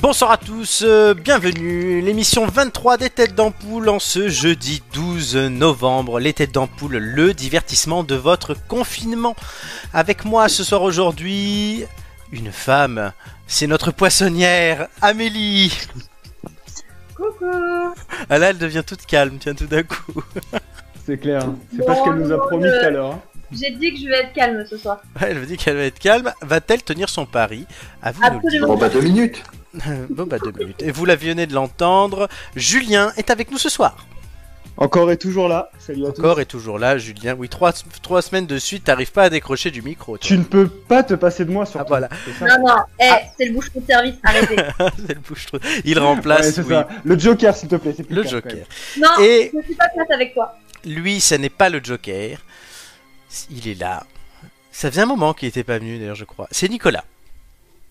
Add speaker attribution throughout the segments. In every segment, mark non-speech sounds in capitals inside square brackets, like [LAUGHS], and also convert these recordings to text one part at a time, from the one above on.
Speaker 1: Bonsoir à tous, euh, bienvenue, l'émission 23 des Têtes d'Ampoule en ce jeudi 12 novembre. Les Têtes d'Ampoule, le divertissement de votre confinement. Avec moi ce soir aujourd'hui, une femme, c'est notre poissonnière, Amélie.
Speaker 2: Coucou
Speaker 1: Ah là, elle devient toute calme, tiens, tout d'un coup.
Speaker 3: C'est clair. hein. C'est
Speaker 2: Non,
Speaker 3: pas ce qu'elle nous a
Speaker 2: non,
Speaker 3: promis
Speaker 2: je-
Speaker 3: tout à l'heure. hein.
Speaker 2: J'ai dit que je vais être calme ce soir.
Speaker 1: Elle me dit qu'elle va être calme. Va-t-elle tenir son pari À vous de le dire.
Speaker 2: Absolument.
Speaker 4: Bon bah deux minutes
Speaker 1: [LAUGHS] Bon, bah, deux minutes. Et vous la venez de l'entendre, Julien est avec nous ce soir.
Speaker 3: Encore et toujours là. Salut à
Speaker 1: Encore et toujours là, Julien. Oui, trois, trois semaines de suite, t'arrives pas à décrocher du micro.
Speaker 3: tous. Tu
Speaker 1: toi.
Speaker 3: ne peux pas te passer de moi sur
Speaker 1: Ah, voilà. [LAUGHS]
Speaker 2: Non, non, eh, c'est le bouchon de service, arrêtez.
Speaker 1: C'est le bouche-trou. Il remplace Ah, oui,
Speaker 3: Le Joker, s'il te plaît. c'est plus
Speaker 1: le
Speaker 3: clair, quand
Speaker 1: Joker.
Speaker 3: même.
Speaker 2: Non,
Speaker 1: Et
Speaker 2: je ne suis pas classe avec toi.
Speaker 1: lui, ce n'est pas le Joker. Il est là. Ça faisait un moment qu'il n'était pas venu, d'ailleurs, je crois. C'est Nicolas.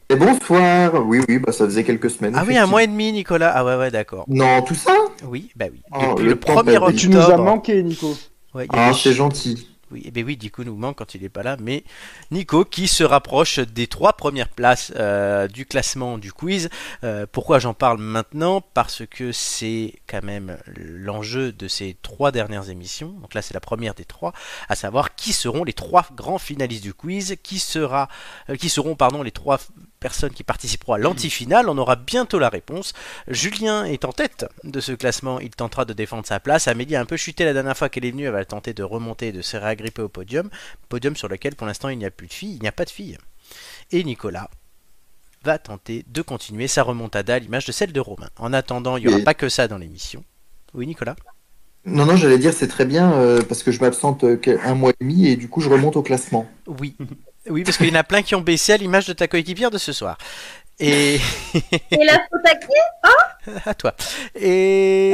Speaker 1: Ah
Speaker 4: Et bonsoir Oui oui bah ça faisait quelques semaines.
Speaker 1: Ah oui, un mois et demi, Nicolas. Ah ouais, ouais, d'accord.
Speaker 4: Non tout ça
Speaker 1: Oui, bah oui.
Speaker 4: Oh,
Speaker 1: Depuis
Speaker 4: le
Speaker 1: le
Speaker 4: temps
Speaker 1: 1er
Speaker 4: passe
Speaker 1: octobre.
Speaker 4: vite.
Speaker 3: Tu nous as manqué, Nico.
Speaker 1: Ouais, il y a
Speaker 4: Ah
Speaker 1: des
Speaker 4: c'est gentil.
Speaker 1: Oui, et ben oui, Nico nous manque quand il n'est pas là, mais Nico qui se rapproche des trois premières places euh, du classement du quiz. Euh, pourquoi j'en parle maintenant Parce que c'est quand même l'enjeu de ces trois dernières émissions. Donc là, c'est la première des trois, à savoir qui seront les trois grands finalistes du quiz, qui sera, euh, qui seront pardon les trois f- personnes qui participeront à l'antifinale. On aura bientôt la réponse. Julien est en tête de ce classement, il tentera de défendre sa place. Amélie a un peu chuté la dernière fois qu'elle est venue, elle va tenter de remonter et de se réagripper au podium, podium sur lequel pour l'instant il n'y a plus de filles, il n'y a pas de filles. Et Nicolas va tenter de continuer sa remontada à l'image de celle de Romain. En attendant, il n'y aura
Speaker 4: Et-
Speaker 1: pas que ça dans l'émission. Oui Nicolas
Speaker 4: Non non j'allais dire c'est très bien euh, parce que je m'absente euh, qu'un- un mois et demi et du coup je remonte au classement.
Speaker 1: Oui. [LAUGHS] Oui, parce qu'il y en a plein qui ont baissé à l'image de ta coéquipière de ce soir. [LAUGHS] Et
Speaker 2: Et la faute à qui
Speaker 1: à toi. Et.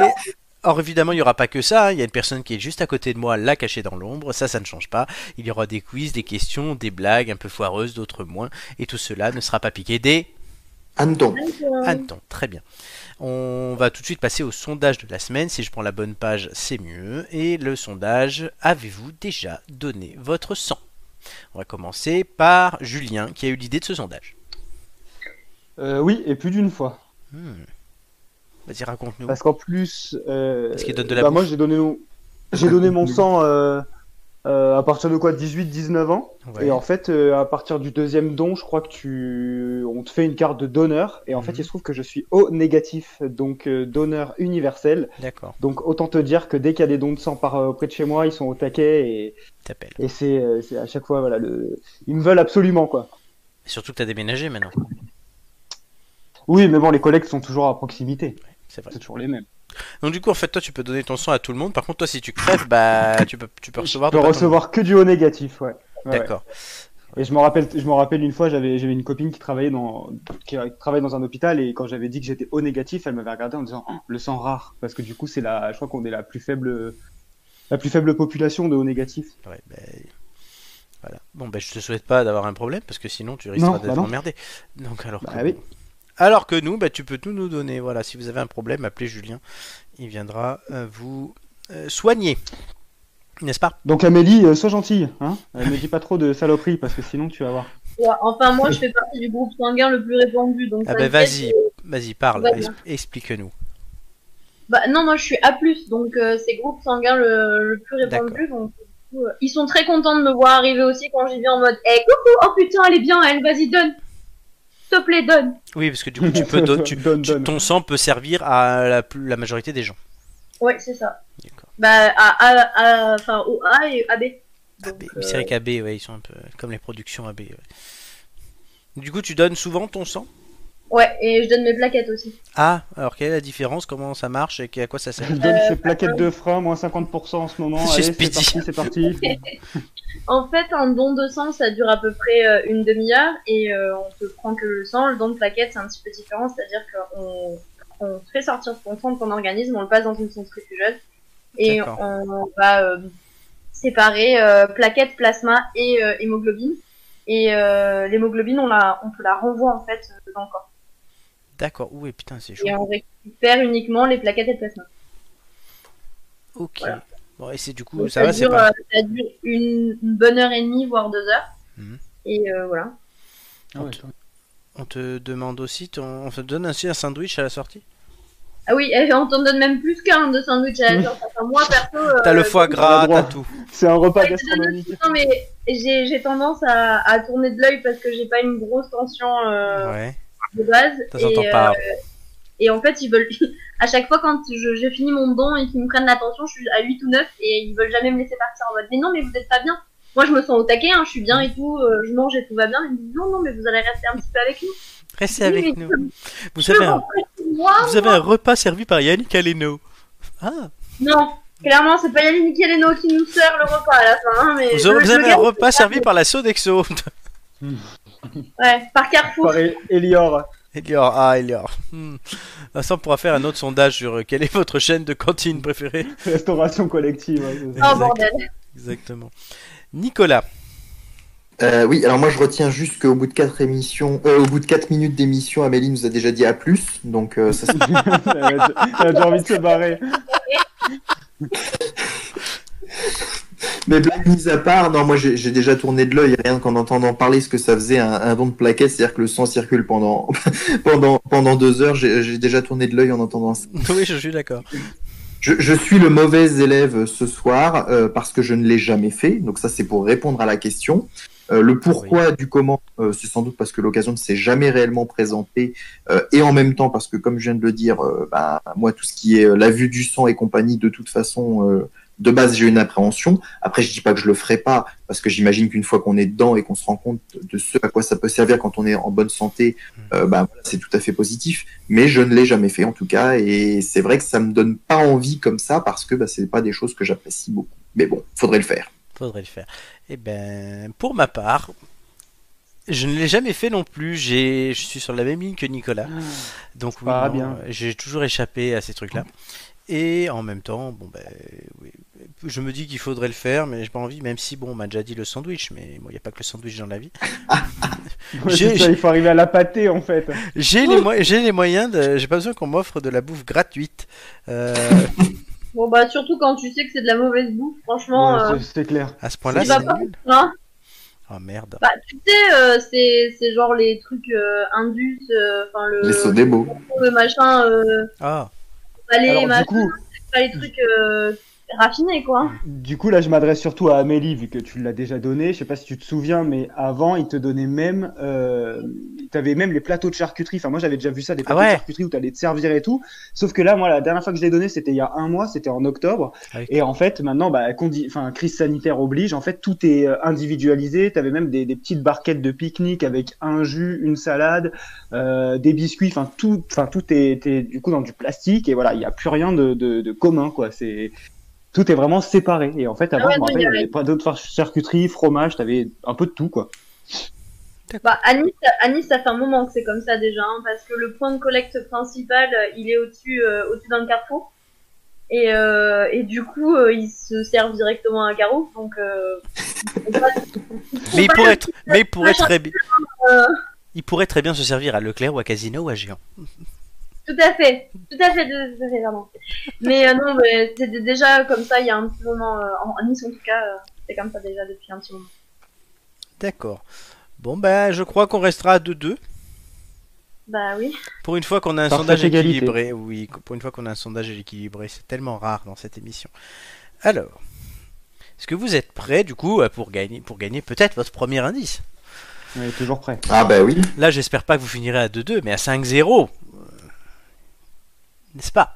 Speaker 1: Or, évidemment, il n'y aura pas que ça. hein. Il y a une personne qui est juste à côté de moi, là, cachée dans l'ombre. Ça, ça ne change pas. Il y aura des quiz, des questions, des blagues un peu foireuses, d'autres moins. Et tout cela ne sera pas piqué des
Speaker 4: Anton.
Speaker 2: euh,
Speaker 1: hannetons. Très bien. On va tout de suite passer au sondage de la semaine. Si je prends la bonne page, c'est mieux. Et le sondage, avez-vous déjà donné votre sang On va commencer par Julien, qui a eu l'idée de ce sondage.
Speaker 3: Euh, oui, et plus d'une fois.
Speaker 1: Hmm. Vas-y, raconte-nous.
Speaker 3: Parce qu'en plus. euh,
Speaker 1: Parce qu'il donne de la
Speaker 3: bah,
Speaker 1: bouffe.
Speaker 3: Moi, j'ai donné, mon- j'ai donné [LAUGHS] mon sang euh, euh, à partir de quoi 18-19 ans.
Speaker 1: Ouais.
Speaker 3: Et en fait, euh, à partir du deuxième don, je crois que tu, on te fait une carte de donneur. Et en fait,
Speaker 1: Mhm.
Speaker 3: il se trouve que je suis O négatif, donc euh, donneur universel.
Speaker 1: D'accord,
Speaker 3: Donc autant te dire que dès qu'il y a des dons de sang par euh, près de chez moi, ils sont au taquet et,
Speaker 1: t'appelles.
Speaker 3: et c'est, euh, c'est à chaque fois voilà le, ils me veulent absolument quoi.
Speaker 1: Surtout que t'as déménagé maintenant.
Speaker 3: Oui, mais bon, les collègues sont toujours à proximité.
Speaker 1: C'est vrai.
Speaker 3: C'est toujours les mêmes.
Speaker 1: Donc du coup en fait toi tu peux donner ton sang à tout le monde. Par contre toi si tu crèves bah tu peux tu peux recevoir.
Speaker 3: Je peux
Speaker 1: de pas ton-
Speaker 3: recevoir que du O négatif, ouais. Ouais, ouais.
Speaker 1: D'accord.
Speaker 3: Et je me rappelle, je me rappelle une fois, j'avais, j'avais une copine qui travaillait dans, qui travaillait dans un hôpital et quand j'avais dit que j'étais O négatif, elle m'avait regardé en disant Oh, le sang rare parce que du coup c'est la, je crois qu'on est la plus faible, la plus faible population de O négatif.
Speaker 1: Ouais, bah, Voilà. Bon bah je te souhaite pas d'avoir un problème parce que sinon tu risqueras
Speaker 3: Non,
Speaker 1: d'être
Speaker 3: bah non.
Speaker 1: emmerdé. Donc alors.
Speaker 3: Bah
Speaker 1: que...
Speaker 3: oui.
Speaker 1: Alors que nous bah tu peux tout nous donner. Voilà si vous avez un problème appelez Julien. Il viendra euh, vous euh, soigner. N'est-ce pas
Speaker 3: Donc Amélie, euh, sois gentille, hein. Euh, ne dis pas trop de saloperies parce que sinon tu vas voir.
Speaker 2: Ouais, Enfin, moi, je fais partie du groupe sanguin le plus répandu. Donc
Speaker 1: Ah
Speaker 2: ça
Speaker 1: bah
Speaker 2: me fait
Speaker 1: vas-y
Speaker 2: que-
Speaker 1: vas-y parle
Speaker 2: Ouais,
Speaker 1: Ex- explique-nous.
Speaker 2: Bah, non, moi, je suis A+, donc euh, c'est groupe sanguin le, le plus répandu. Donc, du coup, euh, ils sont très contents de me voir arriver aussi quand j'y viens en mode Eh, coucou, oh putain, elle est bien, elle, vas-y, donne S'il te plaît, donne
Speaker 1: Oui parce que du coup tu peux
Speaker 3: [LAUGHS]
Speaker 1: don- tu-
Speaker 3: donne,
Speaker 1: tu-
Speaker 3: donne.
Speaker 1: ton sang peut servir à la, plus- la majorité des gens.
Speaker 2: Ouais, c'est ça.
Speaker 1: D'accord.
Speaker 2: Bah, à, à, à- enfin, au A et AB. Donc,
Speaker 1: AB.
Speaker 2: euh,
Speaker 1: C'est vrai qu'AB, ouais, ils sont un peu comme les productions AB. ouais. Du coup, tu donnes souvent ton sang
Speaker 2: Ouais, et je donne mes plaquettes aussi.
Speaker 1: Ah, alors quelle est la différence Comment ça marche et à quoi ça
Speaker 2: [LAUGHS]
Speaker 1: sert
Speaker 3: Je donne ces plaquettes de frein, moins 50% en
Speaker 1: [LAUGHS]
Speaker 3: ce moment.
Speaker 1: Chez
Speaker 3: Allez, c'est
Speaker 1: Speedy.
Speaker 3: parti, c'est parti.
Speaker 2: En fait, un don de sang, ça dure à peu près euh, une demi-heure et euh, on te prend que le sang. Le don de plaquettes, c'est un petit peu différent, c'est-à-dire qu'on on te fait sortir ton sang de ton organisme, on le passe dans une centrifugeuse et
Speaker 1: D'accord.
Speaker 2: on va euh, séparer euh, plaquettes, plasma et euh, hémoglobine. Et euh, l'hémoglobine, on, la, on te la renvoie en fait euh, dans le corps.
Speaker 1: D'accord, oui, putain, c'est chaud.
Speaker 2: Et on récupère uniquement les plaquettes et le plasma.
Speaker 1: Ok.
Speaker 2: voilà.
Speaker 1: Bon, et c'est du coup,
Speaker 2: Donc,
Speaker 1: ça va, c'est
Speaker 2: dure,
Speaker 1: pas.
Speaker 2: euh, ça dure une, une bonne heure et demie, voire deux heures.
Speaker 1: Mhm.
Speaker 2: Et euh, voilà.
Speaker 1: On te demande aussi, ton... on te donne aussi un sandwich à la sortie
Speaker 2: Ah oui, eh, on t'en donne même plus qu'un de sandwich à la sortie. Enfin, moi, perso. euh,
Speaker 1: T'as le foie gras,
Speaker 3: droit.
Speaker 1: t'as tout.
Speaker 3: C'est un repas
Speaker 2: Ouais, c'est
Speaker 3: gastronomique.
Speaker 2: Non, mais j'ai j'ai tendance à, à tourner de l'œil parce que j'ai pas une grosse tension euh,
Speaker 1: Ouais,
Speaker 2: de base.
Speaker 1: ça s'entend
Speaker 2: Et, euh,
Speaker 1: pas.
Speaker 2: et en fait, ils veulent. [LAUGHS] à chaque fois, quand je, je finis mon don et qu'ils me prennent l'attention, je suis à 8 ou 9 et ils veulent jamais me laisser partir en mode Mais non, mais vous êtes pas bien. Moi, je me sens au taquet, hein, je suis bien et tout, euh, je mange et tout va bien. Ils me disent Non, non, mais vous allez rester un petit peu avec nous.
Speaker 1: Restez
Speaker 2: Oui,
Speaker 1: avec
Speaker 2: mais
Speaker 1: nous.
Speaker 2: je-
Speaker 1: Vous
Speaker 2: je
Speaker 1: avez,
Speaker 2: m'en
Speaker 1: un...
Speaker 2: fous, je suis moi.
Speaker 1: vous avez un repas servi par Yannick Aleno. Ah,
Speaker 2: Non, clairement, c'est pas Yannick Yeleno qui nous sert le repas à la fin. hein, mais
Speaker 1: vous
Speaker 2: je-
Speaker 1: aurez- vous
Speaker 2: je
Speaker 1: avez un
Speaker 2: garde-
Speaker 1: repas servi par la Sodexo.
Speaker 2: Ouais, par Carrefour.
Speaker 3: Par E- Elior. [LAUGHS]
Speaker 1: Elior, ah Elior. Hmm. Vincent pourra faire un autre sondage sur euh, quelle est votre chaîne de cantine [LAUGHS] préférée.
Speaker 3: Restauration collective. ouais,
Speaker 2: [LAUGHS]
Speaker 3: c'est ça.
Speaker 2: Oh
Speaker 1: Exact.
Speaker 2: bordel.
Speaker 1: Exactement. Nicolas, [LAUGHS]
Speaker 4: Euh, oui, alors moi je retiens juste qu'au bout de quatre émissions, euh, au bout de quatre minutes d'émission, Amélie nous a déjà dit à plus, donc
Speaker 1: [LAUGHS]
Speaker 4: euh, ça, c'est-
Speaker 3: Elle a déjà- elle a déjà envie de se barrer.
Speaker 4: Mais blague mise à part, non, moi j'ai j'ai déjà tourné de l'œil, rien qu'en entendant parler ce que ça faisait un, un don de plaquette, c'est-à-dire que le sang circule pendant, [LAUGHS] pendant, pendant deux heures, j'ai j'ai déjà tourné de l'œil en entendant ça.
Speaker 1: oui, je suis d'accord.
Speaker 4: Je, je suis le mauvais élève ce soir euh, parce que je ne l'ai jamais fait, donc ça c'est pour répondre à la question. Euh, le pourquoi du comment, euh, c'est sans doute parce que l'occasion ne s'est jamais réellement présentée, euh, et en même temps parce que, comme je viens de le dire, euh, bah, moi tout ce qui est euh, la vue du sang et compagnie, de toute façon, euh, de base j'ai une appréhension. Après, je dis pas que je le ferai pas, parce que j'imagine qu'une fois qu'on est dedans et qu'on se rend compte de ce à quoi ça peut servir quand on est en bonne santé, euh, bah, voilà, c'est tout à fait positif mais je ne l'ai jamais fait en tout cas et c'est vrai que ça me donne pas envie comme ça parce que bah, c'est pas des choses que j'apprécie beaucoup mais bon faudrait le faire
Speaker 1: Faudrait le faire. Eh ben, pour ma part, je ne l'ai jamais fait non plus. J'ai, je suis sur la même ligne que Nicolas. Donc oui,
Speaker 3: pas
Speaker 1: non,
Speaker 3: bien.
Speaker 1: euh, j'ai toujours échappé à ces trucs-là. Et en même temps, bon ben, oui, je me dis qu'il faudrait le faire, mais j'ai pas envie. Même si bon, on m'a déjà dit le sandwich, mais bon, il n'y a pas que le sandwich dans la vie.
Speaker 3: Ouais,
Speaker 1: J'ai-
Speaker 3: c'est ça, il faut arriver à la pâtée en fait.
Speaker 1: J'ai les, mo- j'ai les moyens, de, j'ai pas besoin qu'on m'offre de la bouffe gratuite. Euh,
Speaker 2: Bon bah surtout quand tu sais que c'est de la mauvaise bouffe, franchement.
Speaker 3: Ouais,
Speaker 2: euh,
Speaker 3: c'est- c'est clair.
Speaker 1: à ce point-là,
Speaker 2: Il va
Speaker 1: c'est
Speaker 2: pas.
Speaker 1: nul.
Speaker 2: hein.
Speaker 1: Oh merde.
Speaker 2: bah tu sais, euh, c'est c'est genre les trucs euh, indus, euh, enfin le,
Speaker 4: les Sodebo
Speaker 2: le machin, euh,
Speaker 1: Ah,
Speaker 2: pas les
Speaker 3: Alors
Speaker 2: machins,
Speaker 3: du coup,
Speaker 2: pas les trucs euh, raffinés quoi. hein.
Speaker 3: du coup là je m'adresse surtout à Amélie vu que tu l'as déjà donné. Je sais pas si tu te souviens mais avant il te donnait même, euh, t'avais même les plateaux de charcuterie. Enfin moi j'avais déjà vu ça des plateaux
Speaker 1: Ah ouais.
Speaker 3: de charcuterie où t'allais te servir et tout. Sauf que là moi la dernière fois que je l'ai donné c'était il y a un mois, c'était en octobre.
Speaker 1: Ah oui.
Speaker 3: Et en fait maintenant bah condi- enfin crise sanitaire oblige. En fait tout est euh, individualisé. T'avais même des, des petites barquettes de pique-nique avec un jus, une salade. euh, des biscuits, enfin tout, enfin tout est, est du coup dans du plastique et voilà, il n'y a plus rien de, de, de commun quoi. C'est tout est vraiment séparé et en fait avant,
Speaker 2: Ah ouais,
Speaker 3: je me
Speaker 2: non, il
Speaker 3: rappelle,
Speaker 2: y
Speaker 3: il y
Speaker 2: avait-
Speaker 3: avait pas d'autres charcuterie, fromage, t'avais un peu de tout quoi.
Speaker 2: Bah à Nice, à Nice, ça fait un moment que c'est comme ça déjà, hein, parce que le point de collecte principal, euh, il est au-dessus, euh, au-dessus d'un carrefour. Et, euh, et du coup, euh, ils se servent directement à un carreau, donc. Euh, ils font pas- ils font
Speaker 1: mais il
Speaker 2: pas
Speaker 1: pourrait être, mais il pourrait
Speaker 2: machin,
Speaker 1: très bien,
Speaker 2: euh,
Speaker 1: il pourrait très bien se servir à Leclerc ou à Casino ou à Géant.
Speaker 2: Tout à fait, tout à fait, tout à fait, pardon. Mais euh, non, mais c'était déjà comme ça il y a un petit moment. euh, en en Nice, en tout cas, euh, c'était comme ça déjà depuis un petit moment.
Speaker 1: D'accord. Bon ben, je crois qu'on restera à 2-2.
Speaker 2: Bah oui.
Speaker 1: Pour une fois qu'on a un
Speaker 3: Parfaite
Speaker 1: sondage
Speaker 3: égalité.
Speaker 1: équilibré, oui, pour une fois qu'on a un sondage équilibré, c'est tellement rare dans cette émission. Alors, est-ce que vous êtes prêts du coup pour gagner, pour gagner peut-être votre premier indice
Speaker 3: On est toujours prêt.
Speaker 4: ah bah oui
Speaker 1: Là, j'espère pas que vous finirez à 2-2, mais à 5-0. euh, N'est-ce pas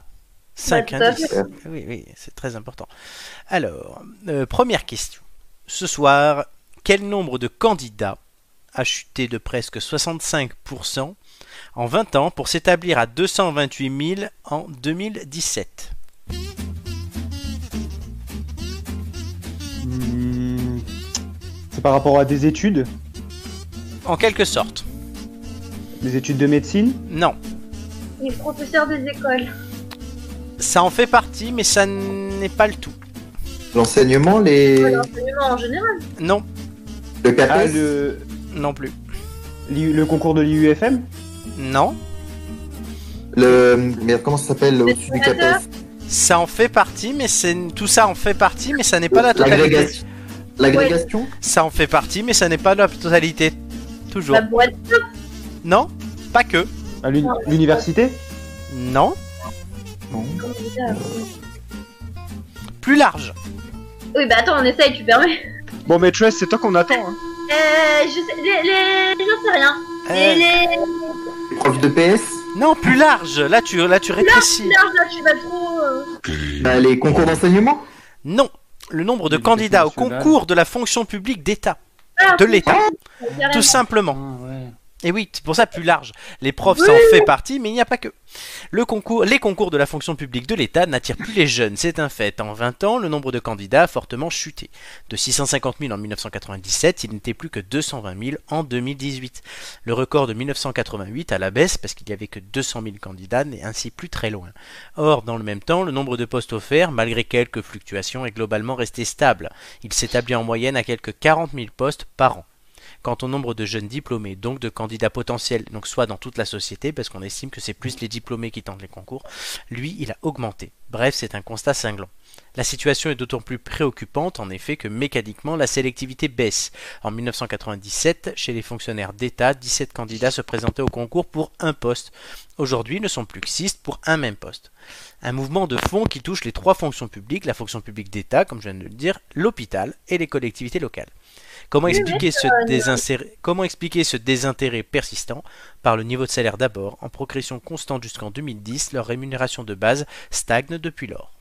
Speaker 1: 5
Speaker 2: Bah, tout à
Speaker 1: indices.
Speaker 4: fait.
Speaker 1: Ah Oui, oui, c'est très important. Alors, euh, première question. Ce soir, quel nombre de candidats a chuté de presque 65% en 20 ans pour s'établir à 228 000 en 2017
Speaker 3: Hmm, C'est par rapport à des études,
Speaker 1: En quelque sorte.
Speaker 3: des études de médecine.
Speaker 1: Non,
Speaker 2: Les professeurs des écoles.
Speaker 1: ça en fait partie, mais ça n'est pas le tout.
Speaker 4: l'enseignement les
Speaker 2: Voilà, L'enseignement en général.
Speaker 1: Non,
Speaker 4: le CAPES
Speaker 3: Ah, le,
Speaker 1: non plus.
Speaker 3: l'I- le concours de l'IUFM
Speaker 1: Non,
Speaker 4: le merde comment ça s'appelle au-dessus du CAPES
Speaker 1: Ça en fait partie, mais c'est tout ça en fait partie, mais ça n'est pas la totalité.
Speaker 4: l'agrégation l'agrégation
Speaker 2: Bah.
Speaker 1: Ça en fait partie, mais ça n'est pas la totalité. Toujours.
Speaker 2: La boîte.
Speaker 1: Non, pas que.
Speaker 3: À l'uni-
Speaker 2: Ah
Speaker 3: l'université
Speaker 1: Non,
Speaker 4: Non.
Speaker 2: euh,
Speaker 1: plus large.
Speaker 2: Oui, bah attends, on essaye, tu permets.
Speaker 3: Bon, maîtresse, c'est toi qu'on attend. hein.
Speaker 2: Euh, je sais, les, les- j'en sais rien.
Speaker 1: Euh,
Speaker 2: Les, les,
Speaker 4: Prof de PS
Speaker 1: Non, plus large. Là, tu, là, tu rétrécis.
Speaker 2: larges, là, je suis pas trop. euh,
Speaker 4: Bah, Les concours d'enseignement
Speaker 1: Non, le nombre de
Speaker 3: L'éducation
Speaker 1: candidats au
Speaker 3: nationale.
Speaker 1: concours de la fonction publique d'État,
Speaker 2: Ah,
Speaker 1: de l'État,
Speaker 2: carrément.
Speaker 1: tout simplement. Et oui, c'est pour ça plus large. Les profs, ça en fait partie, mais il n'y a pas que. Le concours, les concours de la fonction publique de l'État n'attirent plus les jeunes, c'est un fait. En 20 ans, le nombre de candidats a fortement chuté. De 650 000 en 1997, il n'était plus que 220 000 en 2018. Le record de 1988 à la baisse parce qu'il n'y avait que 200 000 candidats n'est ainsi plus très loin. Or, dans le même temps, le nombre de postes offerts, malgré quelques fluctuations, est globalement resté stable. Il s'établit en moyenne à quelques 40 000 postes par an quant au nombre de jeunes diplômés, donc de candidats potentiels, donc soit dans toute la société, parce qu'on estime que c'est plus les diplômés qui tentent les concours, lui, il a augmenté. Bref, c'est un constat cinglant. La situation est d'autant plus préoccupante, en effet, que mécaniquement, la sélectivité baisse. En 1997, chez les fonctionnaires d'État, 17 candidats se présentaient au concours pour un poste. Aujourd'hui, ils ne sont plus que 6 pour un même poste. Un mouvement de fond qui touche les trois fonctions publiques, la fonction publique d'État, comme je viens de le dire, l'hôpital et les collectivités locales. Comment
Speaker 2: Oui, oui,
Speaker 1: expliquer, ce désinséré- comment expliquer ce désintérêt persistant Par le niveau de salaire d'abord, en progression constante jusqu'en 2010, leur rémunération de base stagne depuis lors.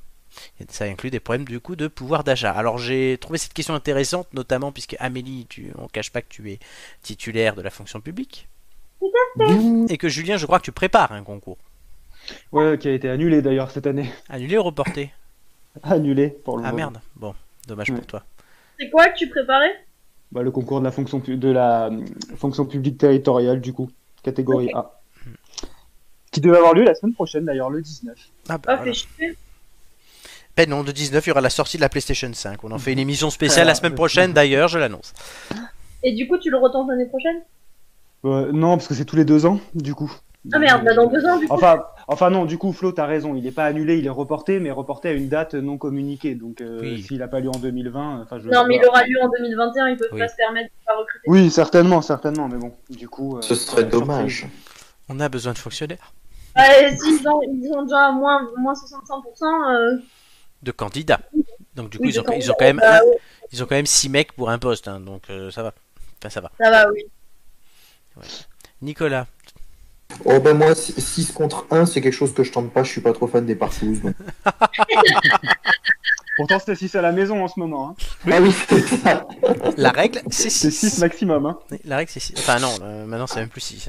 Speaker 1: Et ça inclut des problèmes du coup de pouvoir d'achat. Alors j'ai trouvé cette question intéressante, notamment puisque Amélie, tu, on cache pas que tu es titulaire de la fonction publique. Et que Julien, je crois que tu prépares un concours.
Speaker 3: Ouais, qui a été annulé d'ailleurs cette année. [LAUGHS]
Speaker 1: Annulé ou reporté
Speaker 3: Annulé pour le
Speaker 1: Ah
Speaker 3: moment.
Speaker 1: merde, bon, dommage
Speaker 3: Ouais.
Speaker 1: pour toi.
Speaker 2: C'est quoi que tu préparais
Speaker 3: Bah, le concours de la fonction pu- de la euh, fonction publique territoriale du coup, catégorie A. Qui devait avoir lieu la semaine prochaine d'ailleurs, le 19.
Speaker 1: Ah
Speaker 2: Oh,
Speaker 1: bah, voilà.
Speaker 2: fais chier.
Speaker 1: Ben non, le 19, il y aura la sortie de la PlayStation 5. On en fait une émission spéciale
Speaker 3: Voilà.
Speaker 1: la semaine prochaine, d'ailleurs, je l'annonce.
Speaker 2: Et du coup, tu le retentes l'année prochaine
Speaker 3: Euh, non, parce que c'est tous les deux ans, du coup.
Speaker 2: Ah merde, bah dans deux ans, du coup.
Speaker 3: Enfin, enfin non, du coup, Flo, t'as raison, il n'est pas annulé, il est reporté, mais reporté à une date non communiquée. Donc, euh,
Speaker 1: Oui.
Speaker 3: s'il n'a pas lieu en 2020, euh, enfin, je.
Speaker 2: Non, mais il
Speaker 3: voilà.
Speaker 2: aura lieu en 2021, ils peuvent
Speaker 1: Oui.
Speaker 2: pas se permettre de pas recruter.
Speaker 3: Oui, certainement, certainement, mais bon, du coup. euh,
Speaker 4: Ce serait
Speaker 3: surprise.
Speaker 4: dommage.
Speaker 1: On a besoin de fonctionnaires,
Speaker 2: Ouais, s'ils ont, ils ont déjà moins, moins 65%, euh,
Speaker 1: de candidats. Donc du coup,
Speaker 2: Oui,
Speaker 1: ils, ont,
Speaker 2: de
Speaker 1: ils ont quand même
Speaker 2: candidats, bah
Speaker 1: un- ils ont quand même 6 mecs pour un poste, hein, donc euh, ça va. Enfin, ça va.
Speaker 2: ça va, oui.
Speaker 1: Nicolas,
Speaker 4: Oh ben moi, 6 contre 1, c'est quelque chose que je tente pas, je suis pas trop fan des partouzes. donc.
Speaker 3: Pourtant, c'était 6 à la maison en ce moment. Hein.
Speaker 4: Ah oui, c'est ça.
Speaker 1: la règle, c'est
Speaker 3: C'est 6
Speaker 4: [LAUGHS]
Speaker 1: 6.
Speaker 3: maximum. Hein.
Speaker 1: La règle, c'est 6. Enfin non, euh, maintenant, c'est même plus 6.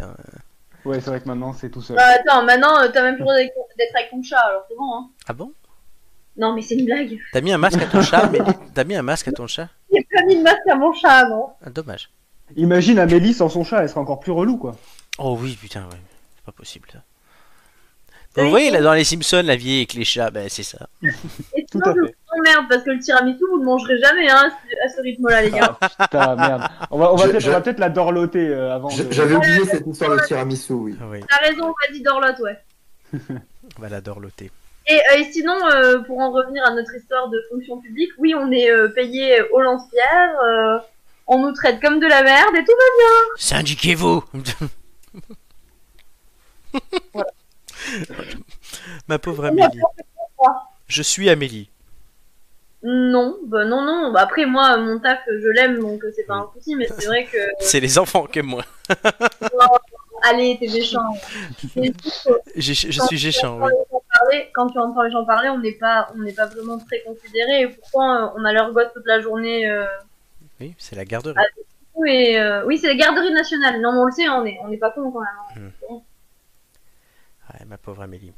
Speaker 3: Ouais, c'est vrai que maintenant, c'est tout seul.
Speaker 2: Bah, attends, maintenant, euh, t'as même plus le droit d'être d'être avec ton chat, alors c'est bon, hein.
Speaker 1: Ah bon
Speaker 2: Non, mais c'est une blague.
Speaker 1: T'as mis un masque à ton chat mais... T'as mis un masque à ton chat
Speaker 2: J'ai pas mis de masque à mon chat, non
Speaker 1: Ah, Dommage.
Speaker 3: Imagine Amélie sans son chat, elle serait encore plus relou, quoi.
Speaker 1: Oh oui, putain, ouais. C'est pas possible, ça.
Speaker 2: C'est
Speaker 1: Vous voyez,
Speaker 2: vrai que-
Speaker 1: là, dans les Simpsons, la vieille avec les chats, ben c'est ça.
Speaker 2: Et
Speaker 3: Tout
Speaker 2: sinon,
Speaker 3: à
Speaker 2: je
Speaker 3: fait.
Speaker 2: vous emmerde, parce que le tiramisu, vous le mangerez jamais, hein, à ce- à ce rythme-là, les gars.
Speaker 3: Ah, putain, merde. On va, on va
Speaker 4: Je-
Speaker 3: peut-être
Speaker 4: je-
Speaker 3: on va peut-être la dorloter euh, avant.
Speaker 4: J-
Speaker 3: de-
Speaker 4: J'avais oublié cette histoire de tiramisu, oui.
Speaker 1: Ah oui,
Speaker 2: T'as raison, vas-y, dorlote, ouais.
Speaker 1: on va la dorloter.
Speaker 2: Et, euh, et sinon, euh, pour en revenir à notre histoire de fonction publique, oui, on est euh, payé au lancière, euh, on nous traite comme de la merde et tout va
Speaker 1: Syndiquez-vous [LAUGHS] Ma pauvre Amélie. Je suis Amélie.
Speaker 2: Non, bah non, non. Bah après, moi, euh, mon taf, euh, je l'aime, donc euh, c'est pas un souci, mais c'est vrai que.
Speaker 1: C'est les enfants qui aiment moi.
Speaker 2: Allez, t'es méchant. Mais juste, euh,
Speaker 1: J'ai- je suis géchant,
Speaker 2: quand
Speaker 1: oui.
Speaker 2: les gens parlent- Quand tu entends les gens parler, on n'est pas, on n'est pas vraiment très considérés. Et pourtant, euh, on a leur gosse toute la journée. euh,
Speaker 1: Oui, c'est la garderie.
Speaker 2: et, euh, oui, c'est la garderie nationale. Non, mais on le sait, hein, on est, on est pas con quand même.
Speaker 1: Ouais, ma pauvre Amélie.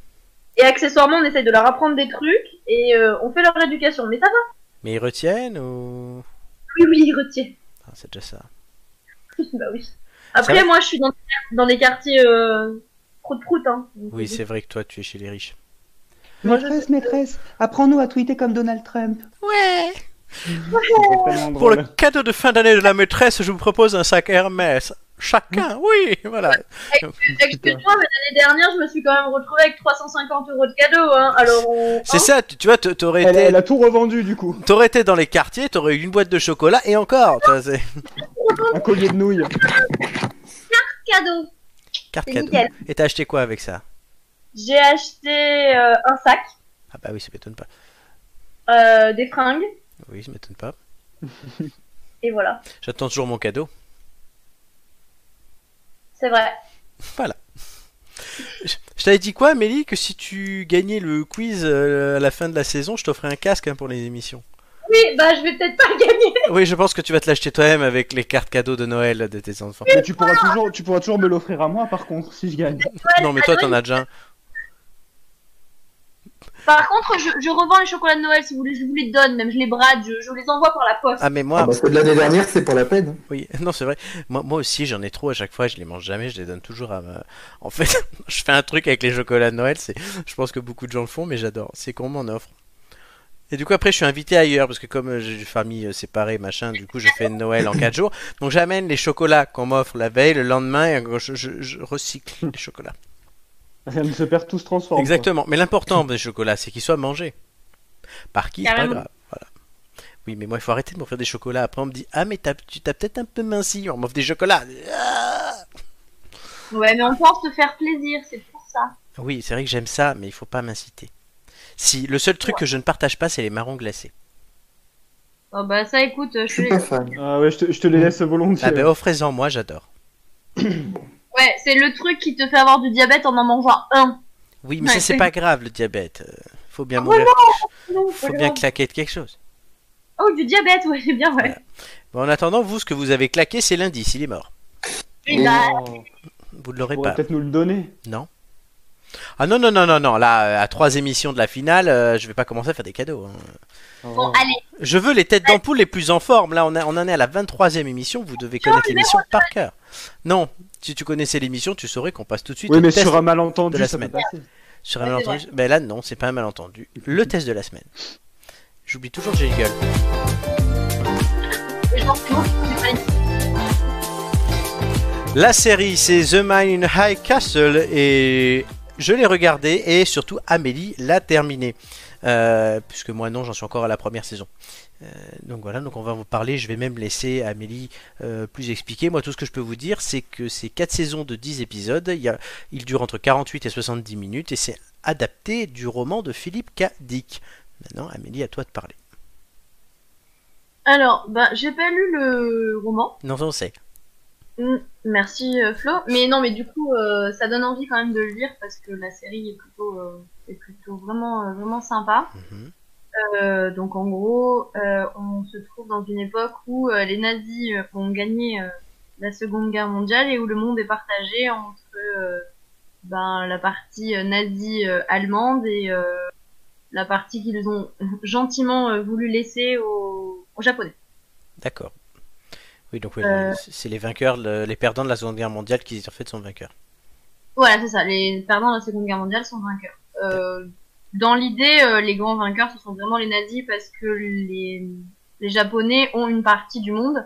Speaker 2: Et accessoirement, on essaye de leur apprendre des trucs et euh, on fait leur éducation. Mais ça va.
Speaker 1: Mais ils retiennent ou.
Speaker 2: Oui, oui, ils retiennent.
Speaker 1: Ah, c'est déjà ça.
Speaker 2: [LAUGHS] bah oui.
Speaker 1: Ça
Speaker 2: Après,
Speaker 1: va
Speaker 2: moi, je suis dans, dans des quartiers euh, prout-prout. Hein. Donc,
Speaker 1: Oui, c'est vrai que toi, tu es chez les riches.
Speaker 5: [LAUGHS] Maîtresse, maîtresse, apprends-nous à tweeter comme Donald Trump.
Speaker 1: Ouais
Speaker 3: C'est tellement
Speaker 1: Pour le
Speaker 3: drôle.
Speaker 1: cadeau de fin d'année de la maîtresse, je vous propose un sac Hermès. Chacun,
Speaker 3: Mm.
Speaker 1: oui, voilà.
Speaker 2: Excuse-moi, mais l'année dernière, je me suis quand même retrouvée avec 350 euros de cadeaux. Hein. Alors, on...
Speaker 1: C'est
Speaker 2: hein,
Speaker 1: ça, tu, tu vois, t- t'aurais
Speaker 3: Elle, elle
Speaker 1: été,
Speaker 3: a tout revendu, du coup.
Speaker 1: t'aurais été dans les quartiers, t'aurais eu une boîte de chocolat et encore. tu vois, c'est-
Speaker 3: Un collier de nouilles.
Speaker 2: cadeau.
Speaker 1: Carte
Speaker 2: C'est
Speaker 1: cadeau.
Speaker 2: nickel.
Speaker 1: Et t'as acheté quoi avec ça
Speaker 2: J'ai acheté euh, un sac,
Speaker 1: Ah bah oui, ça m'étonne pas.
Speaker 2: euh, des fringues,
Speaker 1: Oui, ça m'étonne pas.
Speaker 2: et voilà.
Speaker 1: J'attends toujours mon cadeau.
Speaker 2: C'est vrai.
Speaker 1: Je t'avais dit quoi, Amélie Que si tu gagnais le quiz euh, à la fin de la saison, je t'offrais un casque hein, pour les émissions.
Speaker 2: Oui, bah je vais peut-être pas [LAUGHS] le gagner.
Speaker 1: Oui, je pense que tu vas te l'acheter toi-même avec les cartes cadeaux de Noël de tes enfants.
Speaker 3: Mais tu pourras toujours, tu pourras toujours me l'offrir à moi, par contre, si je gagne.
Speaker 1: Non,
Speaker 2: ah
Speaker 1: mais toi, t'en as déjà un.
Speaker 2: Par contre, je, je revends les chocolats de Noël si vous voulez, je vous les donne, même je les brade, je, je les envoie par la poste.
Speaker 1: Ah, mais moi,
Speaker 4: Ah, parce que de l'année dernière, c'est pour la peine. hein.
Speaker 1: Oui, [LAUGHS] non, c'est vrai. Moi, moi aussi, j'en ai trop à chaque fois. Je les mange jamais. Je les donne toujours à ma. [LAUGHS] En fait, je fais un truc avec les chocolats de Noël. C'est, je pense que beaucoup de gens le font, mais j'adore. C'est qu'on m'en offre. Et du coup, après, je suis invité ailleurs parce que comme euh, j'ai une famille euh, séparée, machin, du coup, je fais Noël en 4 jours. Donc, j'amène les chocolats qu'on m'offre la veille, le lendemain, et je, je- je recycle les chocolats.
Speaker 3: Rien ne se perd, tout se transforme. quoi.
Speaker 1: Exactement. Mais l'important des chocolats, c'est qu'ils soient mangés. Par qui, c'est pas
Speaker 2: Carrément.
Speaker 1: grave. Voilà. Oui, mais moi, il faut arrêter de m'offrir des chocolats. Après, on me dit Ah, mais t'as, tu t'as peut-être un peu minci. On m'offre des chocolats. Ah
Speaker 2: Ouais, mais on pense se faire plaisir, c'est pour ça.
Speaker 1: Oui, c'est vrai que j'aime ça, mais il faut pas m'inciter. Si, le seul truc que je ne partage pas, c'est les marrons glacés.
Speaker 2: Oh bah ça, écoute, je
Speaker 4: Je suis
Speaker 1: [LAUGHS]
Speaker 2: suis.
Speaker 4: pas fan.
Speaker 3: Ah ouais, je te, je te les laisse
Speaker 1: Ah
Speaker 3: volontiers.
Speaker 1: ben, offrez-en, moi, j'adore.
Speaker 2: Ouais, c'est le truc qui te fait avoir du diabète en en mangeant un.
Speaker 1: Oui, mais
Speaker 2: Ouais,
Speaker 1: ça, c'est
Speaker 2: c'est-
Speaker 1: pas grave, le diabète. Euh, Faut bien
Speaker 2: Ah,
Speaker 1: mourir.
Speaker 2: Non,
Speaker 1: Faut bien
Speaker 2: vraiment.
Speaker 1: claquer de quelque chose.
Speaker 2: Oh, du diabète, ouais, c'est bien, ouais.
Speaker 1: Bon, en attendant, vous, ce que vous avez claqué, c'est lundi, s'il est mort.
Speaker 2: Oui, bah,
Speaker 1: Vous ne l'aurez
Speaker 3: On
Speaker 1: pas.
Speaker 3: pourrait peut-être nous le donner.
Speaker 1: Ah non, non, non, non, non. Là, euh, à trois émissions de la finale, euh, je vais pas commencer à faire des cadeaux. hein.
Speaker 2: bon, allez,
Speaker 1: Je veux les têtes d'ampoule les plus en forme. Là, on, a- on en est à la 23e émission. Vous devez connaître l'émission par cœur. Non, si tu connaissais l'émission, tu saurais qu'on passe tout de suite
Speaker 3: Oui,
Speaker 1: au
Speaker 3: mais
Speaker 1: test
Speaker 3: sur un malentendu,
Speaker 1: de la
Speaker 3: ça peut
Speaker 1: semaine.
Speaker 3: passer.
Speaker 1: Sur un
Speaker 2: Ouais, c'est
Speaker 1: malentendu Ben là, non, c'est pas un malentendu. Le test de la semaine. J'oublie toujours le jingle.
Speaker 2: je pense que moi, c'est pas une-
Speaker 1: La série, c'est The Man in High Castle et je l'ai regardé et surtout Amélie l'a terminé. Euh, puisque moi non, j'en suis encore à la première saison. Euh, donc voilà, donc on va vous parler. Je vais même laisser Amélie euh, plus expliquer. Moi, tout ce que je peux vous dire, c'est que c'est quatre saisons de 10 épisodes. Il, y a, il dure entre 48 et 70 minutes et c'est adapté du roman de Philippe K. Dick. Maintenant, Amélie, à toi de parler.
Speaker 2: Alors, bah, j'ai pas lu le roman.
Speaker 1: Non, on sait.
Speaker 2: Mm, Merci euh, Flo. Mais non, mais du coup, euh, ça donne envie quand même de le lire parce que la série est plutôt, euh, est plutôt vraiment, euh, vraiment sympa.
Speaker 1: Mhm.
Speaker 2: Euh, donc en gros, euh, on se trouve dans une époque où euh, les nazis euh, ont gagné euh, la Seconde Guerre mondiale et où le monde est partagé entre euh, ben, la partie euh, nazie euh, allemande et euh, la partie qu'ils ont [LAUGHS] gentiment euh, voulu laisser aux, aux Japonais.
Speaker 1: D'accord. Oui, donc oui,
Speaker 2: Euh.
Speaker 1: le- c'est les vainqueurs, le- les perdants de la Seconde Guerre mondiale qui en fait sont vainqueurs.
Speaker 2: Voilà, c'est ça. Les perdants de la Seconde Guerre mondiale sont vainqueurs. Euh, dans l'idée, euh, les grands vainqueurs, ce sont vraiment les nazis parce que les, les Japonais ont une partie du monde.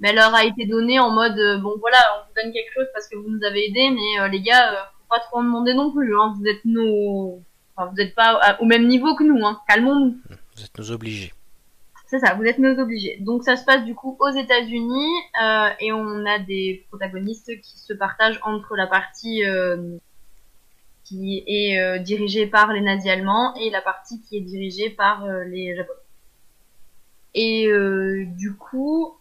Speaker 2: Mais elle leur a été donnée en mode euh, bon voilà, on vous donne quelque chose parce que vous nous avez aidés, mais euh, les gars, euh, faut pas trop en demander non plus. Hein. Vous êtes nos, enfin, vous êtes pas à- au même niveau que nous. Hein. Calmons-nous.
Speaker 1: Vous êtes nos obligés.
Speaker 2: C'est ça, vous êtes nos obligés. Donc ça se passe du coup aux États-Unis euh, et on a des protagonistes qui se partagent entre la partie euh, qui est euh, dirigée par les nazis allemands et la partie qui est dirigée par euh, les japonais. Et euh, du coup,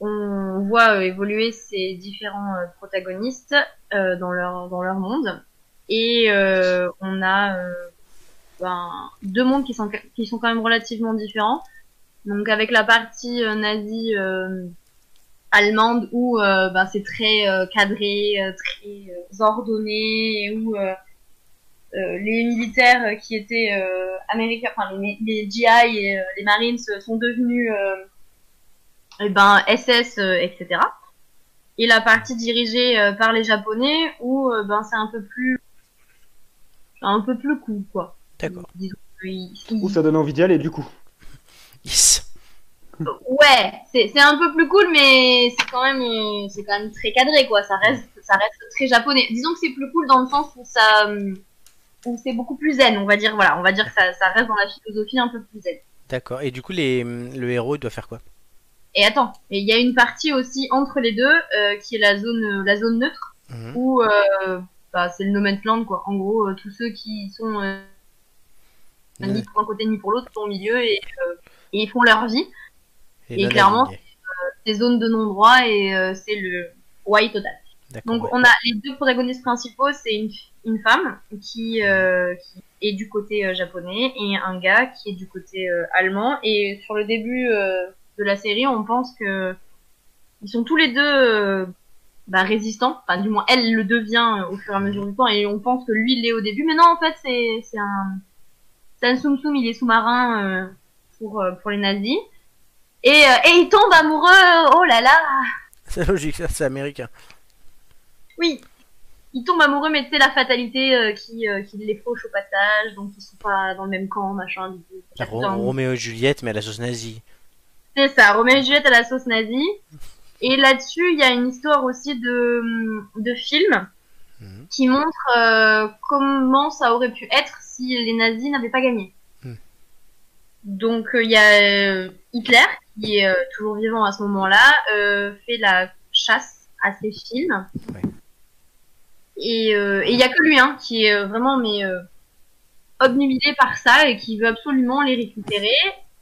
Speaker 2: on voit euh, évoluer ces différents euh, protagonistes euh, dans leur dans leur monde et euh, on a euh, ben, deux mondes qui sont qui sont quand même relativement différents. Donc avec la partie euh, nazie euh, allemande où euh, ben, c'est très euh, cadré, euh, très euh, ordonné, et où euh, euh, les militaires euh, qui étaient euh, américains, enfin les, les GI et euh, les Marines euh, sont devenus euh, eh ben, SS, euh, etc. Et la partie dirigée euh, par les Japonais où euh, ben, c'est un peu plus un peu plus cool quoi.
Speaker 1: D'accord.
Speaker 2: Disons, ils- ils-
Speaker 3: Ou ça donne envie d'y aller, du coup.
Speaker 1: [LAUGHS] Yes.
Speaker 2: Ouais, c'est c'est un peu plus cool, mais c'est quand même euh, c'est quand même très cadré quoi. Ça reste ça reste très japonais. Disons que c'est plus cool dans le sens où ça euh, où c'est beaucoup plus zen. On va dire voilà, on va dire que ça, ça reste dans la philosophie un peu plus zen.
Speaker 1: D'accord. Et du coup, les, mm, le héros, il doit faire quoi
Speaker 2: Et attends, et il y a une partie aussi entre les deux euh, qui est la zone euh, la zone neutre.
Speaker 1: Mhm.
Speaker 2: où euh, bah, c'est le no man's land, quoi. En gros, euh, tous ceux qui sont euh, ni pour un côté ni pour l'autre sont au milieu et, euh, et ils font leur vie. et
Speaker 1: non
Speaker 2: clairement,
Speaker 1: aligné.
Speaker 2: C'est zone de non-droit et euh, c'est le white total.
Speaker 1: D'accord,
Speaker 2: Donc
Speaker 1: ouais.
Speaker 2: on a les deux protagonistes principaux, c'est une, une femme qui, euh, qui est du côté euh, japonais et un gars qui est du côté euh, allemand. Et sur le début euh, de la série, on pense que ils sont tous les deux euh, bah, résistants. Enfin, du moins, elle le devient euh, au fur et à mesure du temps et on pense que lui, il l'est au début. Mais non, en fait, c'est c'est un... C'est un Tsum Tsum, il est sous-marin euh, pour, euh, pour les nazis. Et, euh, et il tombe amoureux, oh là là
Speaker 1: [LAUGHS] C'est logique, ça, c'est américain.
Speaker 2: oui, ils tombent amoureux, mais c'est la fatalité euh, qui, euh, qui les fauche au passage, donc ils sont pas dans le même camp, machin. ils- ils-
Speaker 1: Ro-
Speaker 2: ils-
Speaker 1: Roméo et Juliette, mais à la sauce nazie.
Speaker 2: C'est ça, Roméo et Juliette à la sauce nazie. Et là-dessus, il y a une histoire aussi de, de film
Speaker 1: Mhm.
Speaker 2: qui montre euh, comment ça aurait pu être si les nazis n'avaient pas gagné.
Speaker 1: Mhm.
Speaker 2: Donc euh, il y a euh, Hitler, qui est euh, toujours vivant à ce moment-là, euh, fait la chasse à ses films.
Speaker 1: Ouais.
Speaker 2: Et euh, et il y a que lui hein, qui est euh, vraiment mais, euh, obnubilé par ça et qui veut absolument les récupérer.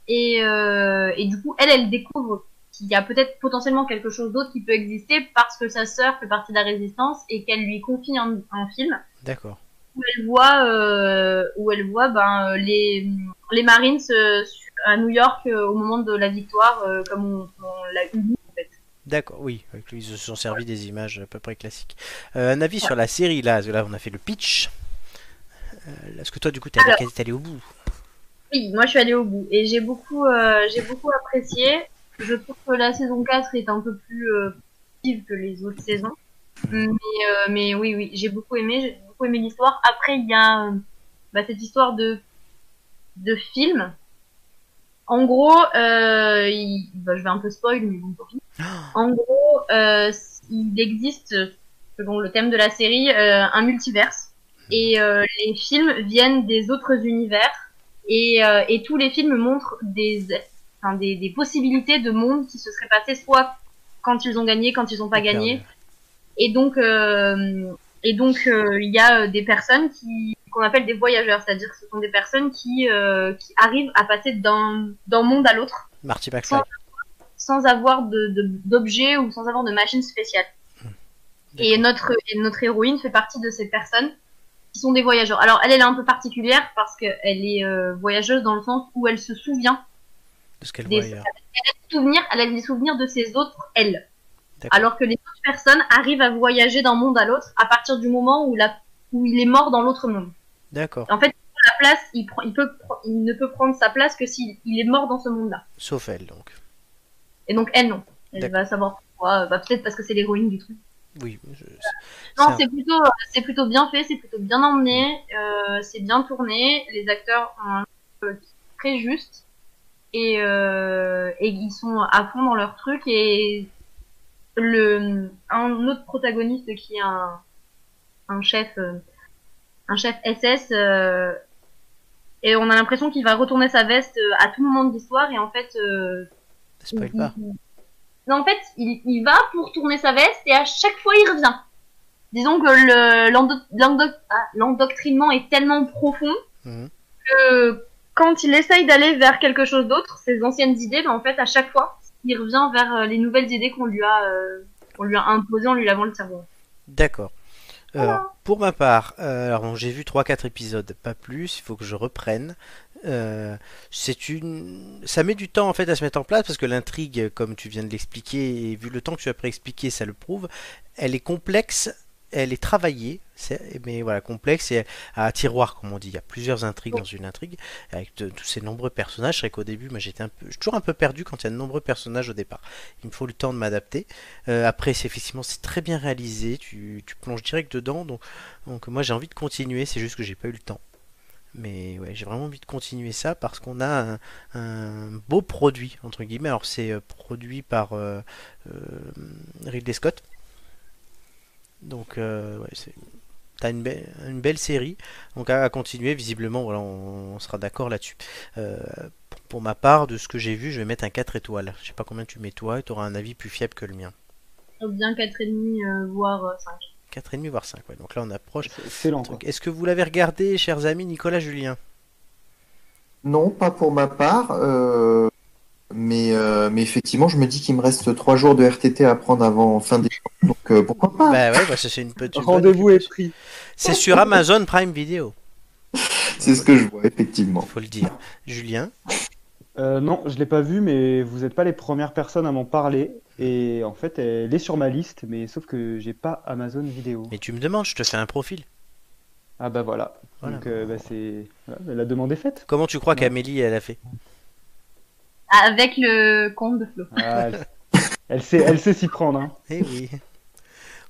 Speaker 2: Et, euh, et du coup, elle, elle découvre qu'il y a peut-être potentiellement quelque chose d'autre qui peut exister parce que sa sœur fait partie de la résistance et qu'elle lui confie un, un film
Speaker 1: D'accord.
Speaker 2: où elle voit, euh, où elle voit ben, euh, les, les Marines euh, su- à New York euh, au moment de la victoire, euh, comme on, on l'a eu.
Speaker 1: D'accord, oui, avec lui, ils se sont servis des images à peu près classiques. Euh, un avis sur la série, là, parce que là, on a fait le pitch. Euh, là, Est-ce que toi, du coup, t'es allé,
Speaker 2: Alors.
Speaker 1: quasi- t'es allé au bout
Speaker 2: Oui, moi je suis allée au bout et j'ai beaucoup, euh, j'ai beaucoup apprécié. Je trouve que la saison 4 est un peu plus euh, vive que les autres saisons. Mais, euh, mais oui, oui, j'ai beaucoup aimé, j'ai beaucoup aimé l'histoire. Après, il y a euh, bah, cette histoire de, de film. En gros, euh, il- bah, je vais un peu spoil, mais bon, tant pis. En gros, euh, il existe, selon le thème de la série, euh, un multiverse. Et euh, les films viennent des autres univers et, euh, et tous les films montrent des, enfin, des, des possibilités de monde qui se seraient passées soit quand ils ont gagné, quand ils n'ont pas gagné. Et donc, euh, et donc, euh, il y a euh, des personnes qui qu'on appelle des voyageurs, c'est-à-dire que ce sont des personnes qui, euh, qui arrivent à passer d'un d'un monde à l'autre
Speaker 1: Marty McFly.
Speaker 2: sans avoir de- de- d'objet ou sans avoir de machine spéciale.
Speaker 1: Hmm.
Speaker 2: Et notre, et notre héroïne fait partie de ces personnes qui sont des voyageurs. Alors, elle, elle est un peu particulière parce qu'elle est euh, voyageuse dans le sens où elle se souvient,
Speaker 1: De ce qu'elle
Speaker 2: des-
Speaker 1: voit ailleurs.
Speaker 2: souvenir, elle a des souvenirs de ses autres elles.
Speaker 1: D'accord.
Speaker 2: Alors que les autres personnes arrivent à voyager d'un monde à l'autre à partir du moment où, la, où il est mort dans l'autre monde.
Speaker 1: D'accord.
Speaker 2: En fait, la place, il, prend- il, peut, pr- il ne peut prendre sa place que s'il il est mort dans ce monde-là.
Speaker 1: Sauf elle, donc.
Speaker 2: Et donc, elle, non. Elle
Speaker 1: D'accord.
Speaker 2: va savoir pourquoi. euh, bah, Peut-être parce que c'est l'héroïne du truc.
Speaker 1: Oui. je-
Speaker 2: Non,
Speaker 1: c'est un-
Speaker 2: c'est plutôt, euh, c'est plutôt bien fait, c'est plutôt bien emmené, euh, c'est bien tourné, les acteurs ont un jeu très juste et, euh, et ils sont à fond dans leur truc et le un autre protagoniste qui est un, un chef euh, un chef SS euh, et on a l'impression qu'il va retourner sa veste euh, à tout moment de l'histoire et en fait euh,
Speaker 1: spoil
Speaker 2: il-
Speaker 1: pas.
Speaker 2: il- Mm, Non, en fait, il, il va pour tourner sa veste et à chaque fois il revient. Disons que le- l'endo- l'endo- ah, l'endoctrinement est tellement profond
Speaker 1: Mhm.
Speaker 2: que quand il essaye d'aller vers quelque chose d'autre, ses anciennes idées, ben, en fait, à chaque fois, il revient vers euh, les nouvelles idées qu'on lui a, euh, qu'on lui a imposées en lui lavant le cerveau.
Speaker 1: D'accord. Alors, pour ma part, euh, alors bon, j'ai vu 3-4 épisodes, pas plus, il faut que je reprenne. Euh, c'est une... Ça met du temps en fait à se mettre en place parce que l'intrigue, comme tu viens de l'expliquer, et vu le temps que tu as préexpliqué, ça le prouve, elle est complexe, elle est travaillée, c'est- mais voilà, complexe et à tiroir, comme on dit. Il y a plusieurs intrigues dans une intrigue, avec de- tous ces nombreux personnages. C'est vrai qu'au début, moi j'étais un peu... je suis toujours un peu perdu quand il y a de nombreux personnages au départ. Il me faut le temps de m'adapter. Euh, après, c'est effectivement c'est très bien réalisé, tu, tu plonges direct dedans, donc, donc moi j'ai envie de continuer, c'est juste que j'ai pas eu le temps. Mais ouais, j'ai vraiment envie de continuer ça parce qu'on a un, un beau produit, entre guillemets. Alors c'est euh, produit par euh, euh, Ridley Scott. Donc euh, ouais, c'est... T'as une, be- une belle série, donc à, à continuer, visiblement, voilà, on, on sera d'accord là-dessus. Euh, pour, pour ma part, de ce que j'ai vu, je vais mettre un 4 étoiles. Je sais pas combien tu mets toi, et tu auras un avis plus fiable que le mien.
Speaker 2: Bien 4,5 euh, voire 5.
Speaker 1: 4,5 4,5 voire 5. Ouais. Donc là, on approche.
Speaker 3: C'est excellent.
Speaker 1: Truc. Est-ce que vous l'avez regardé, chers amis Nicolas Julien
Speaker 4: Non, pas pour ma part. euh, Mais, euh, mais effectivement, je me dis qu'il me reste trois jours de RTT à prendre avant fin décembre. Donc euh, pourquoi pas
Speaker 1: Bah ouais, bah, ça, c'est une petite.
Speaker 3: quoi. Ah. Rendez-vous est pris.
Speaker 1: C'est sur Amazon Prime Video,
Speaker 4: C'est ce que je vois, effectivement.
Speaker 1: faut le dire. Julien
Speaker 3: Euh, non, je l'ai pas vu, mais vous n'êtes pas les premières personnes à m'en parler. Et en fait, elle est sur ma liste, mais sauf que j'ai pas Amazon Vidéo.
Speaker 1: Mais tu me demandes, je te fais un profil.
Speaker 3: Ah bah voilà.
Speaker 1: Voilà.
Speaker 3: Donc euh, bah, c'est voilà, la demande est faite.
Speaker 1: Comment tu crois
Speaker 3: Non.
Speaker 1: qu'Amélie, elle a fait
Speaker 2: Avec le compte de Flo.
Speaker 3: Ah, elle... elle sait, elle sait s'y prendre. Hein.
Speaker 1: Eh oui.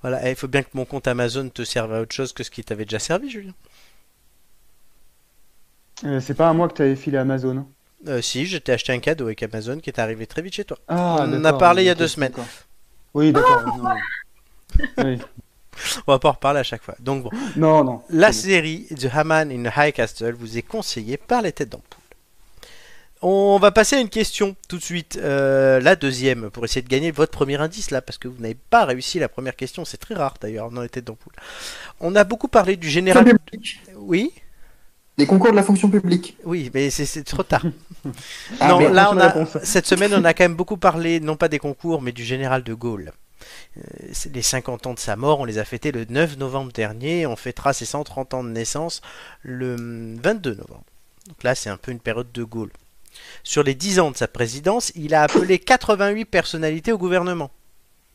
Speaker 1: Voilà, eh, il faut bien que mon compte Amazon te serve à autre chose que ce qui t'avait déjà servi, Julien.
Speaker 3: Euh, c'est pas à moi que tu avais filé Amazon. hein.
Speaker 1: Euh, si, je t'ai acheté un cadeau avec Amazon qui est arrivé très vite chez toi.
Speaker 3: Ah,
Speaker 1: On en a
Speaker 3: d'accord,
Speaker 1: parlé il y a
Speaker 3: ok,
Speaker 1: deux semaines. Ah
Speaker 3: d'accord. Oui, d'accord. non, oui.
Speaker 1: On va pas en reparler à chaque fois. Donc bon,
Speaker 3: non, non.
Speaker 1: la
Speaker 3: c'est
Speaker 1: série The Haman in the High Castle vous est conseillée par les têtes d'ampoule. On va passer à une question tout de suite. Euh, la deuxième, pour essayer de gagner votre premier indice là, parce que vous n'avez pas réussi la première question. C'est très rare d'ailleurs dans les têtes d'ampoule. On a beaucoup parlé du général.
Speaker 4: Fonction publique.
Speaker 1: Oui,
Speaker 4: Les concours de la fonction publique.
Speaker 1: oui, mais c'est- c'est trop tard.
Speaker 4: Ah,
Speaker 1: non,
Speaker 4: mais-
Speaker 1: là, on
Speaker 3: prochaine
Speaker 1: a-
Speaker 3: réponse.
Speaker 1: cette semaine, on a quand même beaucoup parlé, non pas des concours, mais du général de Gaulle. Euh, c'est les 50 ans de sa mort, on les a fêtés le 9 novembre dernier, on fêtera ses 130 ans de naissance le hum, 22 novembre. Donc là, c'est un peu une période de Gaulle. Sur les 10 ans de sa présidence, il a appelé 88 personnalités au gouvernement.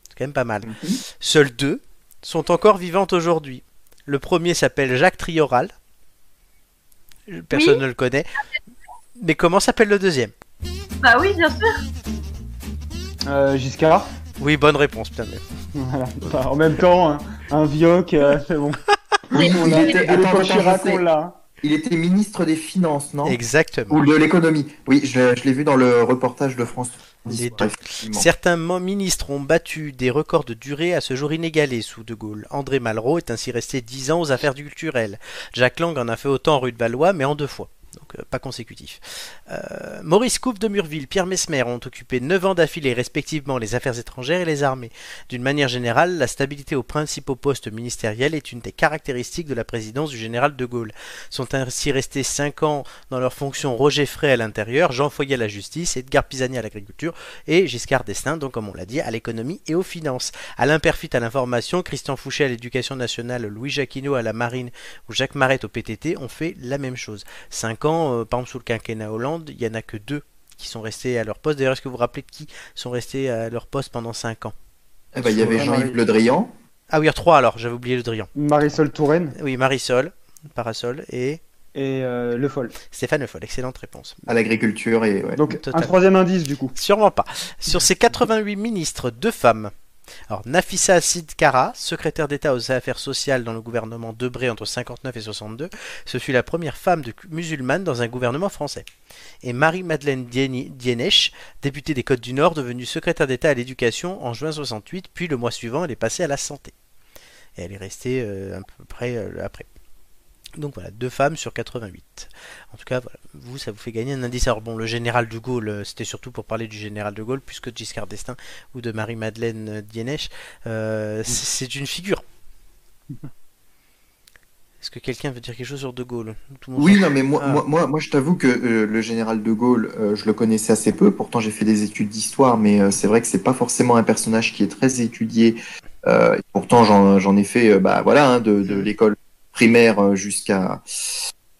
Speaker 1: C'est quand même pas mal.
Speaker 4: Mhm.
Speaker 1: Seules deux sont encore vivantes aujourd'hui. Le premier s'appelle Jacques Trioral. Personne ne le connaît. Mais comment s'appelle le deuxième
Speaker 2: Bah oui, bien sûr.
Speaker 3: bon. Euh, Giscard.
Speaker 1: Oui, bonne réponse, bien même.
Speaker 3: Voilà. Bah, en même temps, un, un Vioque, euh, c'est
Speaker 4: [LAUGHS]
Speaker 3: bon.
Speaker 4: Oui,
Speaker 3: On
Speaker 4: il
Speaker 3: l'a.
Speaker 4: était,
Speaker 3: À
Speaker 4: attends,
Speaker 3: l'époque
Speaker 4: attends,
Speaker 3: Chirac,
Speaker 4: je sais.
Speaker 3: on l'a. hein.
Speaker 4: Il était ministre des Finances, non
Speaker 1: Exactement.
Speaker 4: Ou de l'économie. Oui, je, je l'ai vu dans le reportage de France.
Speaker 1: Les deux.
Speaker 4: Effectivement.
Speaker 1: Certains mo- ministres ont battu des records de durée à ce jour inégalés sous De Gaulle. André Malraux est ainsi resté 10 ans aux affaires culturelles. Jacques Lang en a fait autant rue de Valois, mais en deux fois. Donc euh, pas consécutif. Euh, Maurice Coupe de Murville, Pierre Mesmer ont occupé 9 ans d'affilée respectivement les affaires étrangères et les armées. D'une manière générale, la stabilité aux principaux postes ministériels est une des caractéristiques de la présidence du général de Gaulle. Sont ainsi restés 5 ans dans leur fonction Roger Frey à l'intérieur, Jean Foyer à la justice, Edgar Pisani à l'agriculture, et Giscard d'Estaing, donc comme on l'a dit, à l'économie et aux finances. Alain Perfit à l'information, Christian Fouché à l'éducation nationale, Louis Jacquineau à la marine ou Jacques Marette au PTT ont fait la même chose. Cinq ans, euh, par exemple sous le quinquennat Hollande, il n'y en a que deux qui sont restés à leur poste. D'ailleurs, est-ce que vous vous rappelez de qui sont restés à leur poste pendant cinq ans
Speaker 4: Eh ben, il y avait Jean-Yves Le Drian.
Speaker 1: Ah oui, il y a trois alors, j'avais oublié le Drian.
Speaker 3: Marisol Touraine
Speaker 1: Oui, Marisol, Parasol et
Speaker 3: et euh, Le Foll.
Speaker 1: Stéphane Le Foll. Excellente réponse.
Speaker 4: à l'agriculture et ouais.
Speaker 3: Donc,
Speaker 1: Total.
Speaker 3: un troisième indice, du coup.
Speaker 1: Sûrement pas. Sur ces 88 ministres, deux femmes. Alors, Nafissa Sid Kara, secrétaire d'État aux affaires sociales dans le gouvernement Debré entre 59 et 62, ce fut la première femme de musulmane dans un gouvernement français. Et Marie-Madeleine Dieni- Dienesch, députée des Côtes du Nord, devenue secrétaire d'État à l'éducation en juin 68, puis le mois suivant, elle est passée à la santé. Et elle est restée euh, à peu près euh, après. Donc voilà, deux femmes sur 88. En tout cas, voilà, vous, ça vous fait gagner un indice. Alors bon, le général de Gaulle, euh, c'était surtout pour parler du général de Gaulle, plus que de Giscard d'Estaing ou de Marie-Madeleine Dienesch. Euh, c'est- c'est une figure. Est-ce que quelqu'un veut dire quelque chose sur de Gaulle Tout le monde
Speaker 4: Oui,
Speaker 1: s'en-
Speaker 4: non, mais moi,
Speaker 1: Ah.
Speaker 4: moi, moi, moi, je t'avoue que euh, le général de Gaulle, euh, je le connaissais assez peu. Pourtant, j'ai fait des études d'histoire, mais euh, c'est vrai que c'est pas forcément un personnage qui est très étudié. Euh, et pourtant, j'en j'en ai fait, euh, bah voilà, hein, de,
Speaker 1: Mm.
Speaker 4: de l'école primaire euh, jusqu'à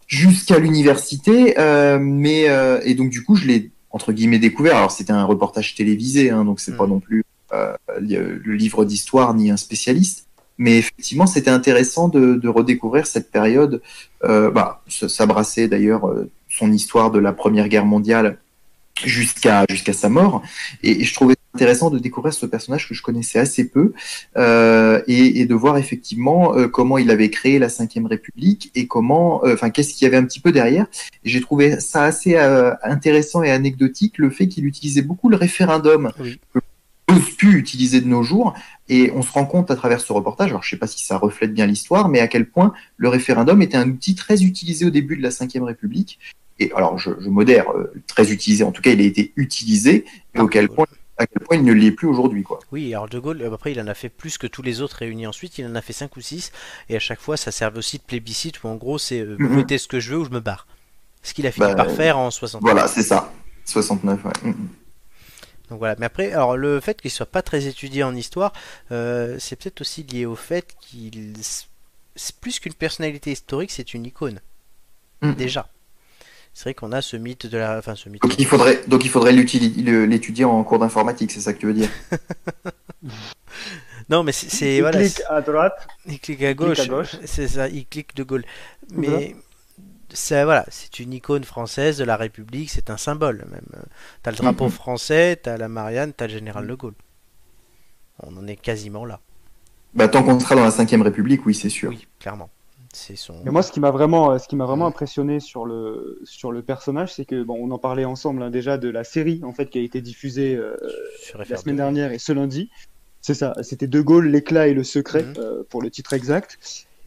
Speaker 4: jusqu'à l'université. Euh, mais euh, et donc du coup, je l'ai entre guillemets découvert. Alors, c'était un reportage télévisé, hein, donc c'est
Speaker 1: Mm.
Speaker 4: pas non plus euh, li- euh, le livre d'histoire ni un spécialiste. Mais effectivement, c'était intéressant de, de redécouvrir cette période euh, bah, ça, ça brassait d'ailleurs euh, son histoire de la Première Guerre mondiale jusqu'à jusqu'à sa mort. Et, et je trouvais intéressant de découvrir ce personnage que je connaissais assez peu euh, et, et de voir effectivement euh, comment il avait créé la Cinquième République et comment, euh, enfin, qu'est-ce qu'il y avait un petit peu derrière. Et J'ai trouvé ça assez euh, intéressant et anecdotique le fait qu'il utilisait beaucoup le référendum
Speaker 1: Oui.
Speaker 4: que l'on n'ose plus utiliser de nos jours. Et on se rend compte à travers ce reportage, alors je sais pas si ça reflète bien l'histoire, mais à quel point le référendum était un outil très utilisé au début de la Ve République. Et alors, je, je modère, euh, très utilisé, en tout cas, il a été utilisé, et auquel point à quel point il ne l'est plus aujourd'hui. quoi.
Speaker 1: Oui, alors De Gaulle, euh, après, il en a fait plus que tous les autres réunis ensuite. Il en a fait 5 ou 6. Et à chaque fois, ça servait aussi de plébiscite où, en gros, c'est euh,
Speaker 4: Mhm.
Speaker 1: votez ce que je veux ou je me barre. Ce qu'il a fini
Speaker 4: Bah,
Speaker 1: par
Speaker 4: euh,
Speaker 1: faire en 60.
Speaker 4: Voilà, c'est ça. 69, ouais. Mhm.
Speaker 1: Donc voilà. Mais après, alors le fait qu'il soit pas très étudié en histoire, euh, c'est peut-être aussi lié au fait qu'il c'est plus qu'une personnalité historique, c'est une icône
Speaker 4: Mhm.
Speaker 1: déjà. C'est vrai qu'on a ce mythe de la, enfin ce mythe.
Speaker 4: Donc il faudrait, donc il faudrait l'utili- le- l'étudier en cours d'informatique, c'est ça que tu veux dire
Speaker 1: Non, mais c'est- c'est
Speaker 3: Il
Speaker 1: voilà,
Speaker 3: clique
Speaker 1: c'est-
Speaker 3: à droite.
Speaker 1: il clique à gauche,
Speaker 3: à gauche.
Speaker 1: c'est ça, il clique de Gaulle. Mais
Speaker 3: Voilà.
Speaker 1: ça, voilà, c'est une icône française de la République, c'est un symbole même. T'as le drapeau
Speaker 3: Mhm.
Speaker 1: français, t'as la Marianne, t'as le général de Gaulle. On en est quasiment là.
Speaker 4: Bah tant qu'on sera dans la 5ème République, oui, c'est sûr.
Speaker 1: Oui, clairement. C'est son.
Speaker 3: Mais moi, ce qui m'a vraiment, euh, ce qui m'a vraiment impressionné sur le sur le personnage, c'est que bon, on en parlait ensemble hein, déjà de la série en fait qui a été diffusée euh,
Speaker 1: sur
Speaker 3: la
Speaker 1: FR2.
Speaker 3: semaine dernière et ce lundi. C'est ça, c'était De Gaulle, l'éclat et le secret
Speaker 1: Mhm.
Speaker 3: euh, pour le titre exact.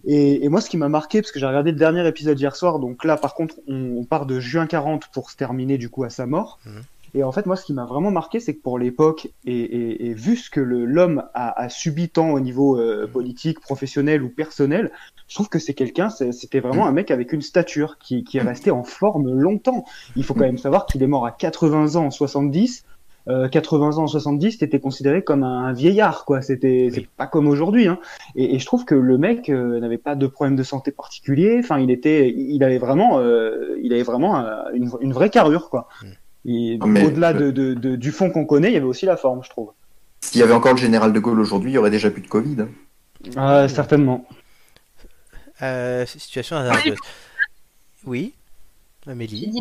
Speaker 3: Et, et moi, ce qui m'a marqué, parce que j'ai regardé le dernier épisode hier soir, donc là, par contre, on, on part de juin 40 pour se terminer du coup à sa mort.
Speaker 1: Mhm.
Speaker 3: Et en fait, moi, ce qui m'a vraiment marqué, c'est que pour l'époque, et, et- et vu ce que le- l'homme a, a subi tant au niveau
Speaker 1: Mhm.
Speaker 3: euh, politique, professionnel ou personnel, je trouve que c'est quelqu'un, c'est- c'était
Speaker 1: Mhm.
Speaker 3: vraiment un mec avec une stature qui, qui est
Speaker 1: [CLEARS THROAT]
Speaker 3: resté en forme longtemps. Il faut quand même savoir qu'il est mort à 80 ans en 70. Euh, 80 ans en 70, t'étais considéré comme un vieillard, quoi. C'était c'est pas comme aujourd'hui, hein. Et, et je trouve que le mec euh, n'avait pas de problème de santé particulier. Enfin, il était, il avait vraiment, euh, il avait vraiment euh, une, une vraie carrure, quoi.
Speaker 1: Mm.
Speaker 3: Et
Speaker 4: Ah, mais-
Speaker 3: Au-delà de, de- de- du fond qu'on connaît, il y avait aussi la forme, je trouve.
Speaker 4: S'il y avait encore le général de Gaulle aujourd'hui, il y aurait déjà plus de Covid. hein.
Speaker 3: Ah, certainement.
Speaker 1: Euh, situation hasardeuse. Oui,
Speaker 2: J'ai
Speaker 1: Amélie,
Speaker 2: dit,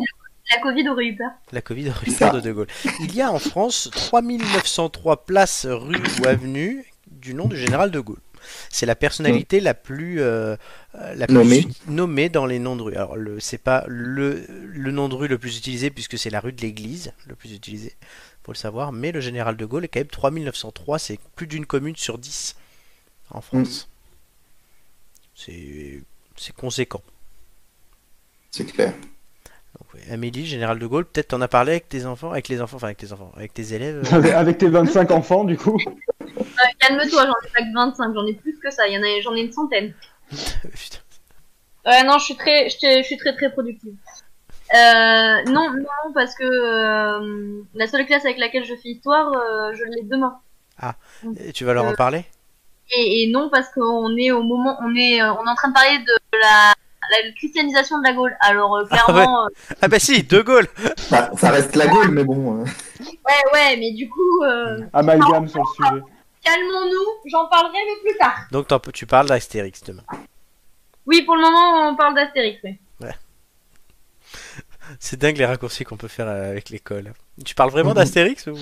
Speaker 2: la Covid aurait eu peur.
Speaker 1: la Covid aurait eu
Speaker 4: Ça.
Speaker 1: peur de De Gaulle. Il y a en France 3903 places, rues ou avenues du nom du général De Gaulle. C'est la personnalité la plus, euh, euh, la plus
Speaker 4: Nommée.
Speaker 1: uti- nommée dans les noms de rue. Alors, le, c'est pas le, le nom de rue le plus utilisé, puisque c'est la rue de l'église le plus utilisé, faut le savoir, mais le général De Gaulle est quand même 3903, c'est plus d'une commune sur 10 en France.
Speaker 4: Mm.
Speaker 1: C'est, c'est conséquent.
Speaker 4: C'est clair.
Speaker 1: Donc, ouais. Amélie, Général de Gaulle, peut-être t'en as parlé avec tes enfants, avec les enfants, enfin avec tes enfants, avec tes élèves. euh,
Speaker 3: Avec, avec tes 25 enfants, du coup.
Speaker 2: Euh, Calme-toi, j'en ai pas que 25, j'en ai plus que ça, il y en a, j'en ai une centaine.
Speaker 1: euh, [LAUGHS] putain.
Speaker 2: Ouais, non, je suis très, je, te- je suis très très productive. Euh, non, non, parce que euh, la seule classe avec laquelle je fais histoire, euh, je l'ai demain.
Speaker 1: Et tu vas leur en parler
Speaker 2: Et, et non, parce qu'on est au moment, on est, euh, on est en train de parler de la, la christianisation de la Gaule. Alors euh, clairement, euh,
Speaker 1: Ah bah si, De Gaulle.
Speaker 4: Ça, Bah, ça reste la Gaulle, mais bon. euh,
Speaker 2: ouais, ouais, mais du coup, euh,
Speaker 3: Amalgame sur le sujet.
Speaker 2: calmons-nous, j'en parlerai mais plus tard.
Speaker 1: Donc t'en- tu parles d'Astérix demain.
Speaker 2: Oui, pour le moment, on parle d'Astérix. oui.
Speaker 1: C'est dingue les raccourcis qu'on peut faire euh, avec l'école. Tu parles vraiment d'Astérix ou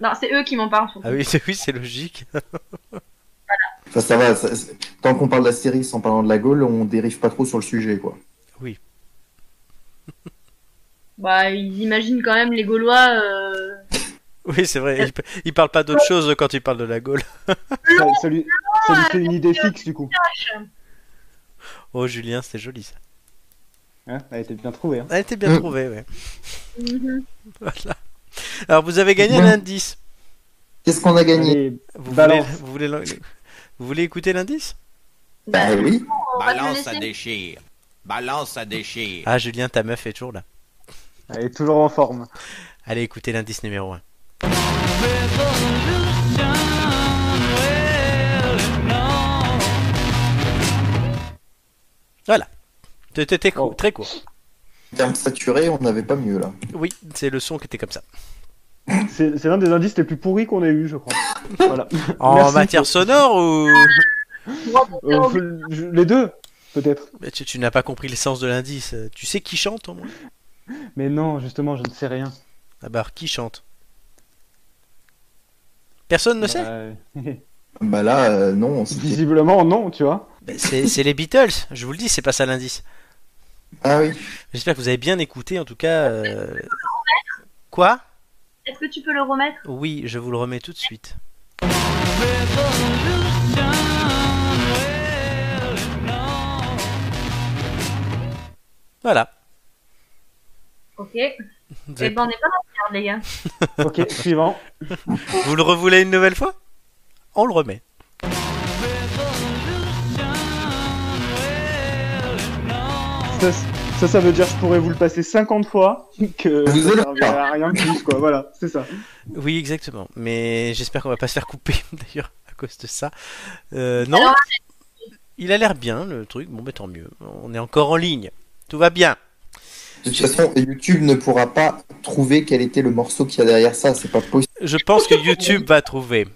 Speaker 2: Non, c'est eux qui m'en parlent. surtout.
Speaker 1: Ah oui, [LAUGHS] c'est- oui, c'est logique.
Speaker 4: Ça, ça va. ça- c'est- tant qu'on parle d'Astérix en parlant de la Gaule, on dérive pas trop sur le sujet, quoi.
Speaker 2: Bah, ils imaginent quand même les Gaulois. Euh...
Speaker 1: Oui, c'est vrai. Ils, ils parlent pas d'autre chose quand ils parlent de la Gaule.
Speaker 3: Ça, ça lui, ça lui fait une idée fixe, du coup.
Speaker 1: [LAUGHS] Oh Julien, c'était joli ça. Ah,
Speaker 3: Hein, elle était bien trouvée. hein.
Speaker 1: Elle était bien
Speaker 4: Mm.
Speaker 1: trouvée, ouais. [LAUGHS] Bah
Speaker 2: mhm.
Speaker 1: Voilà. Alors vous avez gagné
Speaker 4: Bien.
Speaker 1: l'indice.
Speaker 4: Qu'est-ce qu'on a gagné
Speaker 3: Allez,
Speaker 1: Vous voulez,
Speaker 3: Balance.
Speaker 1: vous voulez, l'en- vous voulez écouter l'indice
Speaker 2: Bah,
Speaker 4: Bah oui.
Speaker 2: on va te le
Speaker 6: Balance,
Speaker 2: laisser.
Speaker 6: ça déchire. Balance, ça déchire.
Speaker 1: Ah Julien, ta meuf est toujours là.
Speaker 3: elle est toujours en forme.
Speaker 1: Allez écouter l'indice numéro 1. Voilà. C'était très court-
Speaker 3: Oh.
Speaker 1: très court.
Speaker 4: En termes saturés, on n'avait pas mieux, là.
Speaker 1: Oui, c'est le son qui était comme ça.
Speaker 3: C'est c'est l'un des indices les plus pourris qu'on ait eu, je [LAUGHS] crois. Voilà.
Speaker 1: En
Speaker 3: Merci.
Speaker 1: matière sonore ou
Speaker 3: Euh, je- les deux, peut-être.
Speaker 1: Mais tu, tu n'as pas compris le sens de l'indice. Tu sais qui chante au moins
Speaker 3: Mais non, justement, je ne sais rien.
Speaker 1: Ah bah qui chante Personne ne sait.
Speaker 3: Bah, euh,
Speaker 4: Bah là, euh, non. c'était-
Speaker 3: Visiblement, non, tu vois.
Speaker 1: Bah, C'est c'est les Beatles. Je vous le dis, c'est pas ça l'indice.
Speaker 4: Ah oui.
Speaker 1: J'espère que vous avez bien écouté en tout cas. euh, Quoi
Speaker 2: Est-ce que tu peux le remettre
Speaker 1: Oui, je vous le remets tout de suite. Voilà.
Speaker 2: Ok.
Speaker 1: Vous,
Speaker 2: Eh
Speaker 1: avez-
Speaker 2: ben, on n'est pas dans la merde, les gars.
Speaker 3: [LAUGHS] Ok, suivant.
Speaker 1: vous le revoulez une nouvelle fois On le remet.
Speaker 3: Ça, ça, ça veut dire que je pourrais vous le passer 50 fois que
Speaker 4: Vous
Speaker 3: ça
Speaker 4: allez
Speaker 3: servira à rien de plus, quoi. Voilà, c'est ça.
Speaker 1: Oui, exactement. Mais j'espère qu'on va pas se faire couper [LAUGHS] d'ailleurs à cause de ça. Euh, non,
Speaker 2: Alors,
Speaker 1: il a l'air bien le truc. Bon, bah, tant mieux. On est encore en ligne. Tout va bien.
Speaker 4: De toute façon, YouTube ne pourra pas trouver quel était le morceau qu'il y a derrière ça. C'est pas possible.
Speaker 1: Je pense que YouTube va trouver.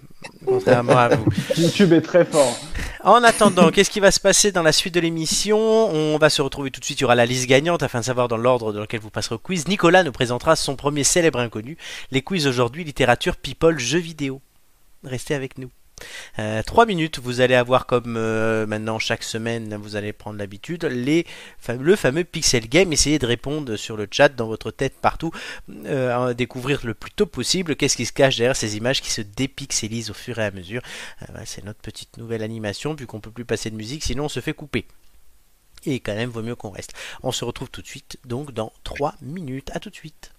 Speaker 1: Contrairement à vous.
Speaker 3: YouTube est très fort.
Speaker 1: En attendant, qu'est-ce qui va se passer dans la suite de l'émission On va se retrouver tout de suite. Il y aura la liste gagnante afin de savoir dans l'ordre dans lequel vous passerez au quiz. Nicolas nous présentera son premier célèbre inconnu. Les quiz aujourd'hui littérature, people, jeux vidéo. Restez avec nous. Euh, Trois minutes, vous allez avoir comme euh, maintenant chaque semaine, vous allez prendre l'habitude, les fam- le fameux Pixel Game. Essayez de répondre sur le chat, dans votre tête, partout, euh, à découvrir le plus tôt possible qu'est-ce qui se cache derrière ces images qui se dépixelisent au fur et à mesure. Ah bah, c'est notre petite nouvelle animation, vu qu'on peut plus passer de musique, sinon on se fait couper. Et quand même, vaut mieux qu'on reste. On se retrouve tout de suite, donc dans 3 minutes. À tout de suite.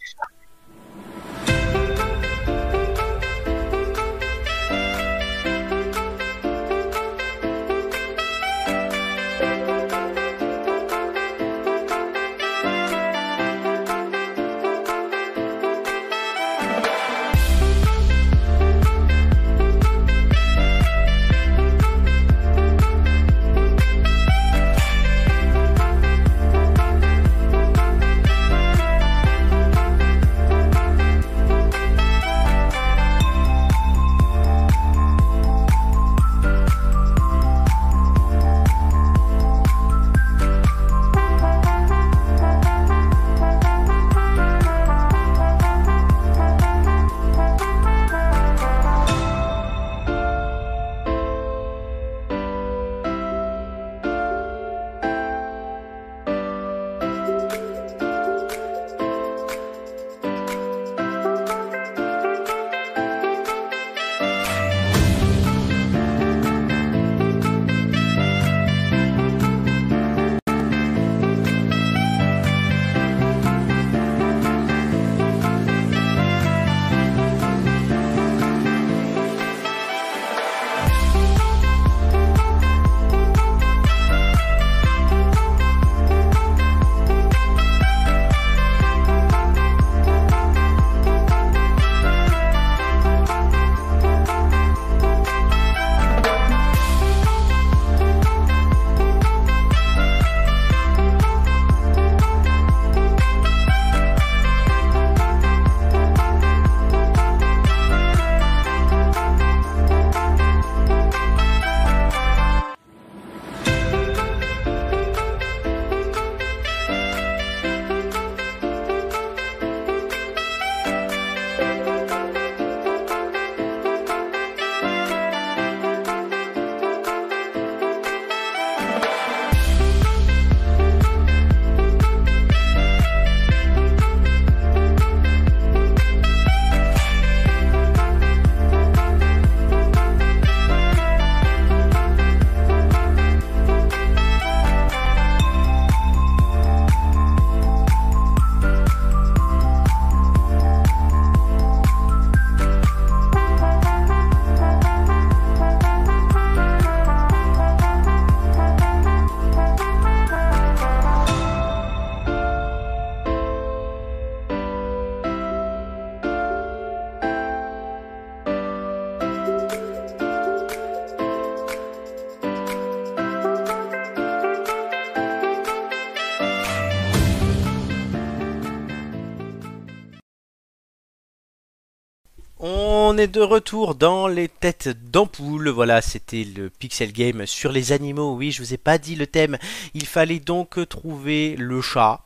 Speaker 1: On est de retour dans les têtes d'ampoule. Voilà, c'était le Pixel Game sur les animaux. Oui, je vous ai pas dit le thème. Il fallait donc trouver le chat.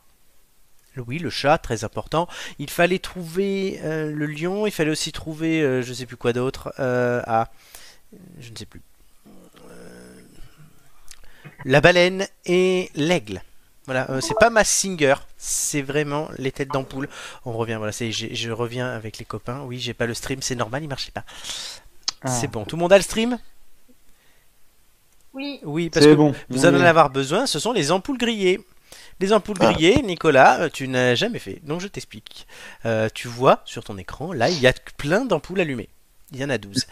Speaker 1: Oui, le chat, très important. Il fallait trouver euh, le lion. Il fallait aussi trouver, euh, je sais plus quoi d'autre. Euh, ah, je ne sais plus. Euh, la baleine et l'aigle. Voilà, euh, c'est pas ma singer, c'est vraiment les têtes d'ampoule. On revient, voilà, c'est, j'ai- je reviens avec les copains. Oui, j'ai pas le stream, c'est normal, il marchait pas. C'est bon, tout le monde a le stream
Speaker 2: Oui,
Speaker 1: Oui, parce
Speaker 3: C'est
Speaker 1: que
Speaker 3: bon.
Speaker 1: vous allez en avoir besoin, ce sont les ampoules grillées. Les ampoules grillées, Nicolas, euh, tu n'as jamais fait. Donc je t'explique. Euh, tu vois sur ton écran, là, il y a plein d'ampoules allumées. Il y en a 12.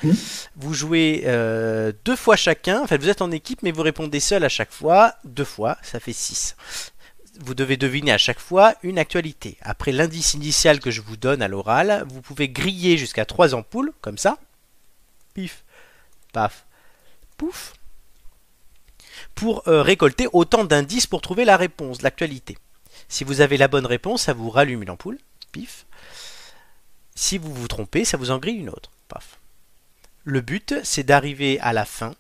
Speaker 1: Vous jouez euh, deux fois chacun. Enfin, vous êtes en équipe, mais vous répondez seul à chaque fois. Deux fois, ça fait 6. Vous devez deviner à chaque fois une actualité. Après l'indice initial que je vous donne à l'oral, vous pouvez griller jusqu'à trois ampoules, comme ça. Pif, paf, pouf. Pour euh, récolter autant d'indices pour trouver la réponse, l'actualité. Si vous avez la bonne réponse, ça vous rallume une ampoule. Pif. Si vous vous trompez, ça vous en grille une autre. Paf. Le but, c'est d'arriver à la fin,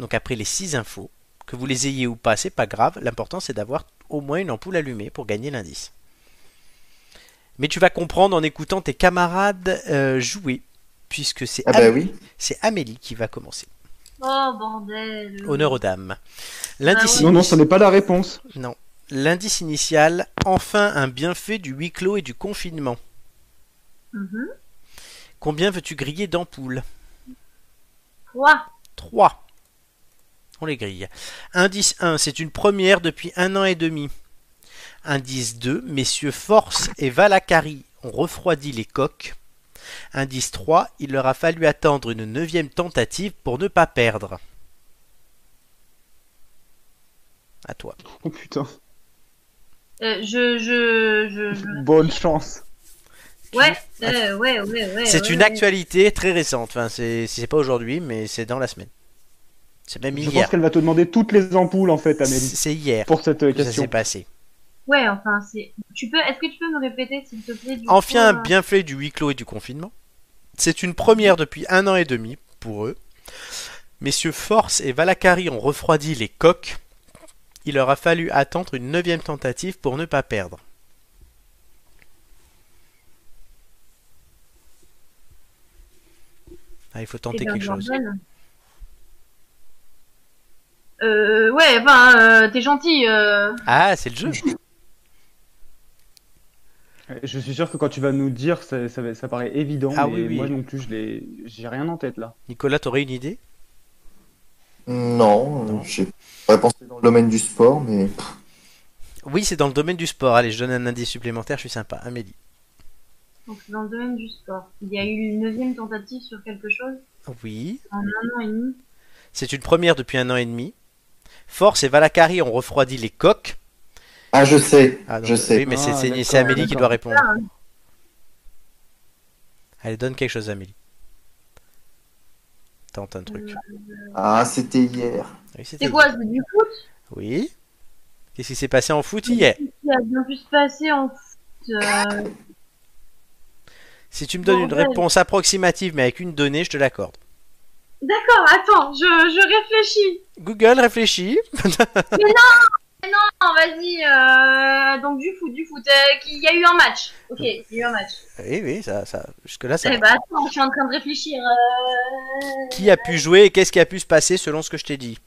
Speaker 1: donc après les 6 infos. Que vous les ayez ou pas, c'est pas grave. L'important, c'est d'avoir au moins une ampoule allumée pour gagner l'indice. Mais tu vas comprendre en écoutant tes camarades euh, jouer, puisque c'est
Speaker 4: Ah bah
Speaker 1: Amé-
Speaker 4: oui.
Speaker 1: c'est Amélie qui va commencer.
Speaker 2: Oh bordel.
Speaker 1: Honneur aux dames. L'indice
Speaker 2: Ah ouais.
Speaker 3: Non, non, ce n'est pas la réponse.
Speaker 1: Non. L'indice initial, enfin un bienfait du huis clos et du confinement.
Speaker 2: Mhm.
Speaker 1: Combien veux-tu griller d'ampoules
Speaker 2: Quoi
Speaker 1: 3. On les grille. Indice 1, c'est une première depuis un an et demi. Indice 2, messieurs Force et Valacari ont refroidi les coques. Indice 3, il leur a fallu attendre une neuvième tentative pour ne pas perdre. À toi.
Speaker 3: Oh putain.
Speaker 2: Euh, je, je, je, je-
Speaker 3: Bonne chance.
Speaker 2: Ouais, euh, ouais, ouais, ouais.
Speaker 1: Ah. C'est
Speaker 2: ouais,
Speaker 1: une
Speaker 2: ouais.
Speaker 1: actualité très récente. Enfin, c'est c'est pas aujourd'hui, mais c'est dans la semaine. C'est même
Speaker 3: Je
Speaker 1: hier.
Speaker 3: pense qu'elle va te demander toutes les ampoules en fait, Amélie,
Speaker 1: C'est hier
Speaker 3: pour cette euh,
Speaker 1: que ça s'est
Speaker 3: question.
Speaker 1: passé.
Speaker 2: Ouais, enfin, c'est. Tu peux. Est-ce que tu peux me répéter, s'il te plaît du
Speaker 1: Enfin, un
Speaker 2: coup, euh,
Speaker 1: bienfait du huis clos et du confinement. C'est une première depuis un an et demi pour eux. Messieurs Force et Valacari ont refroidi les coques. Il leur a fallu attendre une neuvième tentative pour ne pas perdre. Ah, il faut
Speaker 2: eh
Speaker 1: tenter
Speaker 2: ben,
Speaker 1: quelque chose.
Speaker 2: bordel. Euh, ouais, ben, euh, t'es gentil. Euh...
Speaker 1: Ah, c'est le jeu.
Speaker 3: Euh, Je suis sûr que quand tu vas nous le dire, ça, ça va- ça paraît évident,
Speaker 1: Ah
Speaker 3: mais
Speaker 1: oui, oui.
Speaker 3: moi non plus, je l'ai- j'ai rien en tête là.
Speaker 1: Nicolas, t'aurais une idée
Speaker 4: Non, euh, j'ai pas pensé dans le domaine du sport, mais
Speaker 1: Oui, c'est dans le domaine du sport. Allez, je donne un indice supplémentaire, je suis sympa. Amélie.
Speaker 2: Donc, c'est dans le domaine du sport. Il y a eu une neuvième tentative sur quelque chose
Speaker 1: Oui.
Speaker 2: en un an et demi.
Speaker 1: C'est une première depuis un an et demi. Force et Valacari ont refroidi les coques.
Speaker 4: ah, je sais,
Speaker 1: Ah, non,
Speaker 4: je sais.
Speaker 1: Oui, mais c'est-
Speaker 3: Ah,
Speaker 1: c'est
Speaker 3: d'accord,
Speaker 1: c'est Amélie qui
Speaker 3: d'accord.
Speaker 1: doit répondre.
Speaker 2: Ah.
Speaker 1: Allez, donne quelque chose, Amélie. Tente un truc.
Speaker 4: Ah, c'était hier.
Speaker 1: Oui, c'était-
Speaker 2: Euh, C'est quoi C'est du foot
Speaker 1: Oui. Qu'est-ce qui s'est passé en foot hier
Speaker 2: qui a bien pu se passer en foot euh,
Speaker 1: Si tu me donnes une
Speaker 2: Bordel.
Speaker 1: réponse approximative, mais avec une donnée, je te l'accorde.
Speaker 2: D'accord, attends, je, je réfléchis.
Speaker 1: Google réfléchit.
Speaker 2: Non, Ah, vas-y. Euh... Donc, du foot, du foot. euh, qu'il- Il y a eu un match. Ok, il y a eu un match.
Speaker 1: Oui, oui, ça, ça, jusque-là, ça
Speaker 2: Eh
Speaker 1: va.
Speaker 2: bah, attends, je suis en train de réfléchir. euh,
Speaker 1: qui a pu jouer et qu'est-ce qui a pu se passer selon ce que je t'ai dit.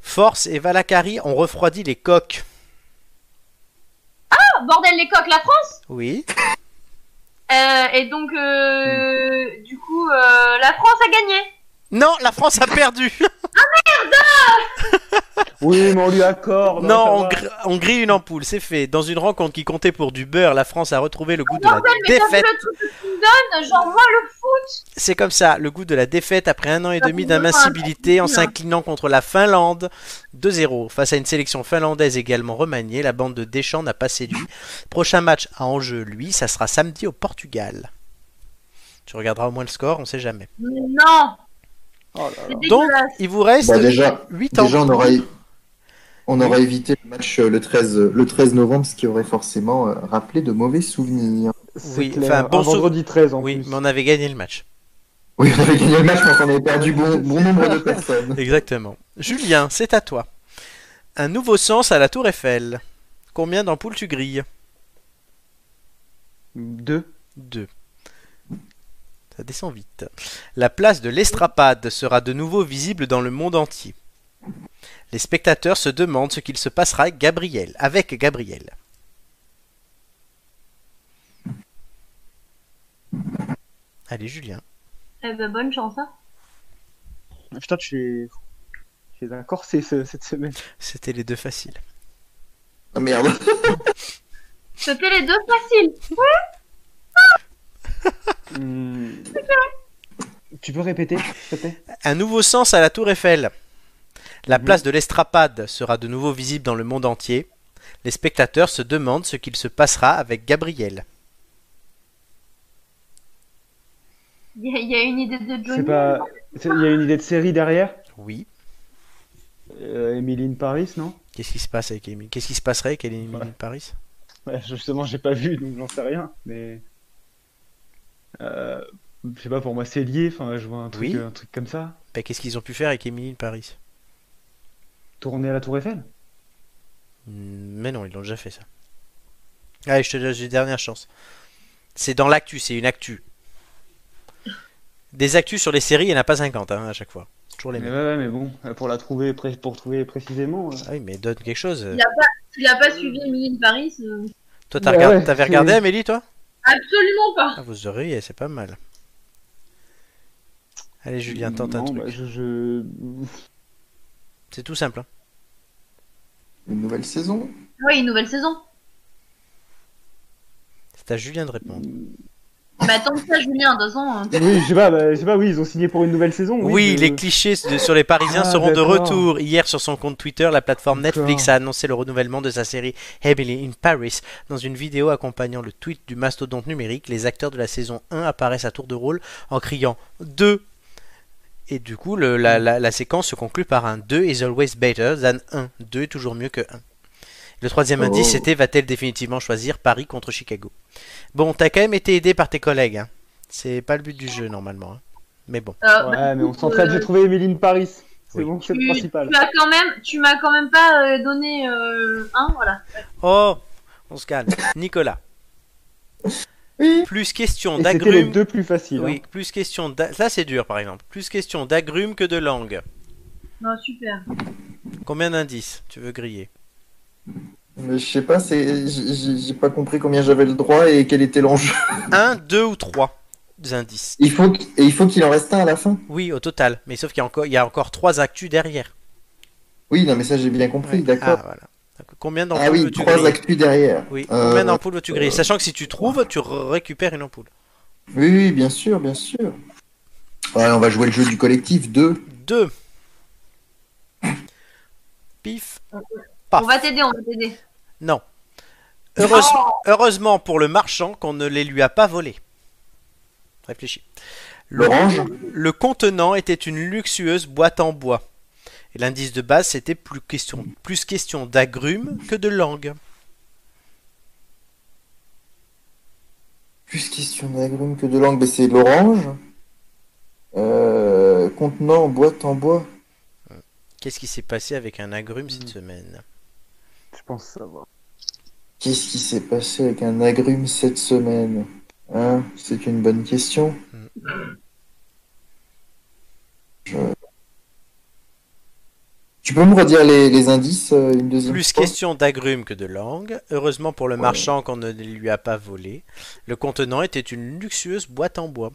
Speaker 1: Force et Valakari ont refroidi les coques.
Speaker 2: Oh, bordel, les coques, la France
Speaker 1: Oui.
Speaker 2: Euh, et donc, euh,
Speaker 1: Hmm.
Speaker 2: du coup, euh, la France a gagné.
Speaker 1: Non, la France a
Speaker 3: [LAUGHS]
Speaker 1: perdu.
Speaker 3: Oui, mais on lui accorde. hein,
Speaker 1: non,
Speaker 3: Oh, bah,
Speaker 1: on,
Speaker 3: ça va.
Speaker 1: gr- on grille une ampoule, c'est fait. Dans une rencontre qui comptait pour du beurre, la France a retrouvé le goût de la
Speaker 2: Bordel, mais comme
Speaker 1: défaite.
Speaker 2: le truc que tu me donnes, genre moi le foot.
Speaker 1: C'est comme ça, le goût de la défaite après un an et
Speaker 2: Ça
Speaker 1: demi
Speaker 2: fait vraiment
Speaker 1: d'invincibilité en
Speaker 2: difficile, hein.
Speaker 1: s'inclinant contre la Finlande 2-0. Face à une sélection finlandaise également remaniée, la bande de Deschamps n'a pas séduit. Prochain match à enjeu, lui, ça sera samedi au Portugal. Tu regarderas au moins le score, on sait jamais.
Speaker 2: Mais non,
Speaker 3: Oh là là.
Speaker 2: c'est
Speaker 1: Donc,
Speaker 2: dégueulasse.
Speaker 1: il vous reste
Speaker 4: Bah, déjà-
Speaker 1: 8 ans.
Speaker 4: Déjà, on aurait, on aurait évité le match euh, le 13, le 13 novembre, ce qui aurait forcément euh, rappelé de mauvais souvenirs.
Speaker 3: C'est
Speaker 1: oui,
Speaker 3: clair.
Speaker 1: enfin, bon
Speaker 3: Un
Speaker 1: sou-
Speaker 3: vendredi 13 en
Speaker 1: Oui,
Speaker 3: plus.
Speaker 1: mais on avait gagné le match.
Speaker 4: Oui, on avait gagné le match, mais on avait perdu bon, bon nombre de personnes.
Speaker 1: Exactement. Julien, c'est à toi. Un nouveau sens à la Tour Eiffel. Combien d'ampoules tu grilles
Speaker 3: Deux.
Speaker 1: Deux. Ça descend vite. La place de l'Estrapade sera de nouveau visible dans le monde entier. Les spectateurs se demandent ce qu'il se passera avec Gabriel. Avec Gabriel. Allez, Julien.
Speaker 2: Eh ben, bonne chance. Hein.
Speaker 3: Putain, tu es. Tu es un corsé ce- cette semaine.
Speaker 1: C'était les deux faciles.
Speaker 4: Ah merde.
Speaker 2: C'était les deux faciles.
Speaker 3: Hmm. Tu peux répéter, s'il te plaît
Speaker 1: Un nouveau sens à la Tour Eiffel. La place de l'Estrapade sera de nouveau visible dans le monde entier. Les spectateurs se demandent ce qu'il se passera avec Gabriel.
Speaker 2: Il y, a- il y a une idée de Johnny.
Speaker 3: C'est pas. c'est- Il y a une idée de série derrière
Speaker 1: Oui.
Speaker 3: euh, Emily in Paris, non
Speaker 1: Qu'est-ce qui se passe avec Emily Qu'est-ce qui se passerait avec Emily
Speaker 3: Ouais.
Speaker 1: in Paris
Speaker 3: Ouais, Justement, j'ai pas vu, donc j'en sais rien. Mais. Euh, je sais pas, pour moi, c'est lié. Enfin, je vois un truc,
Speaker 1: Oui.
Speaker 3: un truc comme ça.
Speaker 1: Ben, Qu'est-ce qu'ils ont pu faire avec Emily in Paris
Speaker 3: Tourner à la Tour Eiffel
Speaker 1: Hmm, Mais non, ils l'ont déjà fait ça. Allez, je te laisse une dernière chance. C'est dans l'actu, c'est une actu. Des actus sur les séries, il n'y en a pas 50 hein, à chaque fois. Toujours les
Speaker 3: mais
Speaker 1: mêmes.
Speaker 3: ouais, ouais, mais bon, euh, pour la trouver, pré- pour trouver précisément. euh,
Speaker 1: Ah oui, mais donne quelque chose.
Speaker 2: Il y a pas, tu l'as pas suivi, Emily in Paris euh,
Speaker 1: Toi, t'as
Speaker 3: Ouais,
Speaker 1: regard-
Speaker 3: Bah ouais,
Speaker 1: t'avais
Speaker 3: c'est-
Speaker 1: regardé Amélie, toi
Speaker 2: Absolument pas.
Speaker 1: Ah, vous auriez, c'est pas mal. Allez, Julien, tente un
Speaker 3: non,
Speaker 1: truc.
Speaker 3: bah, je, je-
Speaker 1: C'est tout simple. hein.
Speaker 4: Une nouvelle saison
Speaker 2: Oui, une nouvelle saison.
Speaker 1: C'est à Julien de répondre.
Speaker 2: Mais attends que ça, Julien, deux ans. hein.
Speaker 3: Oui, je sais pas, bah, je sais pas, oui, ils ont signé pour une nouvelle saison. euh,
Speaker 1: Oui,
Speaker 3: je-
Speaker 1: les clichés de- sur les Parisiens
Speaker 3: Ah,
Speaker 1: seront de
Speaker 3: d'accord.
Speaker 1: retour. Hier, sur son compte Twitter, la plateforme
Speaker 3: D'accord.
Speaker 1: Netflix a annoncé le renouvellement de sa série Emily in Paris. Dans une vidéo accompagnant le tweet du mastodonte numérique, les acteurs de la saison 1 apparaissent à tour de rôle en criant 2. Et du coup, le- la, la- la séquence se conclut par un 2 is always better than 1. 2 est toujours mieux que 1. Le troisième
Speaker 4: Oh.
Speaker 1: indice, c'était va-t-elle définitivement choisir Paris contre Chicago Bon, t'as quand même été aidé par tes collègues. hein. C'est pas le but du jeu normalement. hein. Mais bon.
Speaker 2: Euh,
Speaker 3: Ouais, mais on
Speaker 2: écoute,
Speaker 3: s'entraide,
Speaker 2: euh, Bah,
Speaker 3: j'ai trouvé Emily in Paris. C'est
Speaker 1: Oui.
Speaker 3: bon, c'est
Speaker 2: tu-
Speaker 3: le principal.
Speaker 2: Tu m'as quand même, tu m'as quand même pas euh, donné euh, un, voilà.
Speaker 1: Oh, on se calme. Nicolas. Plus question
Speaker 3: Et c'était les
Speaker 1: d'agrumes.
Speaker 3: deux plus faciles.
Speaker 1: Oui, plus question d'a- Là, c'est dur, par exemple. Plus question d'agrumes que de langue.
Speaker 2: Non, super.
Speaker 1: Combien d'indices tu veux griller
Speaker 4: Mais je sais pas, c'est... j'ai- j'ai j'ai pas compris combien j'avais le droit et quel était l'enjeu.
Speaker 1: Un, deux ou trois indices
Speaker 4: Il faut, qu'- et il faut qu'il en reste un à la fin.
Speaker 1: Oui, au total. Mais sauf qu'il y a encore, il y a encore trois actus derrière.
Speaker 4: Oui, non, mais ça j'ai bien compris, d'accord.
Speaker 1: Ah, voilà. Donc, Combien
Speaker 4: Ah,
Speaker 1: d'ampoules
Speaker 4: oui,
Speaker 1: veux-tu
Speaker 4: trois
Speaker 1: griller
Speaker 4: actus derrière.
Speaker 1: Oui,
Speaker 4: Euh,
Speaker 1: combien d'ampoules veux-tu griller
Speaker 4: euh,
Speaker 1: Sachant que si tu trouves, tu r- récupères une ampoule.
Speaker 4: Oui, oui, bien sûr, bien sûr. Ouais, on va jouer le jeu du collectif 2.
Speaker 1: Deux. Pif. Paf.
Speaker 2: On va t'aider, on va t'aider.
Speaker 1: Non. Heureuse- Heureusement pour le marchand qu'on ne les lui a pas volés. Réfléchis. Le,
Speaker 4: L'orange
Speaker 1: le contenant était une luxueuse boîte en bois. Et l'indice de base, c'était plus question, plus question d'agrumes que de langue.
Speaker 4: Plus question d'agrumes que de langue, mais c'est l'orange. Euh, contenant boîte en bois.
Speaker 1: Qu'est-ce qui s'est passé avec un agrume
Speaker 3: Hmm.
Speaker 1: cette semaine
Speaker 3: hein, Je pense savoir.
Speaker 4: Qu'est-ce qui s'est passé avec un agrume cette semaine Hein C'est une bonne question. Je- Tu peux me redire les, les indices euh, une deuxième
Speaker 1: Plus
Speaker 4: fois
Speaker 1: question d'agrumes que de langue. Heureusement pour le marchand qu'on ne les lui a pas volé. Le contenant était une luxueuse boîte en bois.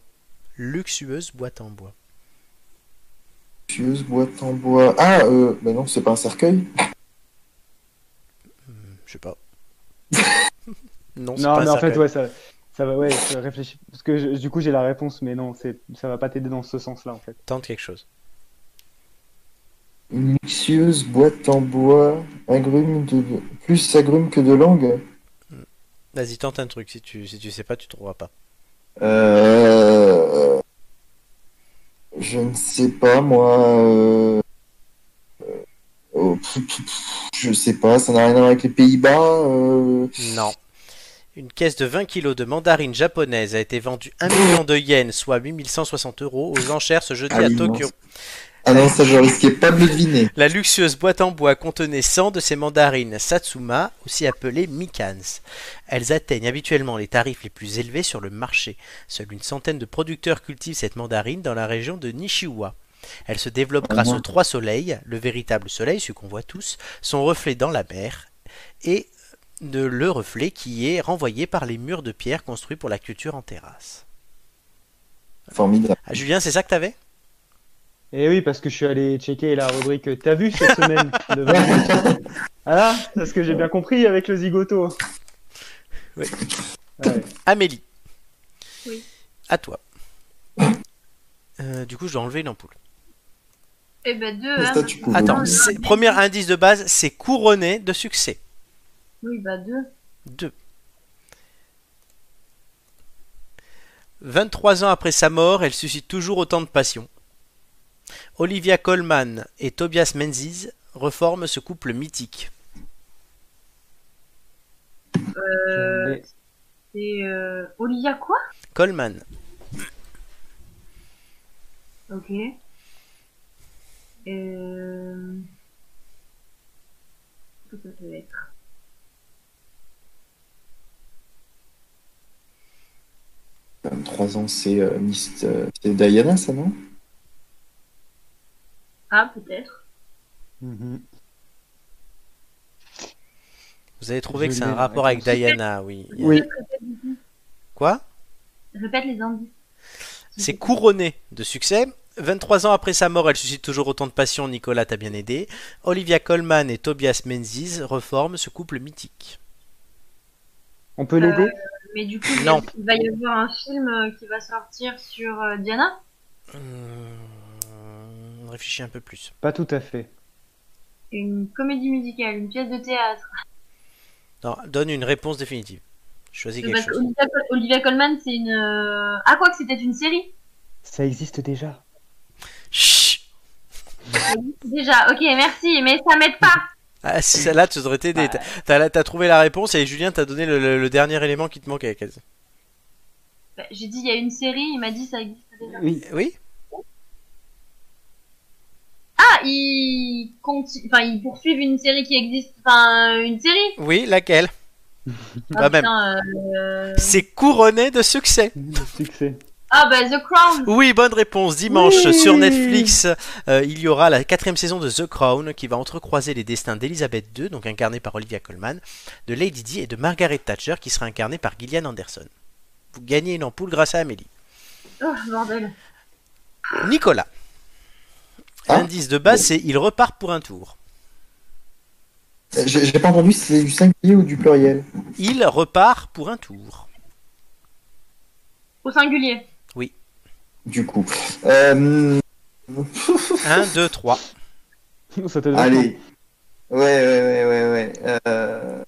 Speaker 1: Luxueuse boîte en bois.
Speaker 4: Luxueuse boîte en bois. Ah, euh, bah non, c'est pas un cercueil.
Speaker 1: Je sais
Speaker 3: [LAUGHS]
Speaker 1: pas. non, c'est
Speaker 3: Non,
Speaker 1: pas
Speaker 3: mais
Speaker 1: un
Speaker 3: en fait,
Speaker 1: cercueil.
Speaker 3: ouais, ça, ça va, ouais, je réfléchis. Parce que je- du coup, j'ai la réponse, mais non, c'est, ça va pas t'aider dans ce sens-là, en fait.
Speaker 1: Tente quelque chose.
Speaker 4: Une luxueuse boîte en bois. Agrume de... de- Plus agrume que de langue.
Speaker 1: Vas-y, tente un truc. Si tu, si tu sais pas, tu trouveras pas.
Speaker 4: Euh... Je ne sais pas, moi. euh, euh, oh, pff, pff, pff, Je sais pas, ça n'a rien à voir avec les Pays-Bas. euh,
Speaker 1: Non. Une caisse de 20 kilos de mandarines japonaises a été vendue 1 million de yens, soit 8160 euros, aux enchères ce jeudi
Speaker 4: Ah
Speaker 1: à
Speaker 4: oui,
Speaker 1: Tokyo.
Speaker 4: mince. Ah non, ça, je risquais pas de le deviner.
Speaker 1: La luxueuse boîte en bois contenait 100 de ces mandarines Satsuma, aussi appelées Mikans. Elles atteignent habituellement les tarifs les plus élevés sur le marché. Seule une centaine de producteurs cultivent cette mandarine dans la région de Nishiwa. Elle se développe grâce aux trois soleils, le véritable soleil, celui qu'on voit tous, son reflet dans la mer, et de le reflet qui est renvoyé par les murs de pierre construits pour la culture en terrasse.
Speaker 4: Formidable.
Speaker 1: Ah, Julien, c'est ça que t'avais
Speaker 3: Eh Et oui, parce que je suis allé checker la rubrique T'as vu cette semaine de Vincent. Ah, c'est ce que j'ai bien compris avec le zigoto.
Speaker 1: Ouais.
Speaker 3: Ouais.
Speaker 1: Amélie.
Speaker 2: Oui.
Speaker 1: À toi. Euh, du coup, je dois enlever une ampoule.
Speaker 2: Eh ben deux.
Speaker 4: Le
Speaker 2: hein,
Speaker 4: statu quo.
Speaker 2: parce que-
Speaker 1: Attends,
Speaker 4: non.
Speaker 1: c'est- premier indice de base, c'est couronné de succès.
Speaker 2: Oui, bah deux.
Speaker 1: 2. 23 ans après sa mort, elle suscite toujours autant de passion. Olivia Colman et Tobias Menzies reforment ce couple mythique.
Speaker 2: Euh, c'est euh... Olivia quoi
Speaker 1: Colman,
Speaker 2: Ok. Euh... Qu'est-ce que ça peut être
Speaker 4: Euh, 3 ans, c'est euh, Miss, euh, c'est Diana, ça, non
Speaker 2: Ah, peut-être.
Speaker 3: Mhm.
Speaker 1: vous avez trouvé
Speaker 3: Je
Speaker 1: que c'est
Speaker 3: l'ai,
Speaker 1: un
Speaker 3: la
Speaker 1: rapport avec
Speaker 3: réponse.
Speaker 1: Diana, oui. Il y a-
Speaker 3: Oui.
Speaker 1: Quoi
Speaker 2: Répète les indices.
Speaker 1: C'est couronné de succès. 23 ans après sa mort, elle suscite toujours autant de passion. Nicolas t'a bien aidé. Olivia Colman et Tobias Menzies reforment ce couple mythique.
Speaker 3: On peut l'aider
Speaker 2: Euh, Mais du coup,
Speaker 1: Non.
Speaker 2: il va y avoir un film euh, qui va sortir sur euh, Diana
Speaker 1: Hum, Euh, réfléchis un peu plus.
Speaker 3: Pas tout à fait.
Speaker 2: Une comédie musicale, une pièce de théâtre.
Speaker 1: Non, donne une réponse définitive. Choisis quelque
Speaker 2: Euh, Parce que
Speaker 1: chose.
Speaker 2: Olivia, Col- Olivia Colman, c'est une. euh, Ah, quoi que c'était une série
Speaker 3: Ça existe déjà.
Speaker 1: Chut
Speaker 2: Déjà, ok, merci, mais ça m'aide pas
Speaker 1: ah, Là, tu aurais t'aider.
Speaker 2: Bah.
Speaker 1: T'as- T'as t'as trouvé la réponse et Julien t'a donné le, le- le dernier élément qui te manquait. quasi.
Speaker 2: Bah, J'ai dit, il y a une série, il m'a dit, ça existe déjà.
Speaker 3: Oui.
Speaker 1: Oui
Speaker 2: Ah, ils, conti- enfin, ils poursuivent une série qui existe, enfin, une série
Speaker 1: Oui, laquelle
Speaker 2: ah,
Speaker 1: Bah, même.
Speaker 2: putain, euh,
Speaker 1: C'est couronné de succès.
Speaker 3: Succès.
Speaker 2: ah, bah, The Crown
Speaker 1: Oui, bonne réponse. Dimanche,
Speaker 3: Oui.
Speaker 1: sur Netflix, euh, il y aura la quatrième saison de The Crown qui va entrecroiser les destins d'Elizabeth II, donc incarnée par Olivia Colman, de Lady Di et de Margaret Thatcher, qui sera incarnée par Gillian Anderson. Vous gagnez une ampoule grâce à Amélie.
Speaker 2: Oh, bordel.
Speaker 1: Nicolas.
Speaker 4: Hein
Speaker 1: L'indice de base, c'est il repart pour un tour.
Speaker 4: Euh, J'ai j'ai pas entendu si c'est du singulier ou du pluriel.
Speaker 1: Il repart pour un tour.
Speaker 2: Au singulier.
Speaker 4: Du coup. Euh,
Speaker 1: 1, 2, 3.
Speaker 3: Ça te donne
Speaker 4: Allez. Ouais, ouais, ouais, ouais, ouais. Euh,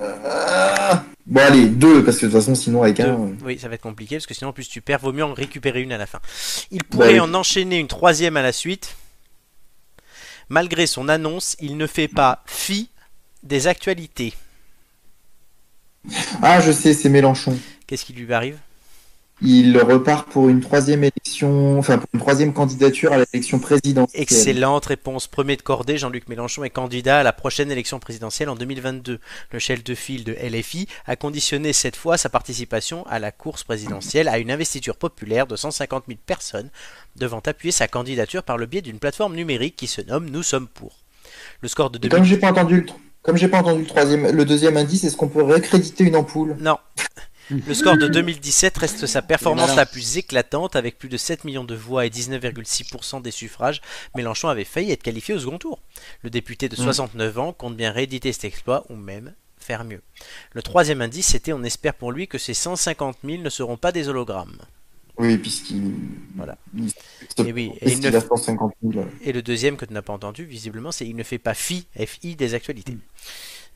Speaker 4: euh, Bon, allez, deux, parce que de toute façon, sinon, avec un. euh,
Speaker 1: Oui, ça va être compliqué parce que sinon, en plus, tu perds. Vaut mieux en récupérer une à la fin. Il pourrait
Speaker 4: oui.
Speaker 1: en enchaîner une troisième à la suite. Malgré son annonce, il ne fait pas fi des actualités.
Speaker 4: Ah, je sais, c'est Mélenchon.
Speaker 1: Qu'est-ce qui lui arrive
Speaker 4: Il repart pour une troisième élection, enfin, pour une troisième candidature à l'élection présidentielle.
Speaker 1: Excellente réponse. Premier de cordée, Jean-Luc Mélenchon est candidat à la prochaine élection présidentielle en 2022. Le chef de file de LFI a conditionné cette fois sa participation à la course présidentielle à une investiture populaire de 150 000 personnes devant appuyer sa candidature par le biais d'une plateforme numérique qui se nomme Nous sommes pour. Le score de
Speaker 4: Et Comme
Speaker 1: 2000...
Speaker 4: j'ai pas entendu le. tr- Comme j'ai pas entendu le troisième, le deuxième indice, est-ce qu'on peut récréditer une ampoule
Speaker 1: Non. Le score de 2017 reste sa performance
Speaker 4: Malin.
Speaker 1: la plus éclatante avec plus de 7 millions de voix et 19,6% des suffrages. Mélenchon avait failli être qualifié au second tour. Le député de
Speaker 4: Mm.
Speaker 1: 69 ans compte bien rééditer cet exploit ou même faire mieux. Le troisième indice c'était on espère pour lui que ces 150 000 ne seront pas des hologrammes.
Speaker 4: Oui, puisqu'il.
Speaker 1: Voilà.
Speaker 4: Il...
Speaker 1: Et oui, et
Speaker 4: puisqu'il
Speaker 1: il ne-
Speaker 4: a 150 000.
Speaker 1: Et le deuxième que tu n'as pas entendu visiblement c'est il ne fait pas fi, FI des actualités.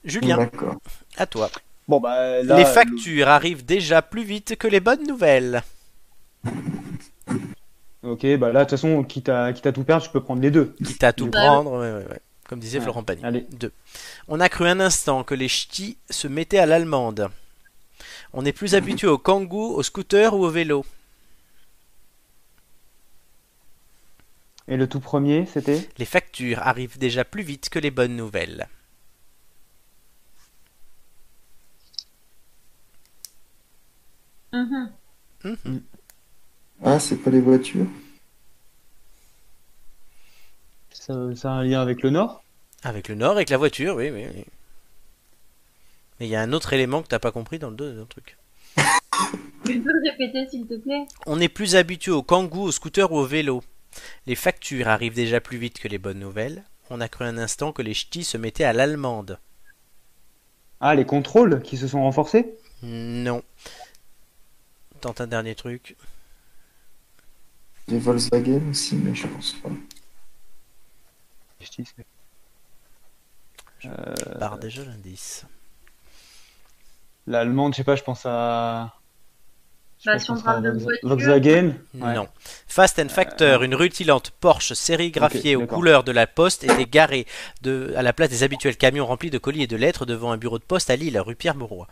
Speaker 1: Julien,
Speaker 4: D'accord.
Speaker 1: à toi.
Speaker 3: Mm. Bon, bah, là,
Speaker 1: les
Speaker 3: le-
Speaker 1: factures arrivent déjà plus vite que les bonnes nouvelles.
Speaker 3: Ok, bah là, de toute façon, quitte à, quitte à tout perdre, je peux prendre les deux.
Speaker 1: Quitte à tout
Speaker 3: Ouais.
Speaker 1: prendre, ouais, ouais, ouais. comme disait
Speaker 3: Bah Ouais.
Speaker 1: Florent Pagny.
Speaker 3: Allez.
Speaker 1: Deux. On a cru un instant que les ch'tis se mettaient à l'allemande. On est plus habitué au kangou, au scooter ou au vélo.
Speaker 3: Et le tout premier, c'était
Speaker 1: Les factures arrivent déjà plus vite que les bonnes nouvelles.
Speaker 2: Mhm.
Speaker 1: Mhm.
Speaker 4: Ah, c'est pas les voitures
Speaker 3: ça, ça a un lien avec le Nord
Speaker 1: Avec le nord, avec la voiture, oui, oui. oui. Mais il y a un autre élément que t'as pas compris dans le, deux- dans le truc.
Speaker 2: Tu peux répéter, s'il te plaît
Speaker 1: On est plus habitué au kangou, au scooter ou au vélo. Les factures arrivent déjà plus vite que les bonnes nouvelles. on a cru un instant que les ch'tis se mettaient à l'allemande.
Speaker 3: Ah, les contrôles qui se sont renforcés
Speaker 1: Non. Tente un dernier truc.
Speaker 4: Les Volkswagen aussi, mais je pense pas.
Speaker 3: Euh,
Speaker 1: Barre déjà l'indice.
Speaker 3: L'allemande, je sais pas, je pense à. je
Speaker 2: Bah,
Speaker 3: pense
Speaker 2: si on
Speaker 3: qu'on
Speaker 2: parle
Speaker 3: sera
Speaker 2: de
Speaker 3: Volks-
Speaker 2: voiture-
Speaker 3: Volkswagen Ouais.
Speaker 1: Non. Fast and Factor, une rutilante Porsche sérigraphiée
Speaker 3: Euh, Ok,
Speaker 1: aux
Speaker 3: d'accord.
Speaker 1: couleurs de la poste était garée de, à la place des habituels camions remplis de colis et de lettres devant un bureau de poste à Lille, rue Pierre Mauroy.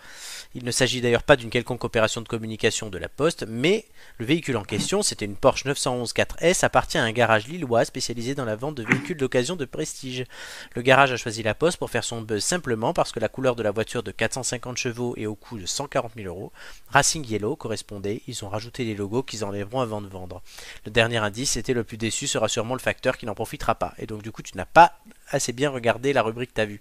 Speaker 1: Il ne s'agit d'ailleurs pas d'une quelconque opération de communication de la poste, mais le véhicule en question, c'était une Porsche 911 4S, appartient à un garage lillois spécialisé dans la vente de véhicules d'occasion de prestige. Le garage a choisi la poste pour faire son buzz simplement parce que la couleur de la voiture de 450 chevaux et au coût de 140 000 euros Racing Yellow correspondait, ils ont rajouté les logos qu'ils enlèveront avant de vendre. Le dernier indice était le plus déçu sera sûrement le facteur qui n'en profitera pas. Et donc du coup tu n'as pas assez bien regardé la rubrique t'as vue.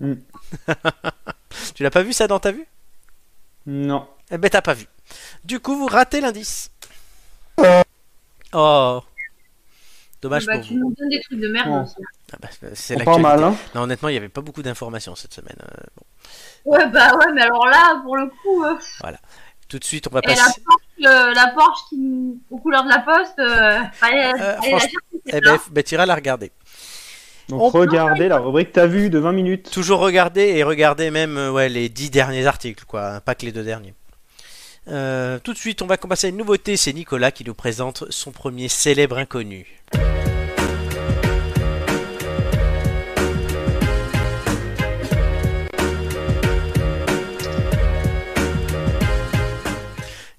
Speaker 3: Hmm.
Speaker 1: [LAUGHS] tu l'as pas vu ça dans ta vue
Speaker 3: Non.
Speaker 1: Eh ben t'as pas vu. Du coup vous ratez l'indice. Oh Dommage
Speaker 2: Bah,
Speaker 1: pour
Speaker 2: tu
Speaker 1: vous.
Speaker 2: nous donnes des trucs de merde
Speaker 3: Ouais.
Speaker 2: aussi.
Speaker 1: Ah bah, c'est
Speaker 3: On part mal,
Speaker 1: l'actualité.
Speaker 3: hein
Speaker 1: Non, honnêtement, il n'y avait pas beaucoup d'informations cette semaine. Euh, bon.
Speaker 2: Ouais, bah ouais, mais alors là, pour le coup, euh,
Speaker 1: Tout de suite, on va
Speaker 2: et la
Speaker 1: passer.
Speaker 2: Porsche, euh, la Porsche qui nous- aux couleurs de la poste, euh, fallait-
Speaker 1: Euh,
Speaker 2: fallait la
Speaker 1: franchement,
Speaker 2: chercher,
Speaker 1: Eh
Speaker 2: celle-là.
Speaker 1: ben, ben, tu iras la regarder.
Speaker 3: Donc,
Speaker 1: On-
Speaker 3: regardez la rubrique T'as vu de 20 minutes.
Speaker 1: Toujours regarder et regarder même euh, ouais, les dix derniers articles, quoi, hein, pas que les deux derniers. Euh, tout de suite, on va commencer à une nouveauté. C'est Nicolas qui nous présente son premier célèbre inconnu.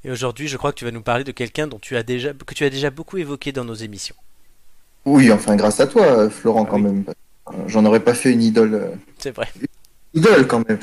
Speaker 1: Et aujourd'hui, je crois que tu vas nous parler de quelqu'un dont tu as déjà que tu as déjà beaucoup évoqué dans nos émissions.
Speaker 4: Oui, enfin, grâce à toi, euh, Florent,
Speaker 1: Ah
Speaker 4: quand
Speaker 1: oui.
Speaker 4: même. Euh, J'en aurais pas fait une idole. euh,
Speaker 1: C'est vrai. Bah,
Speaker 4: idole quand même.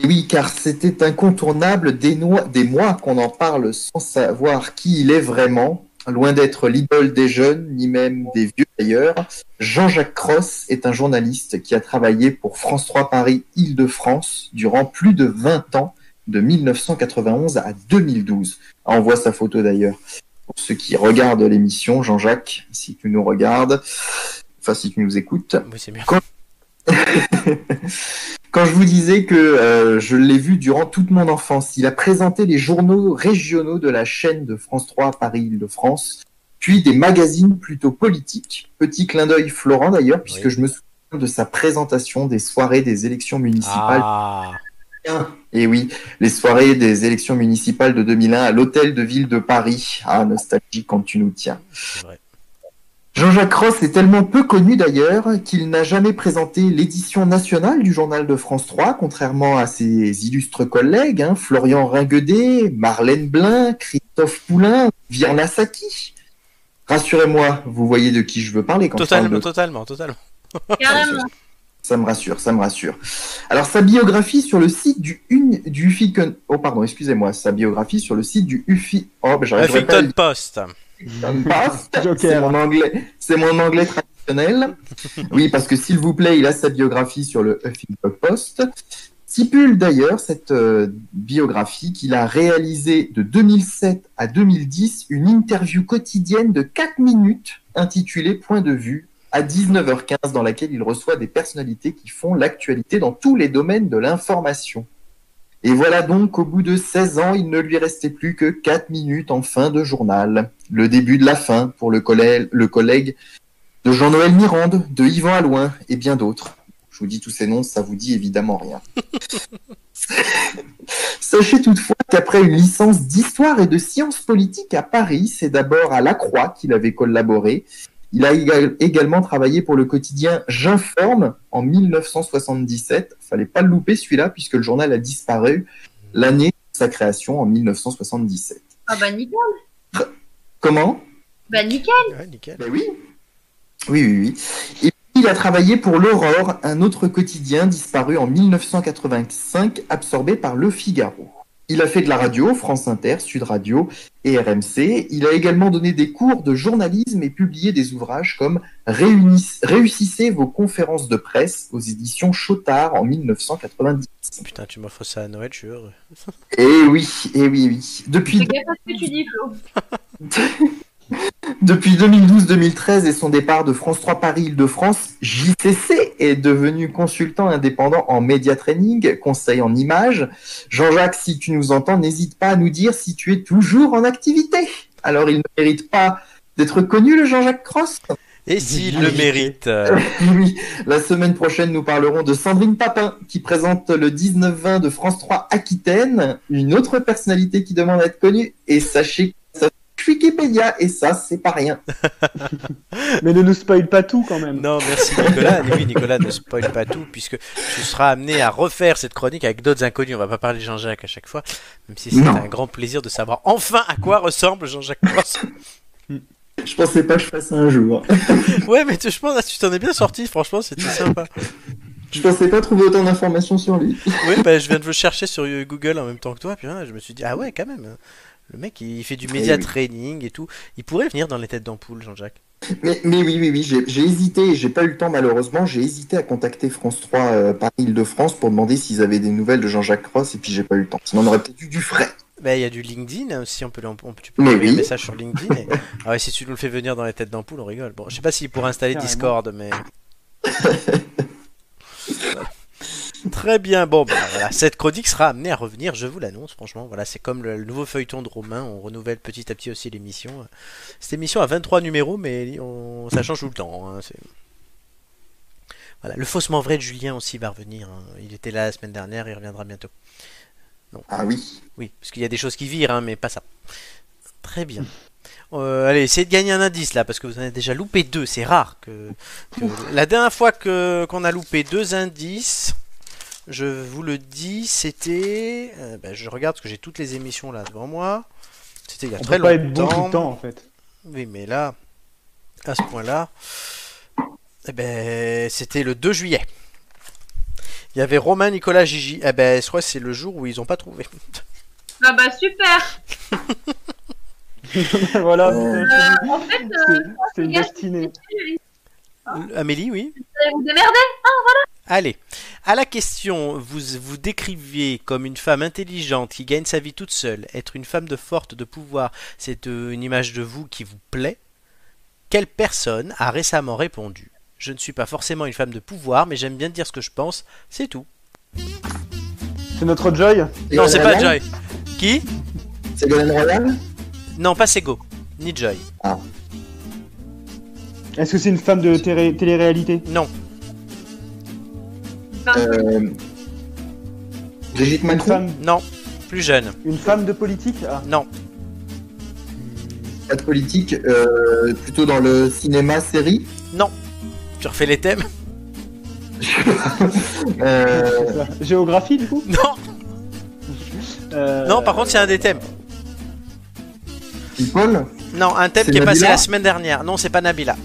Speaker 4: Et oui, car c'était incontournable des, nois- des mois qu'on en parle sans savoir qui il est vraiment. Loin d'être l'idole des jeunes, ni même des vieux d'ailleurs, Jean-Jacques Cross est un journaliste qui a travaillé pour France 3 Paris Île-de-France durant plus de 20 ans, de 1991 à 2012. Ah, on voit sa photo d'ailleurs. Pour ceux qui regardent l'émission, Jean-Jacques, si tu nous regardes, enfin si tu nous écoutes,
Speaker 1: Oui, c'est mieux.
Speaker 4: quand je vous disais que euh, je l'ai vu durant toute mon enfance, il a présenté les journaux régionaux de la chaîne de France 3 à Paris-Île-de-France, puis des magazines plutôt politiques. Petit clin d'œil Florent d'ailleurs, puisque
Speaker 1: Oui.
Speaker 4: je me souviens de sa présentation des soirées des élections municipales.
Speaker 1: Ah,
Speaker 4: Et oui, les soirées des élections municipales de 2001 à l'hôtel de ville de Paris. Ah, nostalgie quand tu nous tiens.
Speaker 1: c'est vrai.
Speaker 4: Jean-Jacques Ross est tellement peu connu d'ailleurs qu'il n'a jamais présenté l'édition nationale du journal de France 3, contrairement à ses illustres collègues, hein, Florian Ringuedet, Marlène Blin, Christophe Poulain, Virna Saki. Rassurez-moi, vous voyez de qui je veux parler quand je parle
Speaker 1: Totalement,
Speaker 4: de...
Speaker 1: totalement, totalement.
Speaker 2: Carrément.
Speaker 4: Ça me rassure, ça me rassure. Alors sa biographie sur le site du Uni- du Huffington... Oh pardon, excusez-moi, sa biographie sur le site du Uffi... Oh, ben, j'arriverai pas à le
Speaker 1: Huffington Post.
Speaker 4: C'est
Speaker 3: Joker.
Speaker 4: mon anglais, c'est mon anglais traditionnel. Oui, parce que s'il vous plaît, il a sa biographie sur le Huffington Post. Stipule d'ailleurs cette euh, biographie qu'il a réalisée de 2007 à 2010 une interview quotidienne de 4 minutes intitulée Point de vue à 19h15 dans laquelle il reçoit des personnalités qui font l'actualité dans tous les domaines de l'information. Et voilà donc qu'au bout de 16 ans, il ne lui restait plus que 4 minutes en fin de journal. Le début de la fin pour le collègue, le collègue de Jean-Noël Mirande, de Yvan Alloin et bien d'autres. Je vous dis tous ces noms, ça vous dit évidemment rien. [LAUGHS] Sachez toutefois qu'après une licence d'histoire et de sciences politiques à Paris, c'est d'abord à La Croix qu'il avait collaboré. Il a éga- également travaillé pour le quotidien J'informe en 1977. Fallait pas le louper celui-là puisque le journal a disparu l'année de sa création en 1977.
Speaker 2: Ah bah nickel.
Speaker 4: Comment
Speaker 2: Bah nickel.
Speaker 1: Ouais, nickel.
Speaker 4: Ben oui. Oui, oui, oui. Et il a travaillé pour l'Aurore, un autre quotidien disparu en 1985, absorbé par Le Figaro. Il a fait de la radio, France Inter, Sud Radio et RMC. Il a également donné des cours de journalisme et publié des ouvrages comme Réunis- Réussissez vos conférences de presse aux éditions Chotard en 1990.
Speaker 1: Putain, tu m'offres ça à Noël, je suis heureux.
Speaker 4: [LAUGHS] Eh oui, eh oui, oui. Depuis
Speaker 2: Fais gaffe à ce que tu dis, Flo.
Speaker 4: Depuis 2012-2013 et son départ de France 3 Paris-Île-de-France, JCC est devenu consultant indépendant en média training, conseil en images. Jean-Jacques, si tu nous entends, n'hésite pas à nous dire si tu es toujours en activité. Alors, il ne mérite pas d'être connu, le Jean-Jacques Cross
Speaker 1: Et s'il le mérite. euh,
Speaker 4: [LAUGHS] oui, la semaine prochaine, nous parlerons de Sandrine Papin, qui présente le 19-20 de France 3 Aquitaine, une autre personnalité qui demande à être connue. Et sachez que ça fait Wikipédia, et ça, c'est pas rien.
Speaker 3: Mais ne nous spoil pas tout quand même.
Speaker 1: Non, merci
Speaker 4: [LAUGHS]
Speaker 1: Nicolas. Et oui, Nicolas, ne spoil pas tout, puisque tu seras amené à refaire cette chronique avec d'autres inconnus. On va pas parler de Jean-Jacques à chaque fois, même si c'est
Speaker 4: Non.
Speaker 1: un grand plaisir de savoir enfin à quoi ressemble Jean-Jacques
Speaker 4: [LAUGHS]
Speaker 1: Cross.
Speaker 4: Je pensais pas que je fasse ça un jour.
Speaker 1: Ouais, mais tu- je pense que tu t'en es bien sorti, franchement, c'était sympa.
Speaker 4: [LAUGHS] Je pensais pas trouver autant d'informations sur lui.
Speaker 1: Oui, bah, je viens de le chercher sur euh, Google en même temps que toi, puis hein, je me suis dit, ah ouais, quand même. Le mec, il fait du média
Speaker 4: oui.
Speaker 1: training et tout. Il pourrait venir dans les têtes d'ampoule, Jean-Jacques.
Speaker 4: Mais, mais oui, oui, oui, j'ai j'ai hésité et j'ai pas eu le temps malheureusement. J'ai hésité à contacter France 3 euh, Paris-Île-de-France pour demander s'ils avaient des nouvelles de Jean-Jacques Ross et puis j'ai pas eu le temps. Sinon, on aurait peut-être eu du frais.
Speaker 1: Bah, il y a du LinkedIn hein, aussi, on peut, l'en- on- tu peux
Speaker 4: Mais
Speaker 1: envoyer un
Speaker 4: oui.
Speaker 1: message sur LinkedIn.
Speaker 4: [LAUGHS]
Speaker 1: et- Ah ouais, si tu nous le fais venir dans les têtes d'ampoule, on rigole. Bon, je sais pas s'il pourrait installer
Speaker 3: Carrément.
Speaker 1: Discord, mais. [LAUGHS] Très bien, bon, bah, voilà, cette chronique sera amenée à revenir, je vous l'annonce, franchement. Voilà, c'est comme le, le nouveau feuilleton de Romain, on renouvelle petit à petit aussi l'émission. Cette émission a 23 numéros, mais on- ça change tout le temps. hein, c'est- Voilà, le faussement vrai de Julien aussi va revenir. hein. Il était là la semaine dernière, il reviendra bientôt.
Speaker 4: Ah oui.
Speaker 1: Oui, parce qu'il y a des choses qui virent, hein, mais pas ça. Très
Speaker 3: [LAUGHS]
Speaker 1: bien. Euh, allez, essayez de gagner un indice là, parce que vous en avez déjà loupé deux. C'est rare que, que- la dernière fois que qu'on a loupé deux indices, je vous le dis, c'était. euh, ben, je regarde parce que j'ai toutes les émissions là devant moi. C'était il y a
Speaker 3: On
Speaker 1: très
Speaker 3: peut pas être bon
Speaker 1: longtemps.
Speaker 3: tout le temps en fait. [LAUGHS]
Speaker 1: Oui, mais là, à ce point-là, eh ben, c'était le 2 juillet. Il y avait Romain, Nicolas, Gigi. Eh ben, je crois que c'est le jour où ils n'ont pas trouvé. [LAUGHS]
Speaker 2: Ah bah super
Speaker 3: voilà,
Speaker 4: Euh,
Speaker 3: putain,
Speaker 2: Euh, En fait,
Speaker 3: je te dis,
Speaker 2: euh,
Speaker 3: c'est- c'est une
Speaker 2: gars,
Speaker 3: destinée.
Speaker 1: Amélie, oui
Speaker 2: vous démerdez
Speaker 1: Allez, à la question, vous vous décriviez comme une femme intelligente qui gagne sa vie toute seule. Être une femme de forte, de pouvoir, c'est euh, une image de vous qui vous plaît. Quelle personne a récemment répondu Je ne suis pas forcément une femme de pouvoir, mais j'aime bien dire ce que je pense, c'est tout.
Speaker 3: C'est notre Joy.
Speaker 1: Non, c'est pas
Speaker 4: Royal
Speaker 1: Joy. Qui
Speaker 4: C'est Golden Royal
Speaker 1: Non, pas Sego, ni Joy.
Speaker 3: Est-ce que c'est une femme de télé- télé-réalité
Speaker 1: Non,
Speaker 4: Euh, Brigitte
Speaker 3: Une
Speaker 4: Macron
Speaker 3: femme,
Speaker 1: non, plus jeune.
Speaker 3: une femme de politique Ah,
Speaker 1: Non,
Speaker 4: Pas de politique, euh, plutôt dans le cinéma série.
Speaker 1: tu refais les thèmes [LAUGHS]
Speaker 4: Euh,
Speaker 3: c'est ça. Géographie du coup
Speaker 1: Non,
Speaker 3: Euh,
Speaker 1: non, par contre, c'est un des thèmes.
Speaker 4: People
Speaker 1: Non, un thème
Speaker 4: C'est
Speaker 1: qui est passé
Speaker 4: Nabila
Speaker 1: la semaine dernière. Non, c'est pas Nabila.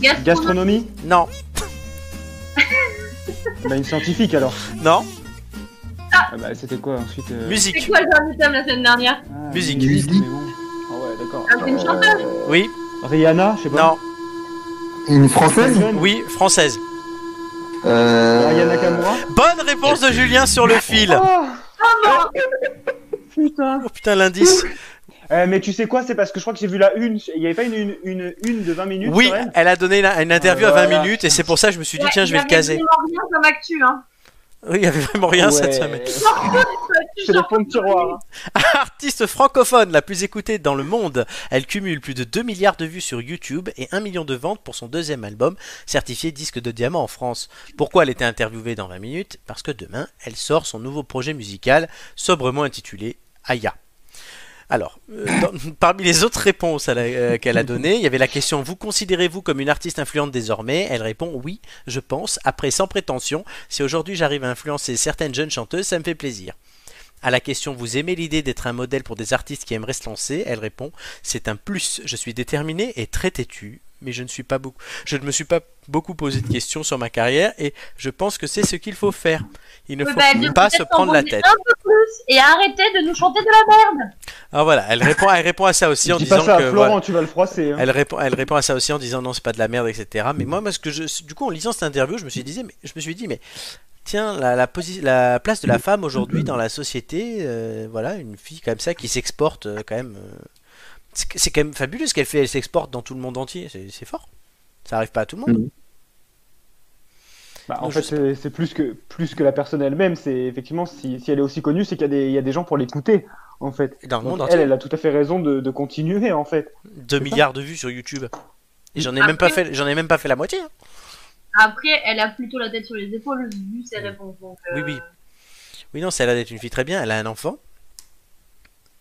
Speaker 2: Gastronomie.
Speaker 3: Gastronomie
Speaker 1: Non,
Speaker 3: Bah une scientifique alors.
Speaker 1: non,
Speaker 3: Ah bah c'était quoi ensuite euh,
Speaker 2: C'est
Speaker 1: musique.
Speaker 2: quoi le dernier thème la semaine dernière
Speaker 3: ah,
Speaker 1: Musique.
Speaker 3: mais bon. Ah ouais d'accord.
Speaker 2: Ah, C'est
Speaker 1: Euh,
Speaker 2: une chanteuse
Speaker 1: Oui,
Speaker 3: Rihanna, je sais pas.
Speaker 1: non.
Speaker 4: Une française
Speaker 3: Rihanna
Speaker 1: Oui, française.
Speaker 4: euh,
Speaker 3: Rihanna Nakamura
Speaker 1: Bonne réponse de Julien sur le fil.
Speaker 2: Ah,
Speaker 3: [LAUGHS] Putain
Speaker 1: Oh putain, l'indice.
Speaker 3: Euh, Mais tu sais quoi C'est parce que je crois que j'ai vu la une. Il y avait pas une une, une, une de 20 minutes
Speaker 1: Oui,
Speaker 3: sur elle
Speaker 1: elle a donné la- une interview à
Speaker 3: Voilà.
Speaker 1: 20 minutes et c'est pour ça que je me suis dit, tiens, je vais le
Speaker 2: Il
Speaker 1: caser.
Speaker 2: y avait vraiment rien comme actu, hein.
Speaker 1: Oui, il y avait vraiment rien cette semaine.
Speaker 3: C'est le fond de tiroir. hein.
Speaker 1: Artiste francophone la plus écoutée dans le monde, elle cumule plus de 2 milliards de vues sur YouTube et 1 million de ventes pour son deuxième album, certifié disque de diamant en France. Pourquoi elle était interviewée dans 20 minutes Parce que demain, elle sort son nouveau projet musical, sobrement intitulé Aya. Alors, euh, dans- [LAUGHS] parmi les autres réponses à la- euh, qu'elle a données, il y avait la question Vous considérez-vous comme une artiste influente désormais Elle répond Oui, je pense, après sans prétention. Si aujourd'hui j'arrive à influencer certaines jeunes chanteuses, ça me fait plaisir. À la question Vous aimez l'idée d'être un modèle pour des artistes qui aimeraient se lancer Elle répond C'est un plus. Je suis déterminée et très têtue, mais je ne suis pas beaucoup. Je ne me suis pas beaucoup posé de questions sur ma carrière et je pense que c'est ce qu'il faut faire. Il ne
Speaker 2: Ouais,
Speaker 1: faut
Speaker 2: bah, elle devrait
Speaker 1: pas se
Speaker 2: peut-être
Speaker 1: prendre la
Speaker 2: s'en poser
Speaker 1: tête.
Speaker 2: Un peu plus et arrêter de nous chanter de la merde.
Speaker 1: Ah voilà, elle répond, elle répond à ça aussi en
Speaker 3: Dis pas
Speaker 1: disant
Speaker 3: ça
Speaker 1: que
Speaker 3: à Florent,
Speaker 1: voilà.
Speaker 3: tu vas le froisser. hein.
Speaker 1: Elle répond, elle répond à ça aussi en disant non, c'est pas de la merde, etc. Mais moi, parce que je, du coup, en lisant cette interview, je me suis dit, mais, je me suis dit, mais tiens, la, la, posi- la place de la femme aujourd'hui dans la société, euh, voilà, une fille comme ça qui s'exporte euh, quand même. euh, C'est c'est quand même fabuleux ce qu'elle fait, elle s'exporte dans tout le monde entier, c'est c'est fort. Ça arrive pas à tout le monde.
Speaker 3: Bah,
Speaker 1: Non,
Speaker 3: en
Speaker 1: je
Speaker 3: fait,
Speaker 1: sais
Speaker 3: c'est c'est plus que, plus que la personne elle-même. C'est effectivement, si, si elle est aussi connue, c'est qu'il y, a des- il y a des gens pour l'écouter, en fait.
Speaker 1: Dans le
Speaker 3: Donc,
Speaker 1: monde entier.
Speaker 3: elle, elle a tout à fait raison de, de continuer, en fait.
Speaker 1: 2 milliards de vues sur YouTube. Et j'en ai
Speaker 2: Après-
Speaker 1: même pas fait j'en ai même pas fait la moitié. hein.
Speaker 2: Après, elle a plutôt la tête sur les épaules vu ses
Speaker 1: Oui.
Speaker 2: réponses. Donc,
Speaker 1: Oui,
Speaker 2: euh,
Speaker 1: oui. Oui non, celle-là est une fille très bien, elle a un enfant.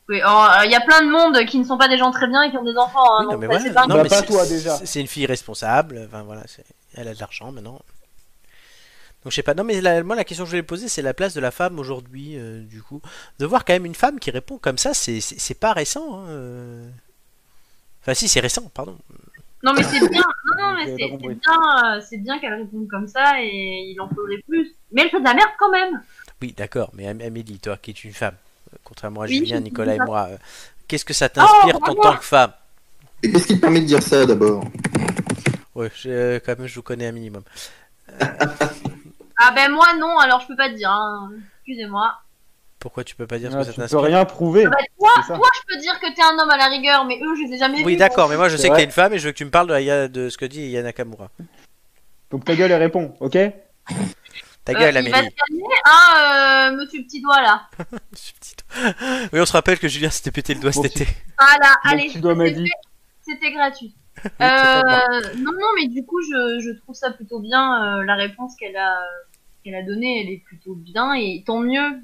Speaker 2: oui. Alors, Il y a plein de monde qui ne sont pas des gens très bien et qui ont des enfants. hein,
Speaker 1: Oui, non,
Speaker 2: donc
Speaker 1: mais
Speaker 2: ça,
Speaker 1: voilà.
Speaker 2: c'est pas-
Speaker 1: Non,
Speaker 3: Bah,
Speaker 1: mais
Speaker 3: pas
Speaker 1: c'est-
Speaker 3: toi, déjà.
Speaker 1: c'est- C'est une fille responsable. Enfin, voilà, c'est- elle a de l'argent maintenant. Donc je sais pas. Non, mais la- moi la question que je voulais poser, c'est la place de la femme aujourd'hui. euh, du coup, de voir quand même une femme qui répond comme ça, c'est- c'est c'est pas récent. hein, euh. Enfin si, c'est récent. Pardon.
Speaker 2: Non, mais c'est bien. Non, non, mais
Speaker 3: J'avais
Speaker 2: c'est
Speaker 3: pas
Speaker 2: c'est
Speaker 3: compris.
Speaker 2: bien, euh, c'est bien qu'elle réponde comme ça et il en faudrait plus. Mais elle fait de la merde quand même.
Speaker 1: Oui, d'accord. Mais Am- Amélie, toi, qui es une femme, euh, contrairement à
Speaker 2: Oui,
Speaker 1: Julien,
Speaker 2: je suis
Speaker 1: Nicolas et
Speaker 2: une femme.
Speaker 1: moi, euh, qu'est-ce que ça t'inspire
Speaker 2: Oh,
Speaker 1: en
Speaker 2: moi
Speaker 1: tant que femme
Speaker 4: euh, Et qu'est-ce qui te permet de dire ça d'abord
Speaker 1: Ouais, je- euh, quand même, je vous connais un minimum.
Speaker 2: Ah ben moi non, alors je peux pas te dire. hein. Excusez-moi.
Speaker 1: Pourquoi tu peux pas dire
Speaker 3: Ah,
Speaker 1: ce que ça
Speaker 3: tu peux
Speaker 1: t'inspire
Speaker 3: rien prouver.
Speaker 2: Ah bah, toi,
Speaker 3: C'est ça.
Speaker 2: toi, je peux dire que t'es un homme à la rigueur, mais eux, je les ai jamais vus.
Speaker 1: Oui, d'accord. Mais moi, je
Speaker 3: C'est
Speaker 1: sais que
Speaker 3: vrai.
Speaker 1: t'es une femme et je veux que tu me parles de, la- de ce que dit Yana Kamura.
Speaker 3: Donc ta gueule, elle répond, ok
Speaker 1: Ta
Speaker 2: Euh,
Speaker 1: gueule,
Speaker 2: il va
Speaker 1: Amélie.
Speaker 2: se calmer, hein, euh, monsieur petit doigt là.
Speaker 1: Ce petit- [LAUGHS] Oui, on se rappelle que Julien s'était pété le doigt
Speaker 3: Bon,
Speaker 1: cet
Speaker 3: tu-
Speaker 1: été.
Speaker 2: Voilà,
Speaker 3: Mon
Speaker 2: allez.
Speaker 3: petit doigt m'a dit.
Speaker 2: C'était
Speaker 4: [LAUGHS]
Speaker 2: gratuit.
Speaker 3: Oui, ça va.
Speaker 2: Euh, non, non, mais du coup, je, je trouve ça plutôt bien. euh, la réponse qu'elle a, qu'elle a donnée, elle est plutôt bien. Et tant mieux.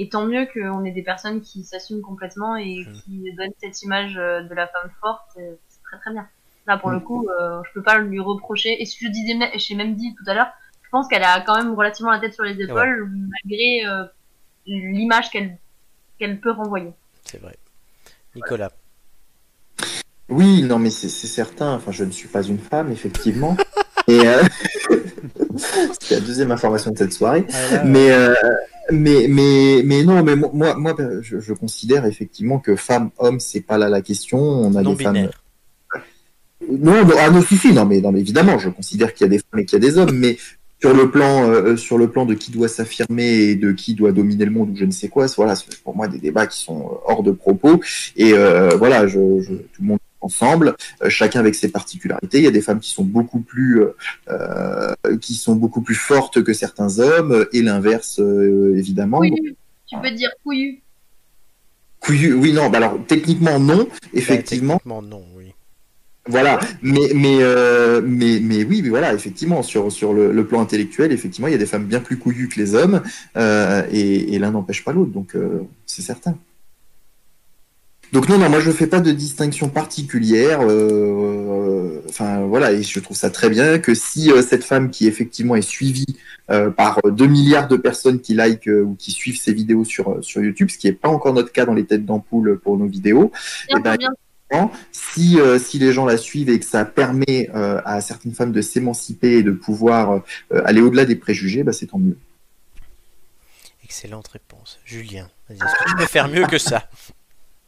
Speaker 2: Et tant mieux qu'on ait des personnes qui s'assument complètement et
Speaker 1: Mm.
Speaker 2: qui donnent cette image euh, de la femme forte. euh, C'est très très bien. Là,
Speaker 4: Mm.
Speaker 2: pour le coup, euh, je peux pas lui reprocher. Et ce que je disais, me- j'ai même dit tout à l'heure, je pense qu'elle a quand même relativement la tête sur les épaules, malgré euh, l'image qu'elle qu'elle peut renvoyer.
Speaker 1: C'est vrai. Nicolas.
Speaker 4: Oui, non, mais c'est c'est certain. Enfin, je ne suis pas une
Speaker 1: [LAUGHS]
Speaker 4: femme, effectivement. Et euh, [LAUGHS] c'est la deuxième information de cette soirée.
Speaker 3: Ah, là,
Speaker 4: Mais, euh, mais, mais, mais non, mais moi, moi, moi, je, je considère effectivement que femme, homme, c'est pas là la question. On a
Speaker 1: Non
Speaker 4: des femmes.
Speaker 1: binaire.
Speaker 4: Non, non, ah non, si, si, non, mais, non, mais évidemment, je considère qu'il y a des femmes et qu'il y a des hommes, mais sur le plan, euh, sur le plan de qui doit s'affirmer et de qui doit dominer le monde ou je ne sais quoi, c'est- voilà, c'est pour moi des débats qui sont euh, hors de propos. Et euh, voilà, je, je- tout le monde ensemble, euh, chacun avec ses particularités. Il y a des femmes qui sont beaucoup plus, euh, euh, qui sont beaucoup plus fortes que certains hommes euh, et l'inverse euh, évidemment.
Speaker 2: Couillu. Tu peux dire couillu.
Speaker 4: Couillu- Oui, non, bah alors techniquement non, effectivement.
Speaker 1: Bah, techniquement, non, oui.
Speaker 4: Voilà, mais mais euh, mais mais oui, mais voilà, effectivement, sur sur le, le plan intellectuel, effectivement, il y a des femmes bien plus couillues que les hommes, euh, et, et l'un n'empêche pas l'autre, donc euh, c'est certain. Donc non, non, moi je fais pas de distinction particulière. euh, Enfin voilà, et je trouve ça très bien que si euh, cette femme qui effectivement est suivie euh, par euh, 2 milliards de personnes qui like euh, ou qui suivent ses vidéos sur euh, sur YouTube, ce qui est pas encore notre cas dans les têtes d'ampoule pour nos vidéos,
Speaker 2: Bien,
Speaker 4: Eh ben,
Speaker 2: bien.
Speaker 4: si, euh, si les gens la suivent et que ça permet euh, à certaines femmes de s'émanciper et de pouvoir euh, aller au-delà des préjugés, bah, c'est tant mieux.
Speaker 1: Excellente réponse. Julien, vas-y, est-ce que tu peux faire mieux que ça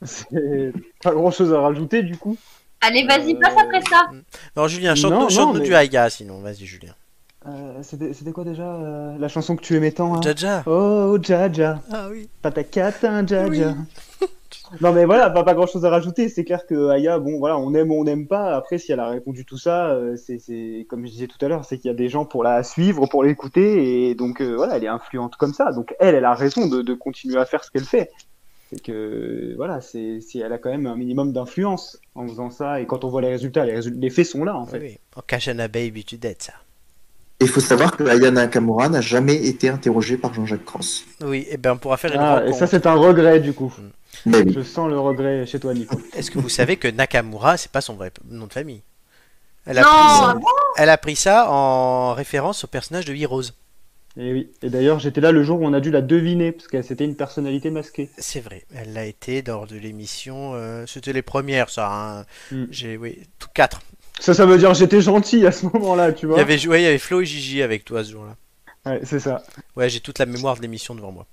Speaker 3: c'est pas grand chose à rajouter, du coup.
Speaker 2: Allez, vas-y,
Speaker 3: Euh,
Speaker 2: passe après ça.
Speaker 1: Alors, Julien, chante-nous
Speaker 3: Non,
Speaker 1: chante-nous
Speaker 3: non, mais-
Speaker 1: du Haïga, sinon, vas-y, Julien.
Speaker 3: Euh, C'était c'était quoi déjà euh, la chanson que tu aimais tant hein
Speaker 1: Jaja.
Speaker 3: Oh, Jaja,
Speaker 1: Ah oui.
Speaker 3: patacata, Jaja.
Speaker 1: [LAUGHS]
Speaker 3: non, mais voilà, pas, pas grand chose à rajouter. C'est clair que Aya, bon, voilà, on aime ou on n'aime pas. Après, si elle a répondu tout ça, euh, c'est c'est- comme je disais tout à l'heure, c'est qu'il y a des gens pour la suivre, pour l'écouter. Et donc, euh, voilà, elle est influente comme ça. Donc, elle, elle a raison de, de continuer à faire ce qu'elle fait. C'est que, voilà, c'est c'est- elle a quand même un minimum d'influence en faisant ça. Et quand on voit les résultats, les, résultats, les faits sont là, en fait.
Speaker 1: Oui, en Kashana Baby, tu dettes ça.
Speaker 4: Il faut savoir que Ayana Nakamura n'a jamais été interrogée par Jean-Jacques Cross.
Speaker 1: Oui, et ben on pourra faire une
Speaker 3: Ah, et
Speaker 1: rencontre.
Speaker 3: ça, c'est un regret, du coup.
Speaker 4: Mais oui.
Speaker 3: Je sens le regret chez toi, Nico.
Speaker 1: Est-ce que vous savez que Nakamura, c'est pas son vrai nom de famille elle a,
Speaker 2: Non,
Speaker 1: pris
Speaker 2: ah
Speaker 1: ça, elle a pris ça en référence au personnage de Heroes.
Speaker 3: Et Eh oui. Et d'ailleurs, j'étais là le jour où on a dû la deviner, parce que c'était une personnalité masquée.
Speaker 1: C'est vrai, elle l'a été lors de l'émission. euh, C'était les premières, ça. hein.
Speaker 3: Mm.
Speaker 1: J'ai, oui, tout quatre.
Speaker 3: Ça, ça veut dire j'étais gentil à ce moment-là, tu
Speaker 1: Il
Speaker 3: vois.
Speaker 1: y avait, ouais, il y avait Flo et Gigi avec toi ce jour-là.
Speaker 3: Ouais, c'est ça.
Speaker 1: Ouais, j'ai toute la mémoire de l'émission devant moi.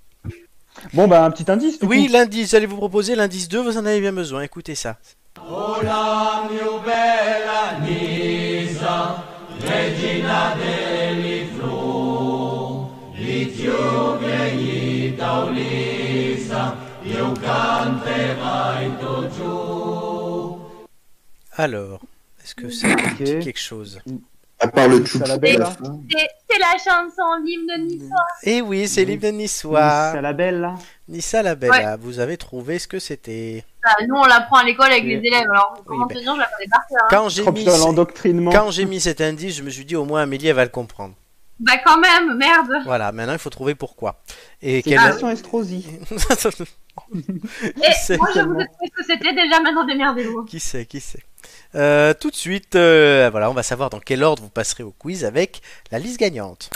Speaker 3: Bon, bah, un petit indice, du
Speaker 1: Oui,
Speaker 3: coup.
Speaker 1: l'indice, j'allais vous proposer l'indice 2, vous en avez bien besoin, écoutez ça. Alors, est-ce que ça vous dit
Speaker 3: Ok.
Speaker 1: quelque chose
Speaker 4: À part le
Speaker 3: Ça
Speaker 4: tchou
Speaker 3: la
Speaker 4: tchou
Speaker 3: belle, hein.
Speaker 4: à la
Speaker 3: là.
Speaker 4: fin.
Speaker 2: C'est c'est la chanson l'hymne de Nice.
Speaker 1: Eh oui, c'est
Speaker 3: Oui.
Speaker 1: l'hymne
Speaker 3: Ça
Speaker 1: niçois.
Speaker 3: la belle, hein. là.
Speaker 1: Nissa la Bella, vous avez trouvé ce que c'était.
Speaker 2: Ah, Nous, on l'apprend à l'école avec
Speaker 3: Oui. bah.
Speaker 2: les élèves. Alors, comment
Speaker 1: ben-
Speaker 2: te dire, je la connais par cœur. hein.
Speaker 1: Quand j'ai
Speaker 3: Oh
Speaker 1: mis,
Speaker 3: putain, l'endoctrinement.
Speaker 1: quand j'ai mis cet indice, je me suis dit au moins Amélie, elle va le comprendre.
Speaker 2: Bah, quand même, merde.
Speaker 1: Voilà, maintenant il faut trouver pourquoi. Et
Speaker 3: C'est
Speaker 1: quelle.
Speaker 3: Christian Estrosi.
Speaker 1: [LAUGHS] qui sait
Speaker 2: Moi, je
Speaker 3: Tellement.
Speaker 2: vous ai trouvé ce que c'était déjà, maintenant démerdez-vous.
Speaker 1: Qui sait Qui sait Euh, Tout de suite, euh, voilà, on va savoir dans quel ordre vous passerez au quiz avec la liste gagnante.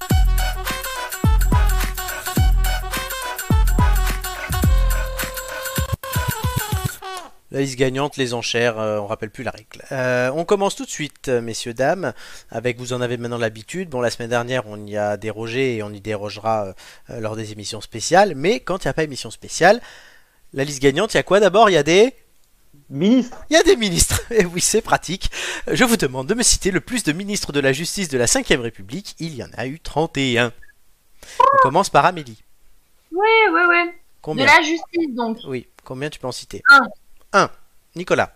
Speaker 1: La liste gagnante, les enchères, euh, on rappelle plus la règle. Euh, on commence tout de suite, euh, messieurs, dames, avec vous en avez maintenant l'habitude. Bon, la semaine dernière, on y a dérogé et on y dérogera euh, euh, lors des émissions spéciales. Mais quand il n'y a pas émission spéciale, la liste gagnante, il y a quoi d'abord Il y a des...
Speaker 3: Ministre.
Speaker 1: Il y a des ministres, [LAUGHS] et oui c'est pratique. Je vous demande de me citer le plus de ministres de la justice de la 5ème République, il y en a eu 31. On commence par Amélie.
Speaker 2: Ouais, Eh, ouais, ouais.
Speaker 1: Combien
Speaker 2: De la justice, donc.
Speaker 1: Oui, combien tu peux en citer
Speaker 2: Un.
Speaker 1: Un. Nicolas.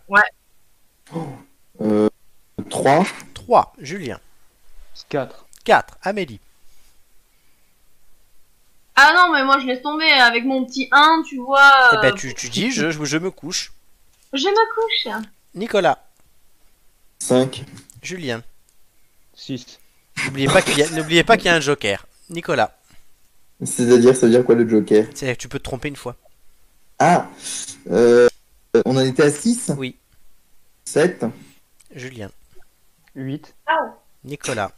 Speaker 3: hein.
Speaker 4: Euh, 3,
Speaker 1: 3. Julien.
Speaker 3: 4.
Speaker 1: 4. Amélie.
Speaker 2: Ah non, mais moi, je laisse tomber avec mon petit 1, tu vois.
Speaker 1: Eh ben
Speaker 2: euh,
Speaker 1: tu, tu dis je, je, je me couche.
Speaker 2: Je me couche.
Speaker 1: Nicolas.
Speaker 4: 5,
Speaker 1: Julien.
Speaker 3: 6.
Speaker 1: N'oubliez pas
Speaker 2: [LAUGHS]
Speaker 1: qu'il y, a- n'oubliez pas qu'il y a un joker. Nicolas.
Speaker 4: c'est-à-dire, ça veut dire quoi le Joker
Speaker 1: c'est- Tu peux te tromper une fois.
Speaker 4: Ah euh, On en était à 6
Speaker 1: Oui.
Speaker 4: 7,
Speaker 1: Julien.
Speaker 3: 8.
Speaker 1: Nicolas.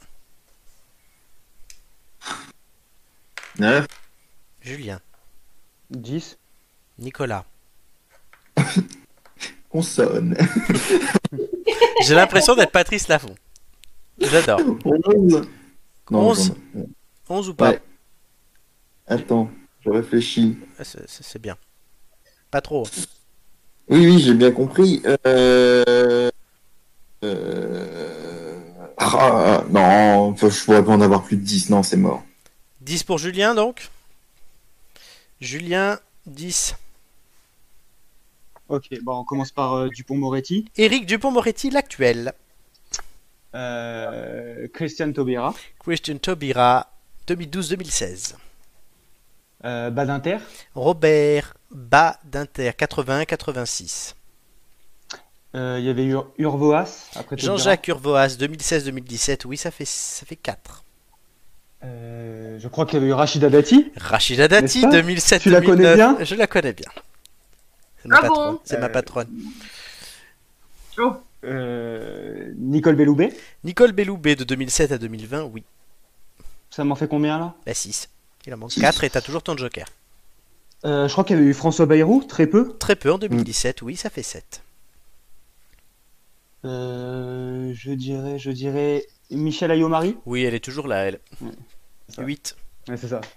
Speaker 4: 9,
Speaker 1: Julien.
Speaker 3: 10.
Speaker 1: Nicolas.
Speaker 4: consonne.
Speaker 1: J'ai l'impression d'être Patrice Lafont. J'adore.
Speaker 4: 11. Non,
Speaker 1: Onze.
Speaker 4: j'en ai-
Speaker 1: 11 ou pas
Speaker 4: Ouais. Attends, je réfléchis.
Speaker 1: Ah, C'est c'est- c'est bien. Pas trop.
Speaker 4: Oui, oui, j'ai bien compris. Euh... Euh... ah, non, je pourrais pas en avoir plus de 10, non, c'est mort.
Speaker 1: 10 pour Julien donc. Julien, 10.
Speaker 3: Ok, bon, on commence par euh, Dupont-Moretti.
Speaker 1: Éric Dupont-Moretti, l'actuel.
Speaker 3: Euh, Christian Taubira.
Speaker 1: Christian Taubira, 2012-2016.
Speaker 3: Euh, Badinter.
Speaker 1: Robert Badinter, 80-86.
Speaker 3: Euh, Il y avait Ur- Urvoas. après Taubira.
Speaker 1: Jean-Jacques Urvoas, 2016-2017. Oui, ça fait, ça fait 4.
Speaker 3: Euh, je crois qu'il y avait eu Rachida Dati.
Speaker 1: Rachida Dati, 2007-2009.
Speaker 3: N'est-ce pas Tu la connais bien
Speaker 1: Je la connais bien. C'est
Speaker 2: Ah
Speaker 1: ma
Speaker 2: bon
Speaker 1: patronne. C'est ma
Speaker 3: Euh,
Speaker 1: patronne.
Speaker 3: Euh, Nicole Belloubet.
Speaker 1: Nicole Belloubet, de 2007 à 2020. Oui,
Speaker 3: Ça m'en fait combien là
Speaker 1: la 6. Il en manque
Speaker 4: Six.
Speaker 1: 4 et t'as toujours ton joker.
Speaker 3: Euh, Je crois qu'il y avait eu François Bayrou, très peu.
Speaker 1: Très peu en 2017. Oui, ça fait 7.
Speaker 3: Euh, je dirais, je dirais Michel Ayomari.
Speaker 1: Oui, elle est toujours là, elle.
Speaker 3: Ouais, c'est ça.
Speaker 1: 8.
Speaker 3: Ouais, c'est ça. C'est-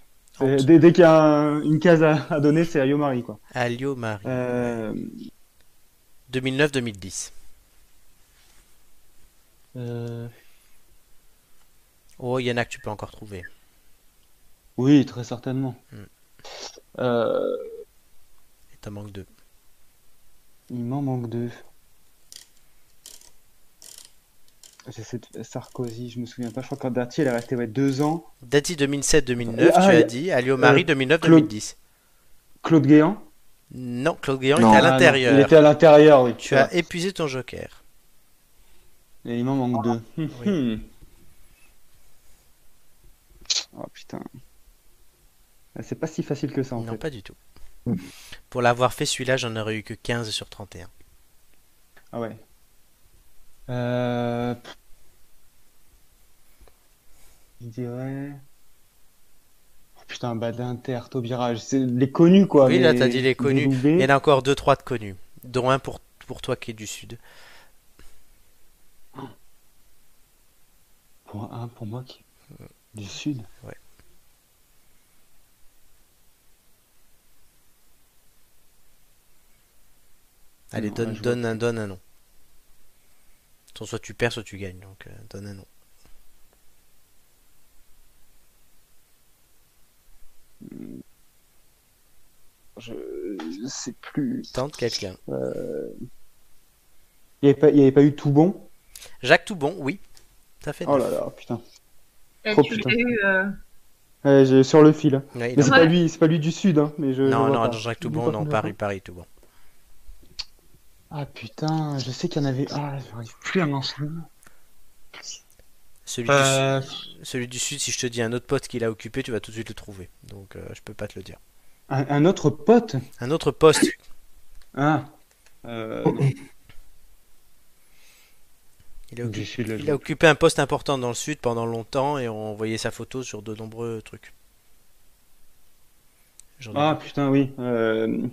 Speaker 1: Honte.
Speaker 3: Euh, Dès, dès qu'il y a un- une case à, à donner, c'est Ayomari quoi.
Speaker 1: Alio Marie.
Speaker 3: Euh,
Speaker 1: 2009-2010.
Speaker 3: euh,
Speaker 1: Oh, il y en a que tu peux encore trouver.
Speaker 3: oui, très certainement.
Speaker 1: Mm.
Speaker 3: Euh,
Speaker 1: Et t'en manques deux.
Speaker 3: il m'en manque deux. J'essaie de- Sarkozy, je me souviens pas. Je crois que Dati, elle est restée ouais, deux ans.
Speaker 1: Dati 2007-2009,
Speaker 3: Ah,
Speaker 1: tu
Speaker 3: il y
Speaker 1: as
Speaker 3: a-
Speaker 1: dit. Alio Marie
Speaker 3: euh,
Speaker 1: 2009-2010.
Speaker 3: Claude Guéant.
Speaker 1: Non, Claude Guéant
Speaker 4: Non.
Speaker 1: était à
Speaker 3: Ah, non,
Speaker 1: l'intérieur.
Speaker 3: Il était Ah. à l'intérieur, oui.
Speaker 1: Tu as épuisé ton joker.
Speaker 3: Et il m'en manque deux.
Speaker 1: Oui.
Speaker 3: Hmm. [LAUGHS] Oh putain. Ah, C'est pas si facile que ça en
Speaker 1: non,
Speaker 3: fait.
Speaker 1: pas du tout.
Speaker 4: Mm.
Speaker 1: Pour l'avoir fait, celui-là, j'en aurais eu que 15 sur 31.
Speaker 3: Mm. Ah ouais. Euh... pff. Je dirais. Oh putain, Badinter, Taubira, c'est les connus quoi.
Speaker 1: Oui, là,
Speaker 3: mais-
Speaker 1: t'as dit les connus.
Speaker 3: Belloubet.
Speaker 1: Il y en a encore 2-3 de connus. Dont un pour, pour toi qui est du Sud.
Speaker 3: Pour un, pour moi qui. Du sud.
Speaker 1: Ouais. Allez,
Speaker 3: Non,
Speaker 1: donne,
Speaker 3: là, je
Speaker 1: donne, un, donne un nom. Soit- Soit tu perds, soit tu gagnes. Donc, euh, donne un nom.
Speaker 3: Je je sais plus.
Speaker 1: Tente quelqu'un.
Speaker 3: Il n'y avait, pas- il y avait pas eu tout bon
Speaker 1: Jacques Toubon, oui. Ça fait
Speaker 3: Oh
Speaker 1: neuf.
Speaker 3: là là, putain.
Speaker 2: Et
Speaker 3: Oh,
Speaker 2: tu
Speaker 3: putain.
Speaker 2: l'as eu. euh,
Speaker 3: Ouais, j'ai sur le fil.
Speaker 1: Ouais, il
Speaker 3: Mais
Speaker 1: en-
Speaker 3: c'est pas lui, c'est pas lui du sud, hein. Mais je. je
Speaker 1: non,
Speaker 3: vois
Speaker 1: non,
Speaker 3: pas.
Speaker 1: Jacques
Speaker 3: Je dis
Speaker 1: Toubon,
Speaker 3: pas
Speaker 1: non,
Speaker 3: combien.
Speaker 1: Paris, Paris, Toubon.
Speaker 3: Ah putain, je sais qu'il y en avait. Ah, j'arrive plus à m'en souvenir.
Speaker 1: Celui,
Speaker 7: Euh,
Speaker 1: du, celui du Sud, si je te dis un autre pote qui l'a occupé, tu vas tout de suite le trouver. Donc euh, je peux pas te le dire.
Speaker 3: Un, un autre pote
Speaker 1: Un autre poste,
Speaker 3: Ah. Euh, non.
Speaker 1: [COUGHS] il a, occu-
Speaker 7: du sud, là, je-
Speaker 1: il a occupé un poste important dans le Sud pendant longtemps et on voyait sa photo sur de nombreux trucs. J'en ai-
Speaker 3: Ah putain, oui. Euh,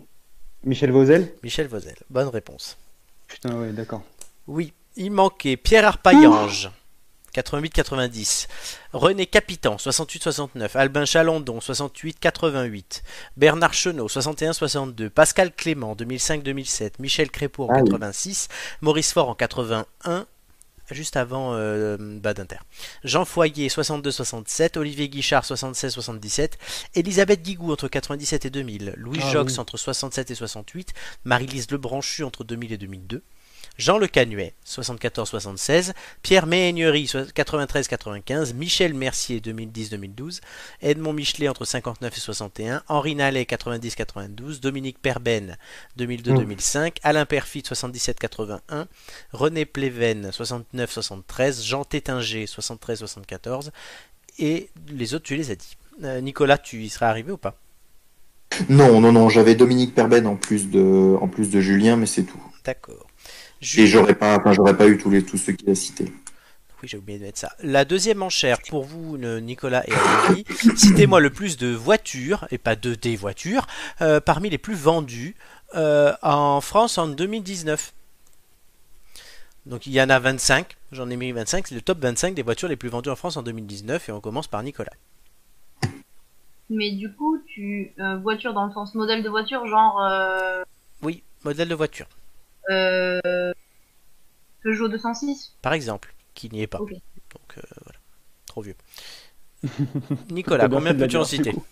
Speaker 3: Michel Vauzel
Speaker 1: Michel Vauzel, bonne réponse.
Speaker 3: Putain, ouais, d'accord.
Speaker 1: Oui, il manquait Pierre Arpaillange, 88-90, René Capitan, 68-69, Albin Chalandon, 68-88, Bernard Chenot, 61-62, Pascal Clément, 2005-2007, Michel Crépeau, en
Speaker 4: Ah oui.
Speaker 1: 86, Maurice Faure, en 81, juste avant euh, Badinter, Jean Foyer, 62-67, Olivier Guichard, 76-77, Elisabeth Guigou, entre 97 et 2000, Louis
Speaker 3: Ah
Speaker 1: Jox,
Speaker 3: oui.
Speaker 1: entre 67 et 68, Marie-Lise Lebranchu, entre 2000 et 2002, Jean Le Canuet, 74-76, Pierre Méhaignerie, 93-95, Michel Mercier, 2010-2012, Edmond Michelet, entre 59 et 61, Henri Nallet, 90-92, Dominique Perben, 2002-2005, Alain Perfit, 77-81, René Pleven, 69-73, Jean Tétinger, 73-74, et les autres, tu les as dit. Euh, Nicolas, tu y serais arrivé ou pas
Speaker 4: Non, non, non, j'avais Dominique Perben en plus de, en plus de Julien, mais c'est tout.
Speaker 1: D'accord.
Speaker 4: Et
Speaker 1: Julien-
Speaker 4: j'aurais pas, enfin, j'aurais pas eu tous les, tous ceux qu'il a cités.
Speaker 1: Oui, j'ai oublié de mettre ça. La deuxième enchère pour vous, le- Nicolas et Anthony. [COUGHS] Citez-moi le plus de voitures, et pas de des voitures, euh, parmi les plus vendues euh, en France en 2019. Donc il y en a 25, j'en ai mis 25, c'est le top 25 des voitures les plus vendues en France en 2019, et on commence par Nicolas.
Speaker 2: Mais du coup, tu euh, voiture dans le sens modèle de voiture, genre euh,
Speaker 1: Oui, modèle de voiture,
Speaker 2: euh, Peugeot 206.
Speaker 1: par exemple, qui n'y est pas.
Speaker 2: Ok.
Speaker 1: Donc euh, voilà, trop vieux. [LAUGHS] Nicolas,
Speaker 3: T'as bien
Speaker 1: combien
Speaker 3: fait de la
Speaker 1: peux-tu en
Speaker 3: dire, du
Speaker 1: citer
Speaker 3: coup.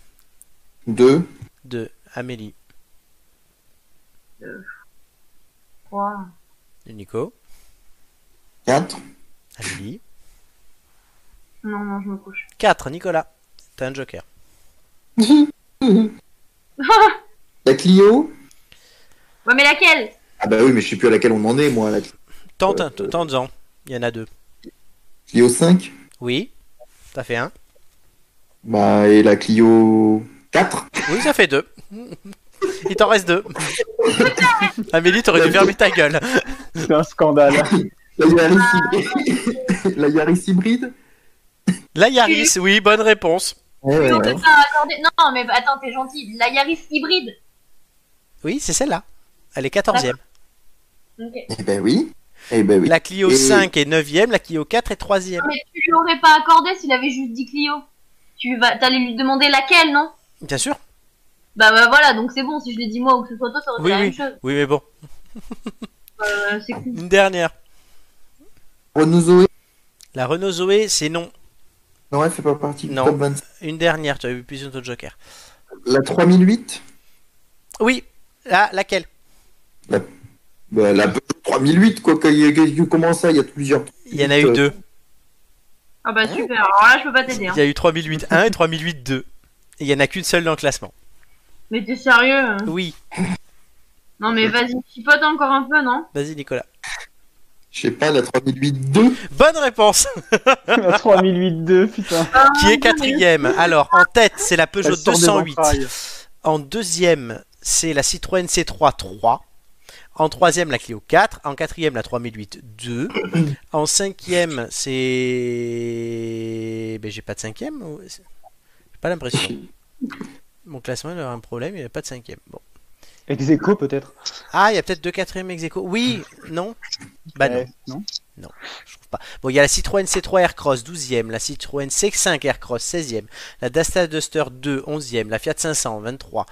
Speaker 4: Deux,
Speaker 1: De Amélie,
Speaker 2: Quoi
Speaker 1: de Nico,
Speaker 4: quatre,
Speaker 1: Amélie.
Speaker 2: Non, non, je me couche.
Speaker 1: 4, Nicolas, t'as un joker.
Speaker 4: la Clio.
Speaker 2: Ouais, mais laquelle
Speaker 4: Ah bah oui, mais je sais plus à laquelle on en est, moi. La
Speaker 1: Tente,
Speaker 4: Euh, euh.
Speaker 1: en Il y en a deux.
Speaker 4: Clio 5,
Speaker 1: Oui. Ça fait un.
Speaker 4: bah, et la Clio 4.
Speaker 1: Oui, ça fait deux. [LAUGHS] Il t'en reste deux. [LAUGHS] Amélie, t'aurais dû fermer ta gueule.
Speaker 3: [LAUGHS] C'est un [LAUGHS] scandale.
Speaker 4: La Yaris, hybride. [LAUGHS] la Yaris hybride.
Speaker 1: La Yaris, oui, bonne réponse.
Speaker 4: Ouais,
Speaker 2: Non,
Speaker 3: [LAUGHS]
Speaker 4: ouais, ouais.
Speaker 2: mais ça, attendez- non, mais attends, t'es gentil. La Yaris hybride.
Speaker 1: Oui, c'est celle-là. Elle est 14e.
Speaker 3: Ah.
Speaker 2: Ok.
Speaker 4: Eh ben oui. Eh ben oui.
Speaker 1: La Clio
Speaker 4: Et-
Speaker 1: 5 est 9e, la Clio 4 est 3e.
Speaker 2: Non, mais tu lui aurais pas accordé s'il avait juste dit Clio. Tu vas, t'allais lui demander laquelle, non
Speaker 1: Bien sûr.
Speaker 2: bah, bah voilà, donc c'est bon, si je l'ai dit moi ou que ce soit toi, ça aurait
Speaker 1: Oui,
Speaker 2: été
Speaker 1: oui.
Speaker 2: la même chose.
Speaker 1: Oui, mais bon.
Speaker 2: Euh, c'est cool.
Speaker 1: Une dernière.
Speaker 4: Renault Zoé.
Speaker 1: La Renault Zoé, c'est non.
Speaker 4: Non, elle fait pas partie du
Speaker 1: Non.
Speaker 4: top 25.
Speaker 1: Une dernière, tu as eu plusieurs autres jokers.
Speaker 4: La 3008.
Speaker 1: Oui. La, laquelle
Speaker 4: Bah, la Peugeot 3008, quoi. que- que- que- Comment ça Il y a plusieurs.
Speaker 1: Il y en a eu deux.
Speaker 2: Ah bah super, alors là je peux pas t'aider. Hein.
Speaker 1: Il y a eu 3008 1 et 3008 2. Et Il y en a qu'une seule dans le classement.
Speaker 2: Mais t'es sérieux hein
Speaker 1: Oui.
Speaker 2: Non mais vas-y, chipote encore un peu, non
Speaker 1: Vas-y, Nicolas.
Speaker 4: Je sais pas, la 3008 2.
Speaker 1: Bonne réponse.
Speaker 3: La 3008-2, putain.
Speaker 1: qui est quatrième. Alors, en tête, c'est la Peugeot
Speaker 3: Elle sort des
Speaker 1: 208.
Speaker 3: entrailles.
Speaker 1: En deuxième, c'est la Citroën C3 3. En troisième, la Clio 4. En quatrième, la 3008 2. En cinquième, c'est... Ben, j'ai pas de cinquième. ou- J'ai pas l'impression. Mon classement il a un problème, il n'y a pas de cinquième. Bon.
Speaker 3: Ex aequo, peut-être.
Speaker 1: Ah, il y a peut-être deux quatrièmes ex aequo. Oui, non Bah non.
Speaker 3: Ouais, non.
Speaker 1: Je trouve pas. Bon, il y a la Citroën C3 Aircross 12e, la Citroën C5 Aircross 16e, la Dasta Duster 2 11e, la Fiat 500 23,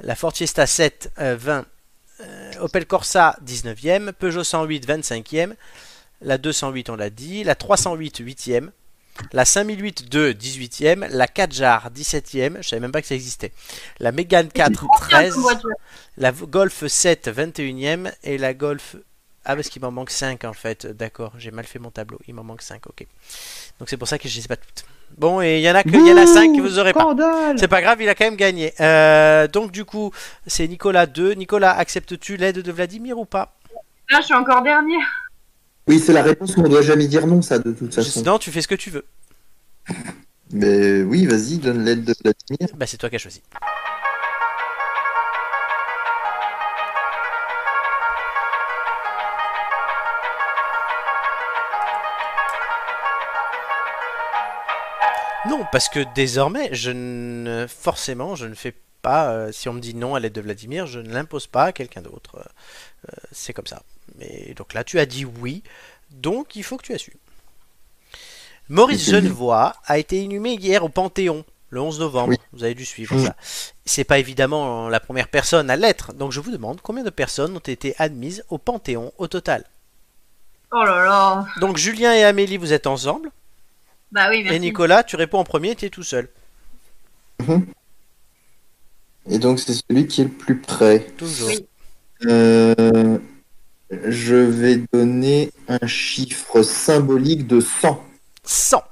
Speaker 1: la Ford Fiesta 7 euh, 20, euh, Opel Corsa 19e, Peugeot 108 25e, la 208 on l'a dit, la 308 8e, la 5008 2 18e, la Kadjar 17e, je savais même pas que ça existait. La Mégane 4
Speaker 2: Tiens, comme
Speaker 1: 13
Speaker 2: voiture.
Speaker 1: la Golf 7 21e et la Golf Ah, parce qu'il m'en manque 5 en fait. D'accord, j'ai mal fait mon tableau. Il m'en manque 5, ok. Donc c'est pour ça que je les ai pas toutes. Bon, et il y en a que, il y en a 5 que vous aurez pas.
Speaker 5: Scandale
Speaker 1: C'est pas grave, il a quand même gagné. Euh, donc du coup, c'est Nicolas 2. Nicolas, acceptes-tu l'aide de Vladimir ou pas
Speaker 2: Là, je suis encore dernière.
Speaker 4: Oui, c'est la réponse qu'on doit jamais dire non, ça, de toute façon.
Speaker 1: Non, tu fais ce que tu veux.
Speaker 4: Mais oui, vas-y, donne l'aide de Vladimir.
Speaker 1: Bah, c'est toi qui as choisi. Non, parce que désormais, je ne forcément, je ne fais pas. euh, si on me dit non à l'aide de Vladimir, je ne l'impose pas à quelqu'un d'autre. Euh, c'est comme ça. Mais donc là, tu as dit oui, donc il faut que tu assumes. Maurice
Speaker 4: Mhm.
Speaker 1: Genevois a été inhumé hier au Panthéon, le 11 novembre.
Speaker 4: Oui.
Speaker 1: Vous avez dû suivre
Speaker 4: Mhm.
Speaker 1: ça. C'est pas évidemment la première personne à l'être, donc je vous demande combien de personnes ont été admises au Panthéon au total.
Speaker 2: Oh là là.
Speaker 1: Donc Julien et Amélie, vous êtes ensemble,
Speaker 2: Bah oui, merci.
Speaker 1: et Nicolas, tu réponds en premier, tu es tout seul.
Speaker 4: Et donc, c'est celui qui est le plus près.
Speaker 1: Toujours.
Speaker 2: Oui.
Speaker 4: Euh, je vais donner un chiffre symbolique de 100
Speaker 1: 100.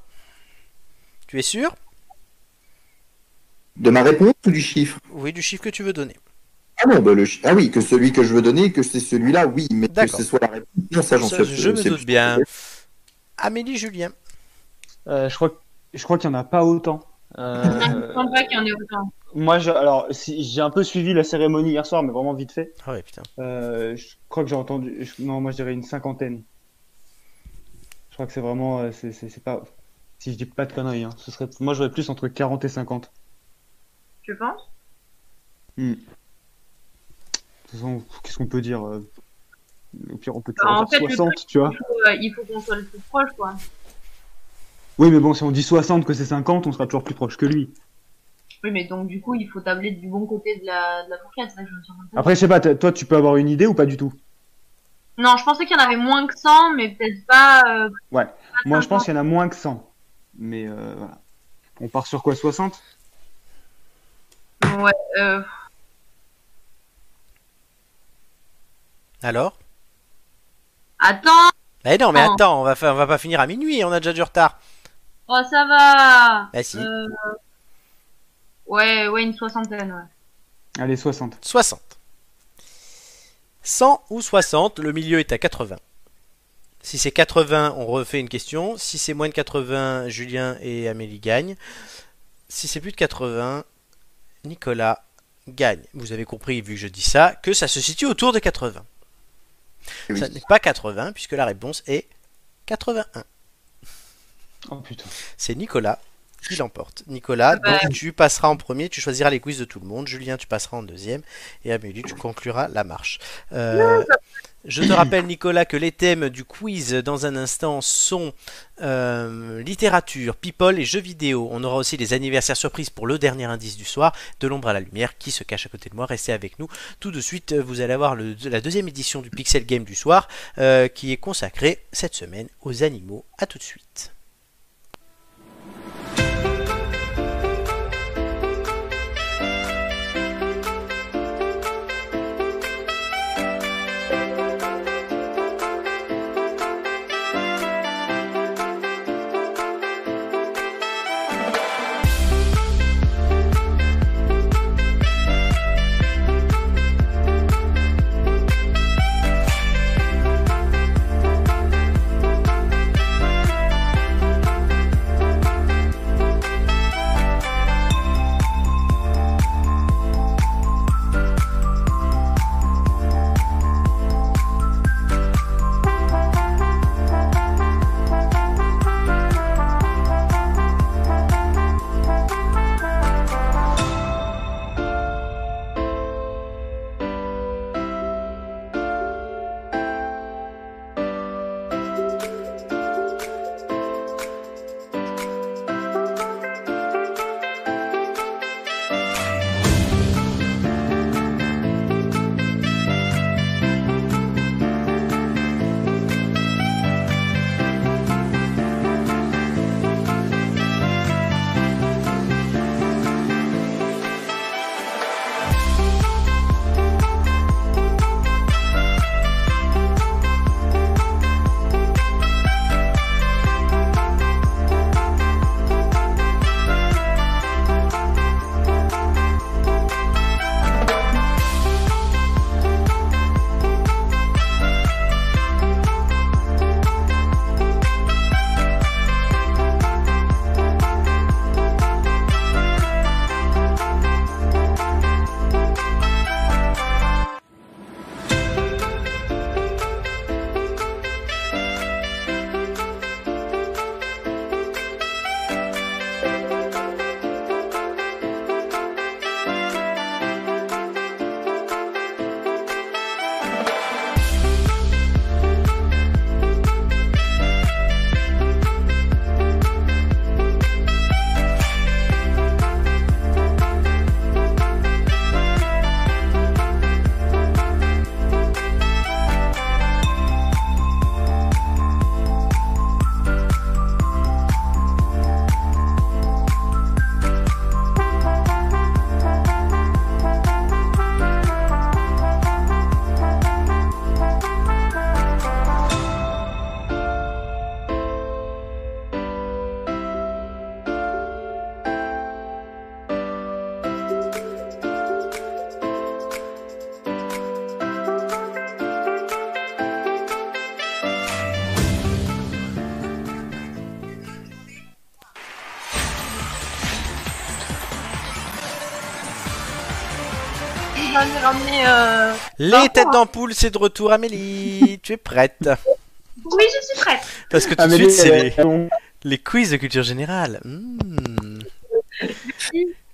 Speaker 1: Tu es sûr
Speaker 4: de ma réponse ou du chiffre
Speaker 1: Oui, du chiffre que tu veux donner.
Speaker 4: ah, non, bah, le chi- ah oui, que celui que je veux donner, que c'est celui-là, oui, mais que
Speaker 1: D'accord.
Speaker 4: ce soit la réponse. Non, ça, j'en
Speaker 1: Ça,
Speaker 4: sais
Speaker 1: je me
Speaker 4: c'est
Speaker 1: doute
Speaker 4: plus-
Speaker 1: bien. Amélie Julien.
Speaker 3: Euh, je crois, que- je crois qu'il n'y en a pas autant.
Speaker 2: Ça me
Speaker 1: [LAUGHS]
Speaker 3: Euh,
Speaker 2: semble pas qu'il y en ait autant.
Speaker 3: moi, je- alors, si, j'ai un peu suivi la cérémonie hier soir, mais vraiment vite fait.
Speaker 1: Ah ouais, putain.
Speaker 3: Euh, je crois que j'ai entendu. je- non, moi, je dirais une cinquantaine. Je crois que c'est vraiment. euh, c'est, c'est- c'est pas. Si je dis pas de conneries, hein, ce serait. Moi, j'aurais plus entre 40 et 50.
Speaker 2: Tu penses
Speaker 3: De toute façon, Qu'est-ce qu'on peut dire euh, Au pire, on peut
Speaker 2: Bah, en
Speaker 3: toujours dire
Speaker 2: fait, le
Speaker 3: 60, tu vois.
Speaker 2: Il faut, euh, il faut qu'on soit le plus proche, quoi.
Speaker 3: Oui, mais bon, si on dit 60 que c'est 50, on sera toujours plus proche que lui.
Speaker 2: Oui, mais donc, du coup, il faut tabler du bon côté de la, de la fourchette. Ça, je me souviens pas.
Speaker 3: Après, je sais pas, t'as- toi, tu peux avoir une idée ou pas du tout
Speaker 2: Non, je pensais qu'il y en avait moins que 100, mais peut-être pas. euh,
Speaker 3: Ouais.
Speaker 2: pas
Speaker 3: Moi, je
Speaker 2: 50.
Speaker 3: pense qu'il y en a moins que 100. Mais euh, voilà. On part sur quoi 60
Speaker 2: Ouais, euh,
Speaker 1: Alors
Speaker 2: Attends
Speaker 1: Eh non, mais
Speaker 2: Oh.
Speaker 1: attends, on va, fa- on va pas finir à minuit, on a déjà du retard.
Speaker 2: Oh, ça va
Speaker 1: Bah si,
Speaker 2: Euh, Ouais, ouais, une soixantaine, ouais.
Speaker 3: Allez, 60.
Speaker 1: 60. 100 ou 60, le milieu est à 80. Si c'est 80, on refait une question. Si c'est moins de 80, Julien et Amélie gagnent. Si c'est plus de 80, Nicolas gagne. Vous avez compris, vu que je dis ça, que ça se situe autour de 80.
Speaker 4: Eh oui.
Speaker 1: Ça n'est pas 80, puisque la réponse est 81.
Speaker 3: Oh putain.
Speaker 1: C'est Nicolas qui l'emporte. Nicolas,
Speaker 2: Ouais.
Speaker 1: donc tu passeras en premier, tu choisiras les quiz de tout le monde. Julien, tu passeras en deuxième. Et Amélie, tu concluras la marche. Euh, je te rappelle, Nicolas, que les thèmes du quiz dans un instant sont euh, littérature, people et jeux vidéo. On aura aussi les anniversaires surprises pour le dernier indice du soir, de l'ombre à la lumière, qui se cache à côté de moi. Restez avec nous. Tout de suite, vous allez avoir le- la deuxième édition du Pixel Game du soir, euh, qui est consacrée cette semaine aux animaux. A tout de suite.
Speaker 2: m'avait ramené. euh,
Speaker 1: Les têtes d'ampoule, c'est de retour,
Speaker 3: [LAUGHS]
Speaker 1: Amélie. tu es prête
Speaker 2: Oui, je suis prête.
Speaker 1: Parce que tout de suite, c'est les, les quiz de culture générale. Hmm.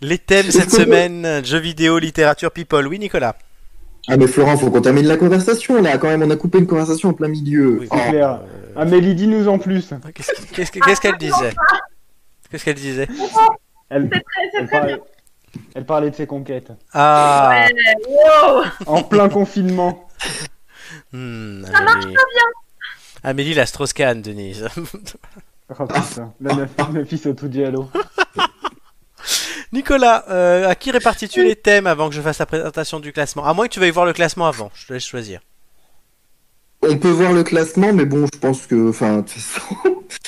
Speaker 1: Les thèmes cette
Speaker 3: [LAUGHS]
Speaker 1: semaine jeux vidéo, littérature, people. Oui, Nicolas.
Speaker 4: Ah mais Florent, faut qu'on termine la conversation là. Quand même, on a coupé une conversation en plein milieu.
Speaker 1: Oui.
Speaker 4: Oh.
Speaker 3: c'est clair.
Speaker 1: Euh,
Speaker 3: Amélie, dis-nous en plus.
Speaker 1: qu'est-ce que- qu'est-ce que- qu'est-ce qu'elle disait Qu'est-ce qu'elle disait
Speaker 3: Elle,
Speaker 2: C'est très, c'est
Speaker 3: elle
Speaker 2: très
Speaker 3: parlait, elle parlait de ses conquêtes.
Speaker 1: Ah.
Speaker 2: hein. Wow
Speaker 1: [LAUGHS]
Speaker 3: En plein confinement.
Speaker 1: Hmm, Amélie. Amélie la Strauss-Kahn, Denise. [LAUGHS]
Speaker 3: Oh putain, la meuf, le fils au tout diallo.
Speaker 1: Nicolas, euh, à qui répartis-tu les thèmes avant que je fasse la présentation du classement À moins que tu veuilles voir le classement avant, je te laisse choisir.
Speaker 4: On peut voir le classement, mais bon, je pense que, enfin, de toute façon, [LAUGHS]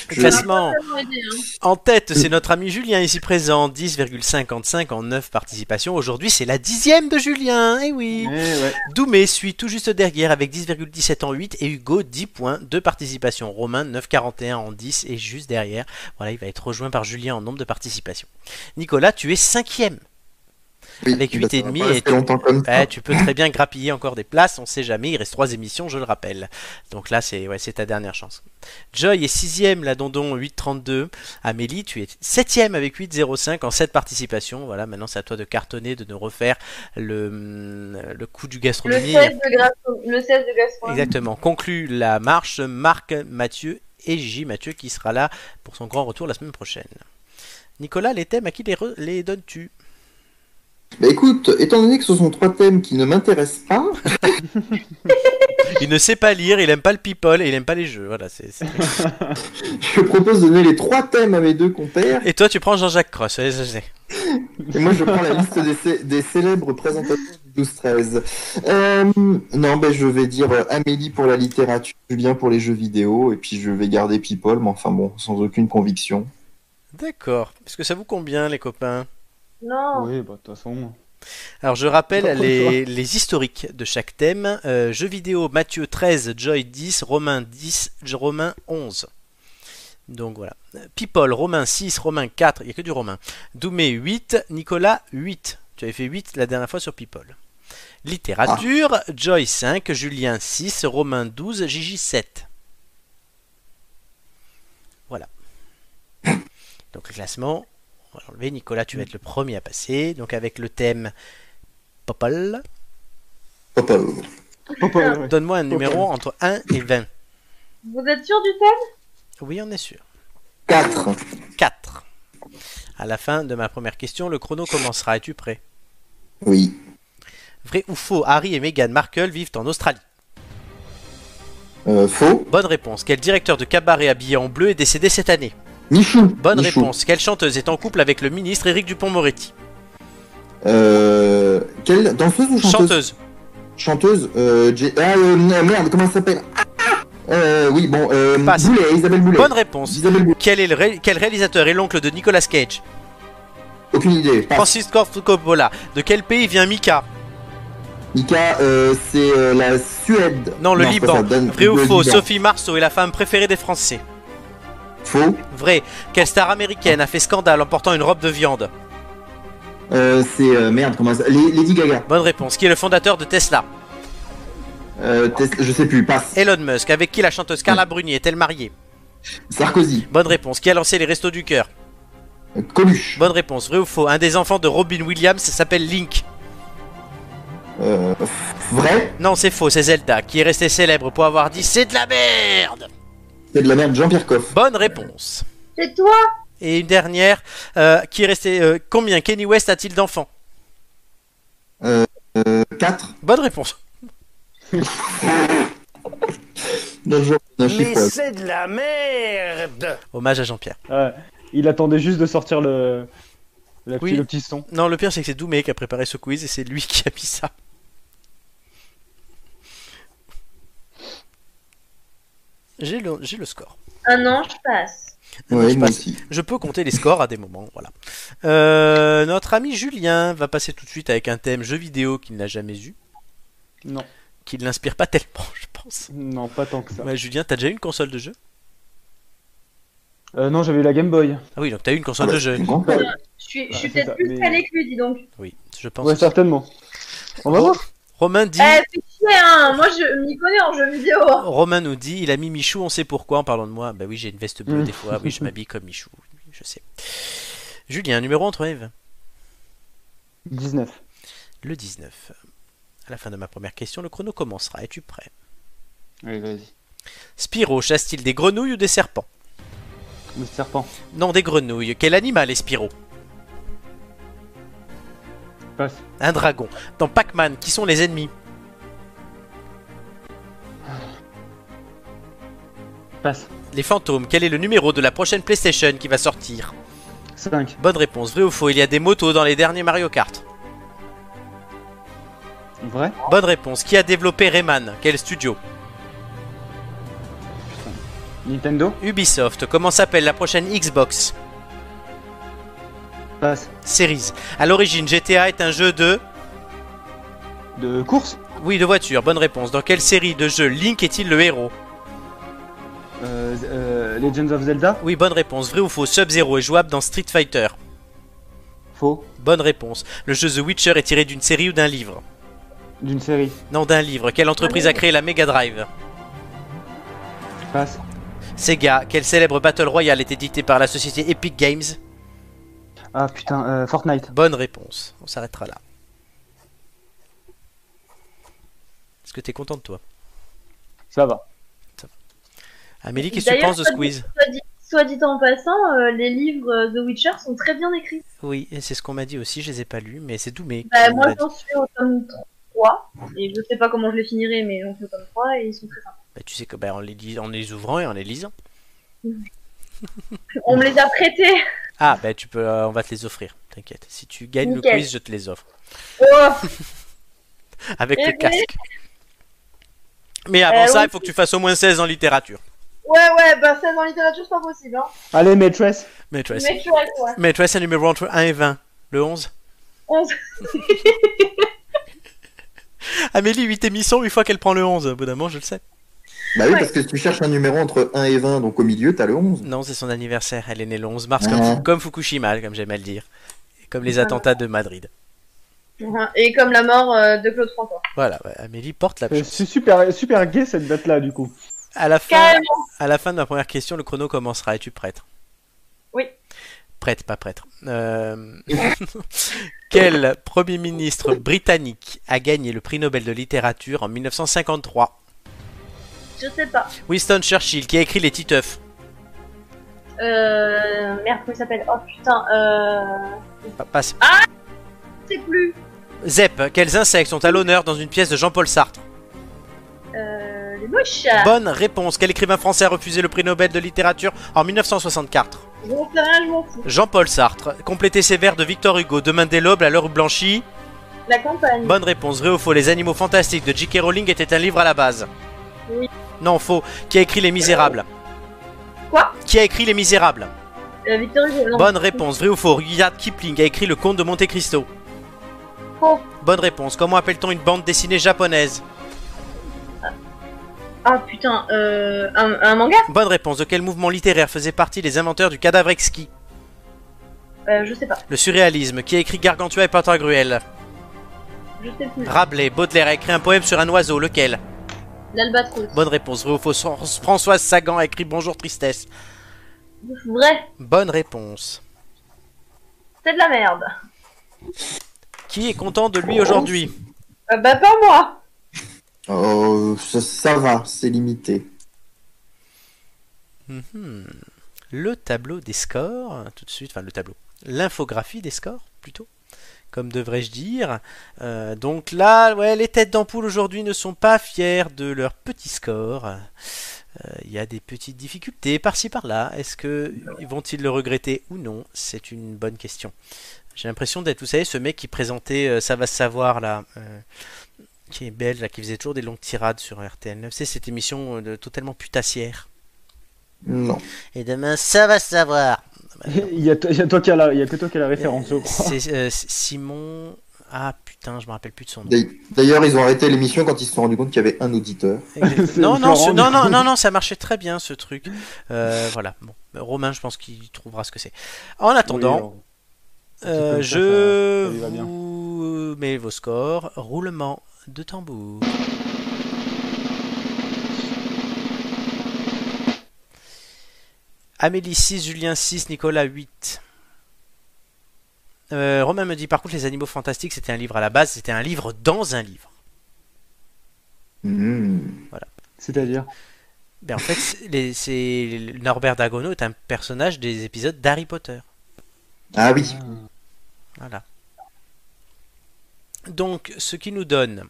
Speaker 1: Le
Speaker 4: Je-
Speaker 1: classement
Speaker 2: Vraiment aidé, hein.
Speaker 1: en tête, c'est notre ami Julien ici présent, 10,55 en 9 participations. Aujourd'hui, c'est la dixième de Julien, eh oui
Speaker 3: Eh ouais.
Speaker 1: Doumé suit tout juste derrière avec 10,17 en 8 et Hugo 10 points de participation. Romain 9,41 en 10 et juste derrière. Voilà, il va être rejoint par Julien en nombre de participations. Nicolas, tu es cinquième.
Speaker 4: oui,
Speaker 1: Avec
Speaker 4: bah,
Speaker 1: huit
Speaker 4: ça
Speaker 1: et
Speaker 4: va
Speaker 1: demi
Speaker 4: pas
Speaker 1: et
Speaker 4: rester
Speaker 1: tu-
Speaker 4: longtemps comme ça.
Speaker 1: Ouais, Eh, tu peux très bien grappiller encore des places, on sait jamais, il reste trois émissions, je le rappelle. Donc là, c'est ouais, c'est ta dernière chance. Joy est sixième, la Dondon 8,32. Amélie, tu es septième avec 8,05 en 7 participations. Voilà, maintenant c'est à toi de cartonner, de nous refaire le, mm, le coup du
Speaker 2: Le
Speaker 1: gastronomie.
Speaker 2: 16 de Gaston. Le 16 de Gaston.
Speaker 1: Exactement. Conclut la marche Marc, Mathieu et J. Mathieu qui sera là pour son grand retour la semaine prochaine. Nicolas, les thèmes, à qui les, re- les donnes-tu
Speaker 4: Bah écoute, étant donné que ce sont trois thèmes qui ne m'intéressent pas, [LAUGHS]
Speaker 1: Il ne sait pas lire, il aime pas le people et il aime pas les jeux. Voilà, c'est. c'est-
Speaker 4: je propose de donner les trois thèmes à mes deux compères.
Speaker 1: Et toi, tu prends Jean-Jacques Cross. ouais, je sais.
Speaker 4: Et moi, je prends la liste des, cé- des célèbres présentations du 12-13. Euh, non, ben, je vais dire euh, Amélie pour la littérature, Julien pour les jeux vidéo, et puis je vais garder People, mais enfin bon, sans aucune conviction.
Speaker 1: D'accord. Est-ce que ça vous convient, les copains
Speaker 2: Non.
Speaker 3: Oui, bah de toute façon.
Speaker 1: Alors, je rappelle
Speaker 3: Pas pour
Speaker 1: les, les historiques de chaque thème. Euh, jeux vidéo, Mathieu 13, Joy 10, Romain 10, J- Romain 11. Donc voilà. People, Romain 6, Romain 4, il n'y a que du Romain. Doumé 8, Nicolas 8. Tu avais fait 8 la dernière fois sur People. Littérature, Joy 5, Julien 6, Romain 12, Gigi 7. Voilà. Donc le classement, on va l'enlever. Nicolas, tu vas être le premier à passer. Donc avec le thème Popol,
Speaker 4: People.
Speaker 3: Faut pas- ouais.
Speaker 1: donne-moi un
Speaker 3: Popol.
Speaker 1: numéro entre 1 et 20.
Speaker 2: Vous êtes sûr du thème
Speaker 1: Oui, on est sûr.
Speaker 4: 4.
Speaker 1: 4. À la fin de ma première question, le chrono commencera. Es-tu prêt
Speaker 4: Oui.
Speaker 1: Vrai ou faux, Harry et Meghan Markle vivent en Australie
Speaker 4: Euh, faux.
Speaker 1: Bonne réponse. Quel directeur de cabaret habillé en bleu est décédé cette année
Speaker 4: Michou.
Speaker 1: Bonne
Speaker 4: Michou.
Speaker 1: réponse. Quelle chanteuse est en couple avec le ministre Éric Dupont-Moretti
Speaker 4: Euh, quelle danseuse ou chanteuse
Speaker 1: Chanteuse.
Speaker 4: Chanteuse. euh, J- Ah, euh, merde, comment ça s'appelle Ah, euh, Oui, bon, euh,
Speaker 1: Passe.
Speaker 4: Boulet, Isabelle Boulet.
Speaker 1: Bonne réponse.
Speaker 4: Isabelle Boulet.
Speaker 1: Quel, est le ré- quel réalisateur est l'oncle de Nicolas Cage
Speaker 4: Aucune idée. Passe.
Speaker 1: Francis Ford Coppola. De quel pays vient Mika
Speaker 4: Mika, euh, c'est euh, la Suède.
Speaker 1: Non, le
Speaker 4: c'est pas
Speaker 1: Liban.
Speaker 4: ça, Dan-
Speaker 1: Vrai ou
Speaker 4: le
Speaker 1: faux,
Speaker 4: Liban.
Speaker 1: Sophie Marceau est la femme préférée des Français
Speaker 4: Faux.
Speaker 1: Vrai. Quelle star américaine a fait scandale en portant une robe de viande
Speaker 4: Euh, c'est euh, merde, comment ça Les- Lady Gaga.
Speaker 1: Bonne réponse. Qui est le fondateur de Tesla
Speaker 4: Euh, test- je sais plus. Passe.
Speaker 1: Elon Musk. Avec qui la chanteuse Carla Bruni est-elle mariée
Speaker 4: Sarkozy.
Speaker 1: Bonne réponse. Qui a lancé les restos du cœur
Speaker 4: Euh, Coluche.
Speaker 1: Bonne réponse. Vrai ou faux, un des enfants de Robin Williams s'appelle Link
Speaker 4: Euh, vrai.
Speaker 1: Non, c'est faux, c'est Zelda, qui est resté célèbre pour avoir dit c'est de la merde
Speaker 4: C'est de la merde. Jean-Pierre Coff.
Speaker 1: Bonne réponse.
Speaker 2: C'est toi
Speaker 1: Et une dernière, euh, qui est restée. euh, combien Kenny West a-t-il d'enfants
Speaker 4: 4.
Speaker 1: Bonne réponse.
Speaker 4: Dans le jour. Non, je sais pas.
Speaker 7: c'est de la merde
Speaker 1: Hommage à Jean-Pierre.
Speaker 3: Ouais. il attendait juste de sortir le, le,
Speaker 1: Oui.
Speaker 3: petit, le petit son.
Speaker 1: Non, le pire, c'est que c'est Doumé qui a préparé ce quiz et c'est lui qui a mis ça. J'ai le, j'ai le score.
Speaker 2: Un an, je passe.
Speaker 1: Non,
Speaker 4: Ouais,
Speaker 1: je
Speaker 4: moi
Speaker 1: passe.
Speaker 4: aussi.
Speaker 1: Je peux compter les scores à des moments, voilà. Euh, notre ami Julien va passer tout de suite avec un thème jeu vidéo qu'il n'a jamais eu,
Speaker 3: Non,
Speaker 1: qui ne l'inspire pas tellement, [LAUGHS] je pense.
Speaker 3: non, pas tant que ça.
Speaker 1: Ouais, Julien, t'as déjà eu une console de jeu
Speaker 3: Euh, non, j'avais eu la Game Boy.
Speaker 1: Ah oui, donc t'as eu une console de jeu.
Speaker 4: Grand père.
Speaker 2: Je suis, je
Speaker 3: Ouais,
Speaker 2: suis
Speaker 3: Bah, c'est
Speaker 2: peut-être
Speaker 3: ça,
Speaker 2: plus
Speaker 3: mais-
Speaker 2: calée que lui, dis donc.
Speaker 1: Oui, je pense.
Speaker 3: Ouais, certainement. On va voir.
Speaker 1: Romain dit.
Speaker 2: Eh, fais chier, hein Moi, je oh. m'y connais en jeu vidéo.
Speaker 1: Romain nous dit, il a mis Michou, on sait pourquoi en parlant de moi. Bah oui, j'ai une veste bleue
Speaker 3: Mm.
Speaker 1: des fois, oui, je m'habille comme Michou, je sais. Julien, numéro entre Yves
Speaker 3: 19.
Speaker 1: Le 19. À la fin de ma première question, le chrono commencera. Es-tu prêt
Speaker 3: Allez, vas-y.
Speaker 1: Spiro chasse-t-il des grenouilles ou des serpents
Speaker 3: Le serpent.
Speaker 1: Non, des grenouilles. Quel animal est Spiro
Speaker 3: Passe.
Speaker 1: Un dragon. Dans Pac-Man, qui sont les ennemis
Speaker 3: Passe.
Speaker 1: Les fantômes. Quel est le numéro de la prochaine PlayStation qui va sortir
Speaker 3: 5.
Speaker 1: Bonne réponse. Vrai ou faux Il y a des motos dans les derniers Mario Kart.
Speaker 3: Vrai
Speaker 1: Bonne réponse. Qui a développé Rayman Quel studio
Speaker 3: Nintendo.
Speaker 1: Ubisoft. Comment s'appelle la prochaine Xbox
Speaker 3: Passe.
Speaker 1: Series. À l'origine, GTA est un jeu de.
Speaker 3: De course
Speaker 1: Oui, de voiture. Bonne réponse. Dans quelle série de jeux Link est-il le héros
Speaker 3: euh, euh, Legends of Zelda.
Speaker 1: Oui, bonne réponse. Vrai ou faux Sub-Zero est jouable dans Street Fighter.
Speaker 3: Faux.
Speaker 1: Bonne réponse. Le jeu The Witcher est tiré d'une série ou d'un livre
Speaker 3: D'une série.
Speaker 1: Non, d'un livre. Quelle entreprise a créé la Mega Drive
Speaker 3: Passe.
Speaker 1: Sega. Quel célèbre Battle Royale est édité par la société Epic Games
Speaker 3: Ah putain, euh, Fortnite.
Speaker 1: Bonne réponse. On s'arrêtera là. Est-ce que t'es content de toi
Speaker 3: Ça va.
Speaker 1: Amélie, qu'est-ce que tu
Speaker 2: D'ailleurs,
Speaker 1: penses de
Speaker 2: pas du
Speaker 1: Squeeze
Speaker 2: Soit dit, soit dit en passant, euh, les livres euh, The Witcher sont très bien écrits.
Speaker 1: Oui, et c'est ce qu'on m'a dit aussi. Je les ai pas lus, mais c'est Doumé. qui
Speaker 2: Bah,
Speaker 1: me
Speaker 2: moi,
Speaker 1: l'a dit.
Speaker 2: j'en suis au tome 3. Et je sais pas comment je les finirai, mais j'en suis au tome 3 et ils sont très sympas.
Speaker 1: Bah, tu sais que bah, en, les lis- en les ouvrant et en les lisant.
Speaker 2: On me les a prêtés.
Speaker 1: Ah, bah tu peux, euh, on va te les offrir. T'inquiète. Si tu gagnes
Speaker 2: Nickel.
Speaker 1: le quiz, je te les offre
Speaker 2: Oh,
Speaker 1: avec
Speaker 2: Eh
Speaker 1: le
Speaker 2: oui.
Speaker 1: casque. Mais avant
Speaker 2: Euh,
Speaker 1: ça,
Speaker 2: oui.
Speaker 1: il faut que tu fasses au moins 16 en littérature.
Speaker 2: ouais, ouais, bah, ça, dans la littérature, c'est pas possible, hein.
Speaker 3: Allez, maîtresse.
Speaker 1: Mais tu vois, c'est-
Speaker 2: Mais tu vois, ouais.
Speaker 1: mais tu vois, c'est le numéro entre 1 et 20. Le 11.
Speaker 2: 11.
Speaker 1: Amélie, 8 émissions, 8 fois qu'elle prend le 11. Au bout d'un moment, je le sais.
Speaker 4: Bah oui,
Speaker 2: Ouais.
Speaker 4: parce que si tu cherches un numéro entre 1 et 20, donc au milieu, t'as le 11.
Speaker 1: Non, c'est son anniversaire. Elle est née le 11 mars,
Speaker 4: Ouais.
Speaker 1: comme, comme Fukushima, comme j'aime à le dire. Et Comme les
Speaker 2: Voilà.
Speaker 1: attentats de Madrid.
Speaker 2: Ouais, Et comme la mort euh, de Claude François.
Speaker 1: Voilà, ouais, Amélie porte la
Speaker 3: Euh,
Speaker 1: chance.
Speaker 3: C'est super, super gay cette date-là, du coup.
Speaker 1: À la fin,
Speaker 2: Carrément.
Speaker 1: À la fin de ma première question, le chrono commencera. Es-tu prêtre
Speaker 2: Oui.
Speaker 1: Prêtre, pas prêtre. Euh, [LAUGHS] Quel Premier ministre britannique a gagné le prix Nobel de littérature en 1953
Speaker 2: Je sais pas.
Speaker 1: Winston Churchill, qui a écrit Les Titeufs.
Speaker 2: Euh. Merde, comment il s'appelle Oh putain, euh.
Speaker 1: Pa- passe.
Speaker 2: Je sais plus.
Speaker 1: Zep, quels insectes sont à l'honneur dans une pièce de Jean-Paul Sartre
Speaker 2: Euh. Les mouches.
Speaker 1: Bonne réponse. Quel écrivain français a refusé le prix Nobel de littérature en 1964
Speaker 2: Je m'en fais rien, je m'en fous.
Speaker 1: Jean-Paul Sartre. Complétez ses vers de Victor Hugo, Demain dès l'aube, à l'heure où blanchit.
Speaker 2: La campagne.
Speaker 1: Bonne réponse, vrai ou faux, Les Animaux Fantastiques de J.K. Rowling était un livre à la base
Speaker 2: Oui.
Speaker 1: Non, faux. Qui a écrit Les Misérables
Speaker 2: Quoi
Speaker 1: Qui a écrit Les Misérables
Speaker 2: Euh, Victor Hugo. non.
Speaker 1: Bonne réponse, vrai ou faux, Rudyard Kipling a écrit Le Comte de Monte Cristo
Speaker 2: Faux.
Speaker 1: Bonne réponse, comment appelle-t-on une bande dessinée japonaise
Speaker 2: Ah putain, euh. Un, un manga
Speaker 1: Bonne réponse, de quel mouvement littéraire faisaient partie les inventeurs du cadavre exquis
Speaker 2: Euh, je sais pas.
Speaker 1: Le surréalisme, qui a écrit Gargantua et Pantagruel
Speaker 2: Je sais plus.
Speaker 1: Rabelais, Baudelaire a écrit un poème sur un oiseau, lequel
Speaker 2: L'albatros.
Speaker 1: Bonne réponse, vrai ou faux, Françoise Sagan a écrit Bonjour Tristesse
Speaker 2: Vrai.
Speaker 1: Bonne réponse.
Speaker 2: C'est de la merde.
Speaker 1: Qui est content de lui aujourd'hui
Speaker 2: Euh, bah, pas moi.
Speaker 4: Oh, ça, ça va, c'est limité.
Speaker 1: Mhm. Le tableau des scores, hein, tout de suite, enfin le tableau, l'infographie des scores plutôt, comme devrais-je dire. Euh, donc là, ouais, les têtes d'ampoule aujourd'hui ne sont pas fiers de leur petit score. Euh, Il y a des petites difficultés par-ci par-là. Est-ce que vont-ils le regretter ou non C'est une bonne question. J'ai l'impression d'être, vous savez, ce mec qui présentait euh, Ça va se savoir là. euh, qui est belge, là, qui faisait toujours des longues tirades sur RTL9. C'est cette émission euh, de- totalement putassière.
Speaker 4: Non.
Speaker 1: Et demain, ça va savoir.
Speaker 3: Il y, a to- il y a toi qui a la- il y a que toi qui as la référence, je
Speaker 1: Euh,
Speaker 3: crois.
Speaker 1: C'est euh, c'est Simon. Ah putain, je me rappelle plus de son nom.
Speaker 4: D'ai- D'ailleurs, ils ont arrêté l'émission quand ils se sont rendus compte qu'il y avait un auditeur.
Speaker 3: C'est
Speaker 1: Non non, ce-
Speaker 3: Florent,
Speaker 1: non
Speaker 3: du
Speaker 1: non
Speaker 3: coup.
Speaker 1: non non, ça marchait très bien ce truc. Euh, voilà. Bon, Romain, je pense qu'il trouvera ce que c'est. En attendant,
Speaker 3: Oui,
Speaker 1: Euh,
Speaker 3: comme ça,
Speaker 1: je
Speaker 3: ça- ça lui va bien.
Speaker 1: vous mets vos scores. Roulement de tambour. Amélie 6, Julien 6, Nicolas 8. Euh, Romain me dit par contre les animaux fantastiques c'était un livre à la base, c'était un livre dans un livre.
Speaker 4: Mmh.
Speaker 3: C'est-à-dire
Speaker 1: Ben, en fait, [LAUGHS] c'est- les- c'est Norbert Dagono est un personnage des épisodes d'Harry Potter.
Speaker 4: Ah oui.
Speaker 1: Voilà. Donc, ce qui nous donne,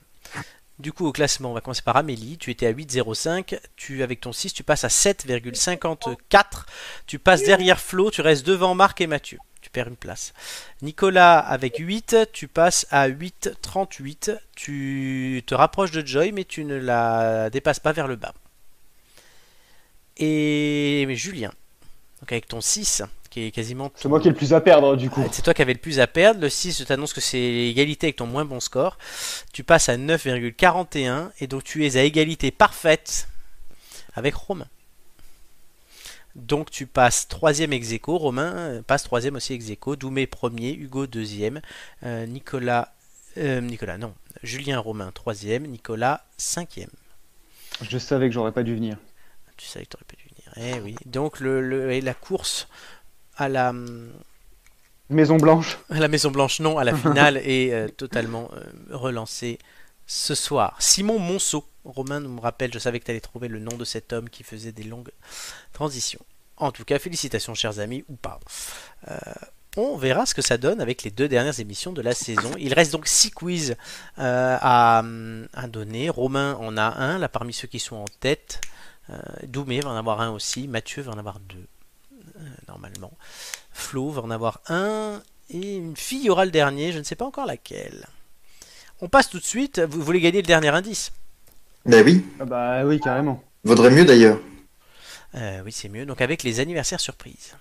Speaker 1: du coup, au classement, on va commencer par Amélie. Tu étais à 8,05. Tu, avec ton 6, tu passes à 7,54. Tu passes derrière Flo. Tu restes devant Marc et Mathieu. Tu perds une place. Nicolas, avec 8, tu passes à 8,38. Tu te rapproches de Joy, mais tu ne la dépasses pas vers le bas. Et Julien, donc avec ton 6, qui est quasiment
Speaker 3: C'est moi qui ai le plus à perdre, du coup.
Speaker 1: Ah, c'est toi qui avais le plus à perdre. Le 6, je t'annonce que c'est égalité avec ton moins bon score. Tu passes à 9,41 et donc tu es à égalité parfaite avec Romain. Donc tu passes troisième ex aequo. Romain euh, passe troisième aussi ex aequo. Doumé premier, Hugo deuxième, euh, Nicolas, euh, Nicolas non, Julien Romain troisième, Nicolas cinquième.
Speaker 3: Je savais que j'aurais pas dû venir.
Speaker 1: Tu savais que t'aurais pu venir. Eh oui. Donc le, le- et la course à la hum,
Speaker 3: Maison Blanche.
Speaker 1: À [LAUGHS] La Maison Blanche, non, à la finale est euh, totalement euh, relancée ce soir. Simon Monceau, Romain nous me rappelle, je savais que tu allais trouver le nom de cet homme qui faisait des longues transitions. En tout cas, félicitations, chers amis, ou pas. Euh, on verra ce que ça donne avec les deux dernières émissions de la saison. Il reste donc six quiz euh, à, hum, à donner. Romain en a un, là parmi ceux qui sont en tête. Euh, Doumé va en avoir un aussi. Mathieu va en avoir deux, euh, normalement. Flo va en avoir un. Et une fille y aura le dernier, je ne sais pas encore laquelle. On passe tout de suite, vous voulez gagner le dernier indice
Speaker 4: Ben oui.
Speaker 3: Ah bah oui, carrément.
Speaker 4: Vaudrait mieux d'ailleurs.
Speaker 1: Euh, Oui, c'est mieux, donc avec les anniversaires surprises.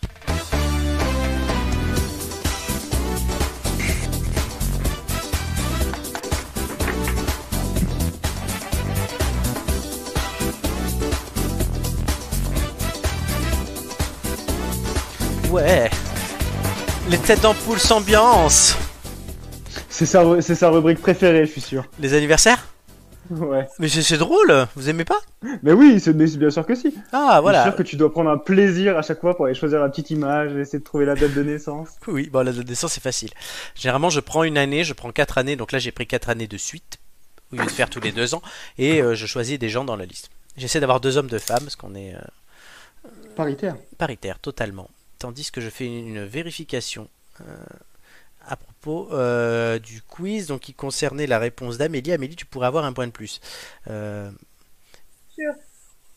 Speaker 1: Ouais Les têtes d'ampoule s'ambiance
Speaker 3: C'est sa, ru- c'est sa rubrique préférée, je suis sûr.
Speaker 1: Les anniversaires
Speaker 3: Ouais.
Speaker 1: Mais c'est c'est drôle, vous aimez pas
Speaker 3: Mais oui, c'est mais c'est bien sûr que si.
Speaker 1: Ah
Speaker 3: Je suis
Speaker 1: voilà.
Speaker 3: sûr que tu dois prendre un plaisir à chaque fois pour aller choisir la petite image, essayer de trouver la date de naissance.
Speaker 1: Oui, bon, la date de naissance c'est facile. Généralement je prends une année, je prends quatre années, donc là j'ai pris quatre années de suite, au lieu de faire tous les deux ans, et euh, je choisis des gens dans la liste. J'essaie d'avoir deux hommes, deux femmes, parce qu'on est euh,
Speaker 3: Paritaire.
Speaker 1: paritaire totalement. Tandis que je fais une vérification euh, à propos euh, du quiz, donc qui concernait la réponse d'Amélie. Amélie, tu pourrais avoir un point de plus. Euh,
Speaker 2: Sûr.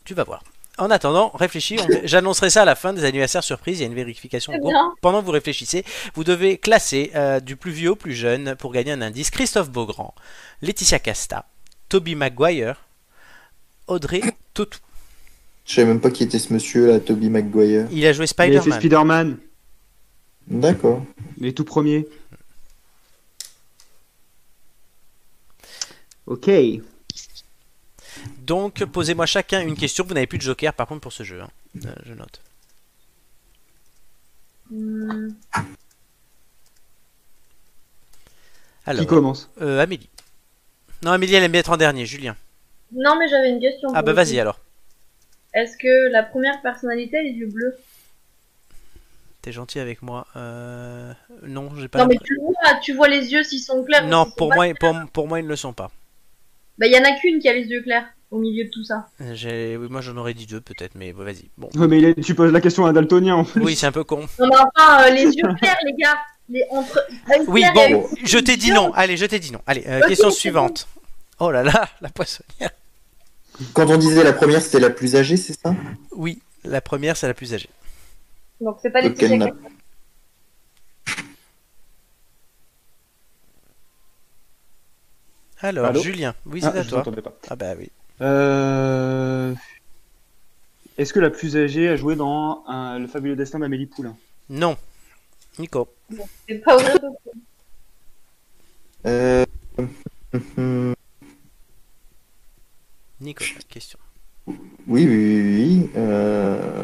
Speaker 1: Tu vas voir. En attendant, réfléchis. on- J'annoncerai ça à la fin des anniversaires surprises. Il y a une vérification.
Speaker 2: C'est
Speaker 1: en cours.
Speaker 2: Eh bien.
Speaker 1: Pendant que vous réfléchissez, vous devez classer euh, du plus vieux au plus jeune pour gagner un indice. Christophe Beaugrand, Laetitia Casta, Toby Maguire, Audrey Tautou.
Speaker 4: Je savais même pas qui était ce monsieur là, Toby Maguire.
Speaker 1: Il a joué
Speaker 3: Il a fait
Speaker 1: Spider-Man.
Speaker 3: Spider-Man,
Speaker 4: D'accord.
Speaker 3: les tout premiers. Ok.
Speaker 1: Donc, posez-moi chacun une question. Vous n'avez plus de joker, par contre, pour ce jeu. hein. Euh, je note.
Speaker 2: Hmm,
Speaker 1: Alors,
Speaker 3: Qui commence
Speaker 1: euh, Amélie. Non, Amélie, elle aime bien être en dernier. Julien.
Speaker 2: Non, mais j'avais une question.
Speaker 1: Ah
Speaker 2: pour
Speaker 1: bah
Speaker 2: le
Speaker 1: vas-y
Speaker 2: coup.
Speaker 1: alors.
Speaker 2: Est-ce que la première personnalité, elle est du bleu
Speaker 1: T'es gentil avec moi. Euh, Non, j'ai pas.
Speaker 2: Non, mais
Speaker 1: l'impression-
Speaker 2: tu le vois, tu vois les yeux s'ils sont clairs. ou
Speaker 1: non
Speaker 2: s'ils sont
Speaker 1: pour
Speaker 2: pas.
Speaker 1: moi, pour, pour moi, ils ne le sont pas.
Speaker 2: Bah, il y en a qu'une qui a les yeux clairs au milieu de tout ça.
Speaker 1: J'ai- Oui, moi, j'en aurais dit deux peut-être, mais bon, vas-y. [LAUGHS] Bon.
Speaker 3: Ouais, mais il est- tu poses la question à un daltonien en fait.
Speaker 1: Oui, c'est un peu con.
Speaker 2: Non, mais enfin, euh,
Speaker 1: [LAUGHS]
Speaker 2: les yeux clairs, les gars. Les entre. œil
Speaker 1: Oui,
Speaker 2: clair et
Speaker 1: bon,
Speaker 2: œil-
Speaker 1: je t'ai dit non. Allez, je t'ai dit non. Allez, euh,
Speaker 2: Ok,
Speaker 1: question
Speaker 2: c'est
Speaker 1: suivante. Oh là là, la poissonnière.
Speaker 4: Quand on disait la première, c'était la plus âgée, c'est ça
Speaker 1: Oui, la première, c'est la plus âgée.
Speaker 2: Donc, c'est pas les
Speaker 4: Ok,
Speaker 2: petits
Speaker 4: on a-
Speaker 2: gars.
Speaker 1: Alors,
Speaker 3: Allô
Speaker 1: Julien, oui, c'est
Speaker 3: Ah,
Speaker 1: à
Speaker 3: je
Speaker 1: toi.
Speaker 3: t'entendais pas.
Speaker 1: Ah bah oui.
Speaker 3: Euh... Est-ce que la plus âgée a joué dans un- le fabuleux destin d'Amélie Poulain
Speaker 1: Non. Nico.
Speaker 2: C'est pas vrai.
Speaker 4: Euh, hum, hum.
Speaker 1: Nico, question.
Speaker 4: Oui, oui, oui, oui. Euh,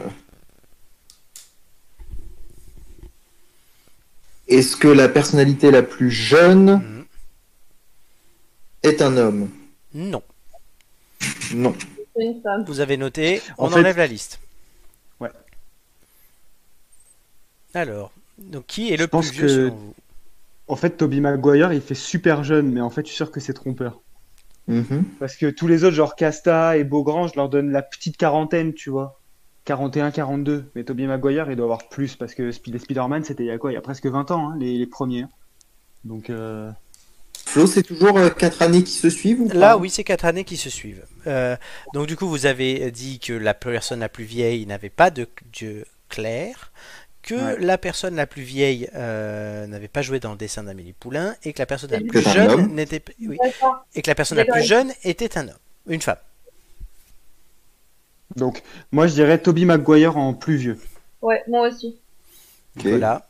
Speaker 4: Est-ce que la personnalité la plus jeune
Speaker 2: Hmm.
Speaker 1: Mhm.
Speaker 4: est un homme
Speaker 1: Non.
Speaker 4: Non.
Speaker 2: C'est une femme.
Speaker 1: Vous avez noté, on
Speaker 3: En fait-
Speaker 1: enlève la liste.
Speaker 3: Ouais.
Speaker 1: Alors, donc qui est
Speaker 3: Je
Speaker 1: le plus
Speaker 3: pense
Speaker 1: vieux
Speaker 3: que-
Speaker 1: selon vous
Speaker 3: En fait, Toby Maguire, il fait super jeune, mais en fait, je suis sûr que c'est trompeur.
Speaker 4: Mhm.
Speaker 3: Parce que tous les autres, genre Casta et Beaugrand, je leur donne la petite quarantaine, tu vois. 41, 42. Mais Toby Maguire, il doit avoir plus, parce que Sp- les Spider-Man, c'était il y a quoi Il y a presque 20 ans, hein, les, les premiers. Donc, euh,
Speaker 4: Flo, c'est toujours euh, quatre années qui se suivent ou pas
Speaker 1: Là, oui, c'est quatre années qui se suivent. Euh, donc, du coup, vous avez dit que la personne la plus vieille n'avait pas de dieu clair, que
Speaker 3: Ouais.
Speaker 1: la personne la plus vieille euh, n'avait pas joué dans le dessin d'Amélie Poulain, et que la personne la
Speaker 2: Que
Speaker 1: plus
Speaker 4: c'est un
Speaker 1: jeune
Speaker 4: homme.
Speaker 1: n'était p- oui,
Speaker 2: D'accord.
Speaker 1: et que la personne la
Speaker 2: D'accord.
Speaker 1: plus jeune était un homme, une femme.
Speaker 3: donc, moi, je dirais Toby Maguire en plus vieux.
Speaker 2: Ouais, moi aussi.
Speaker 4: Ok.
Speaker 1: Voilà.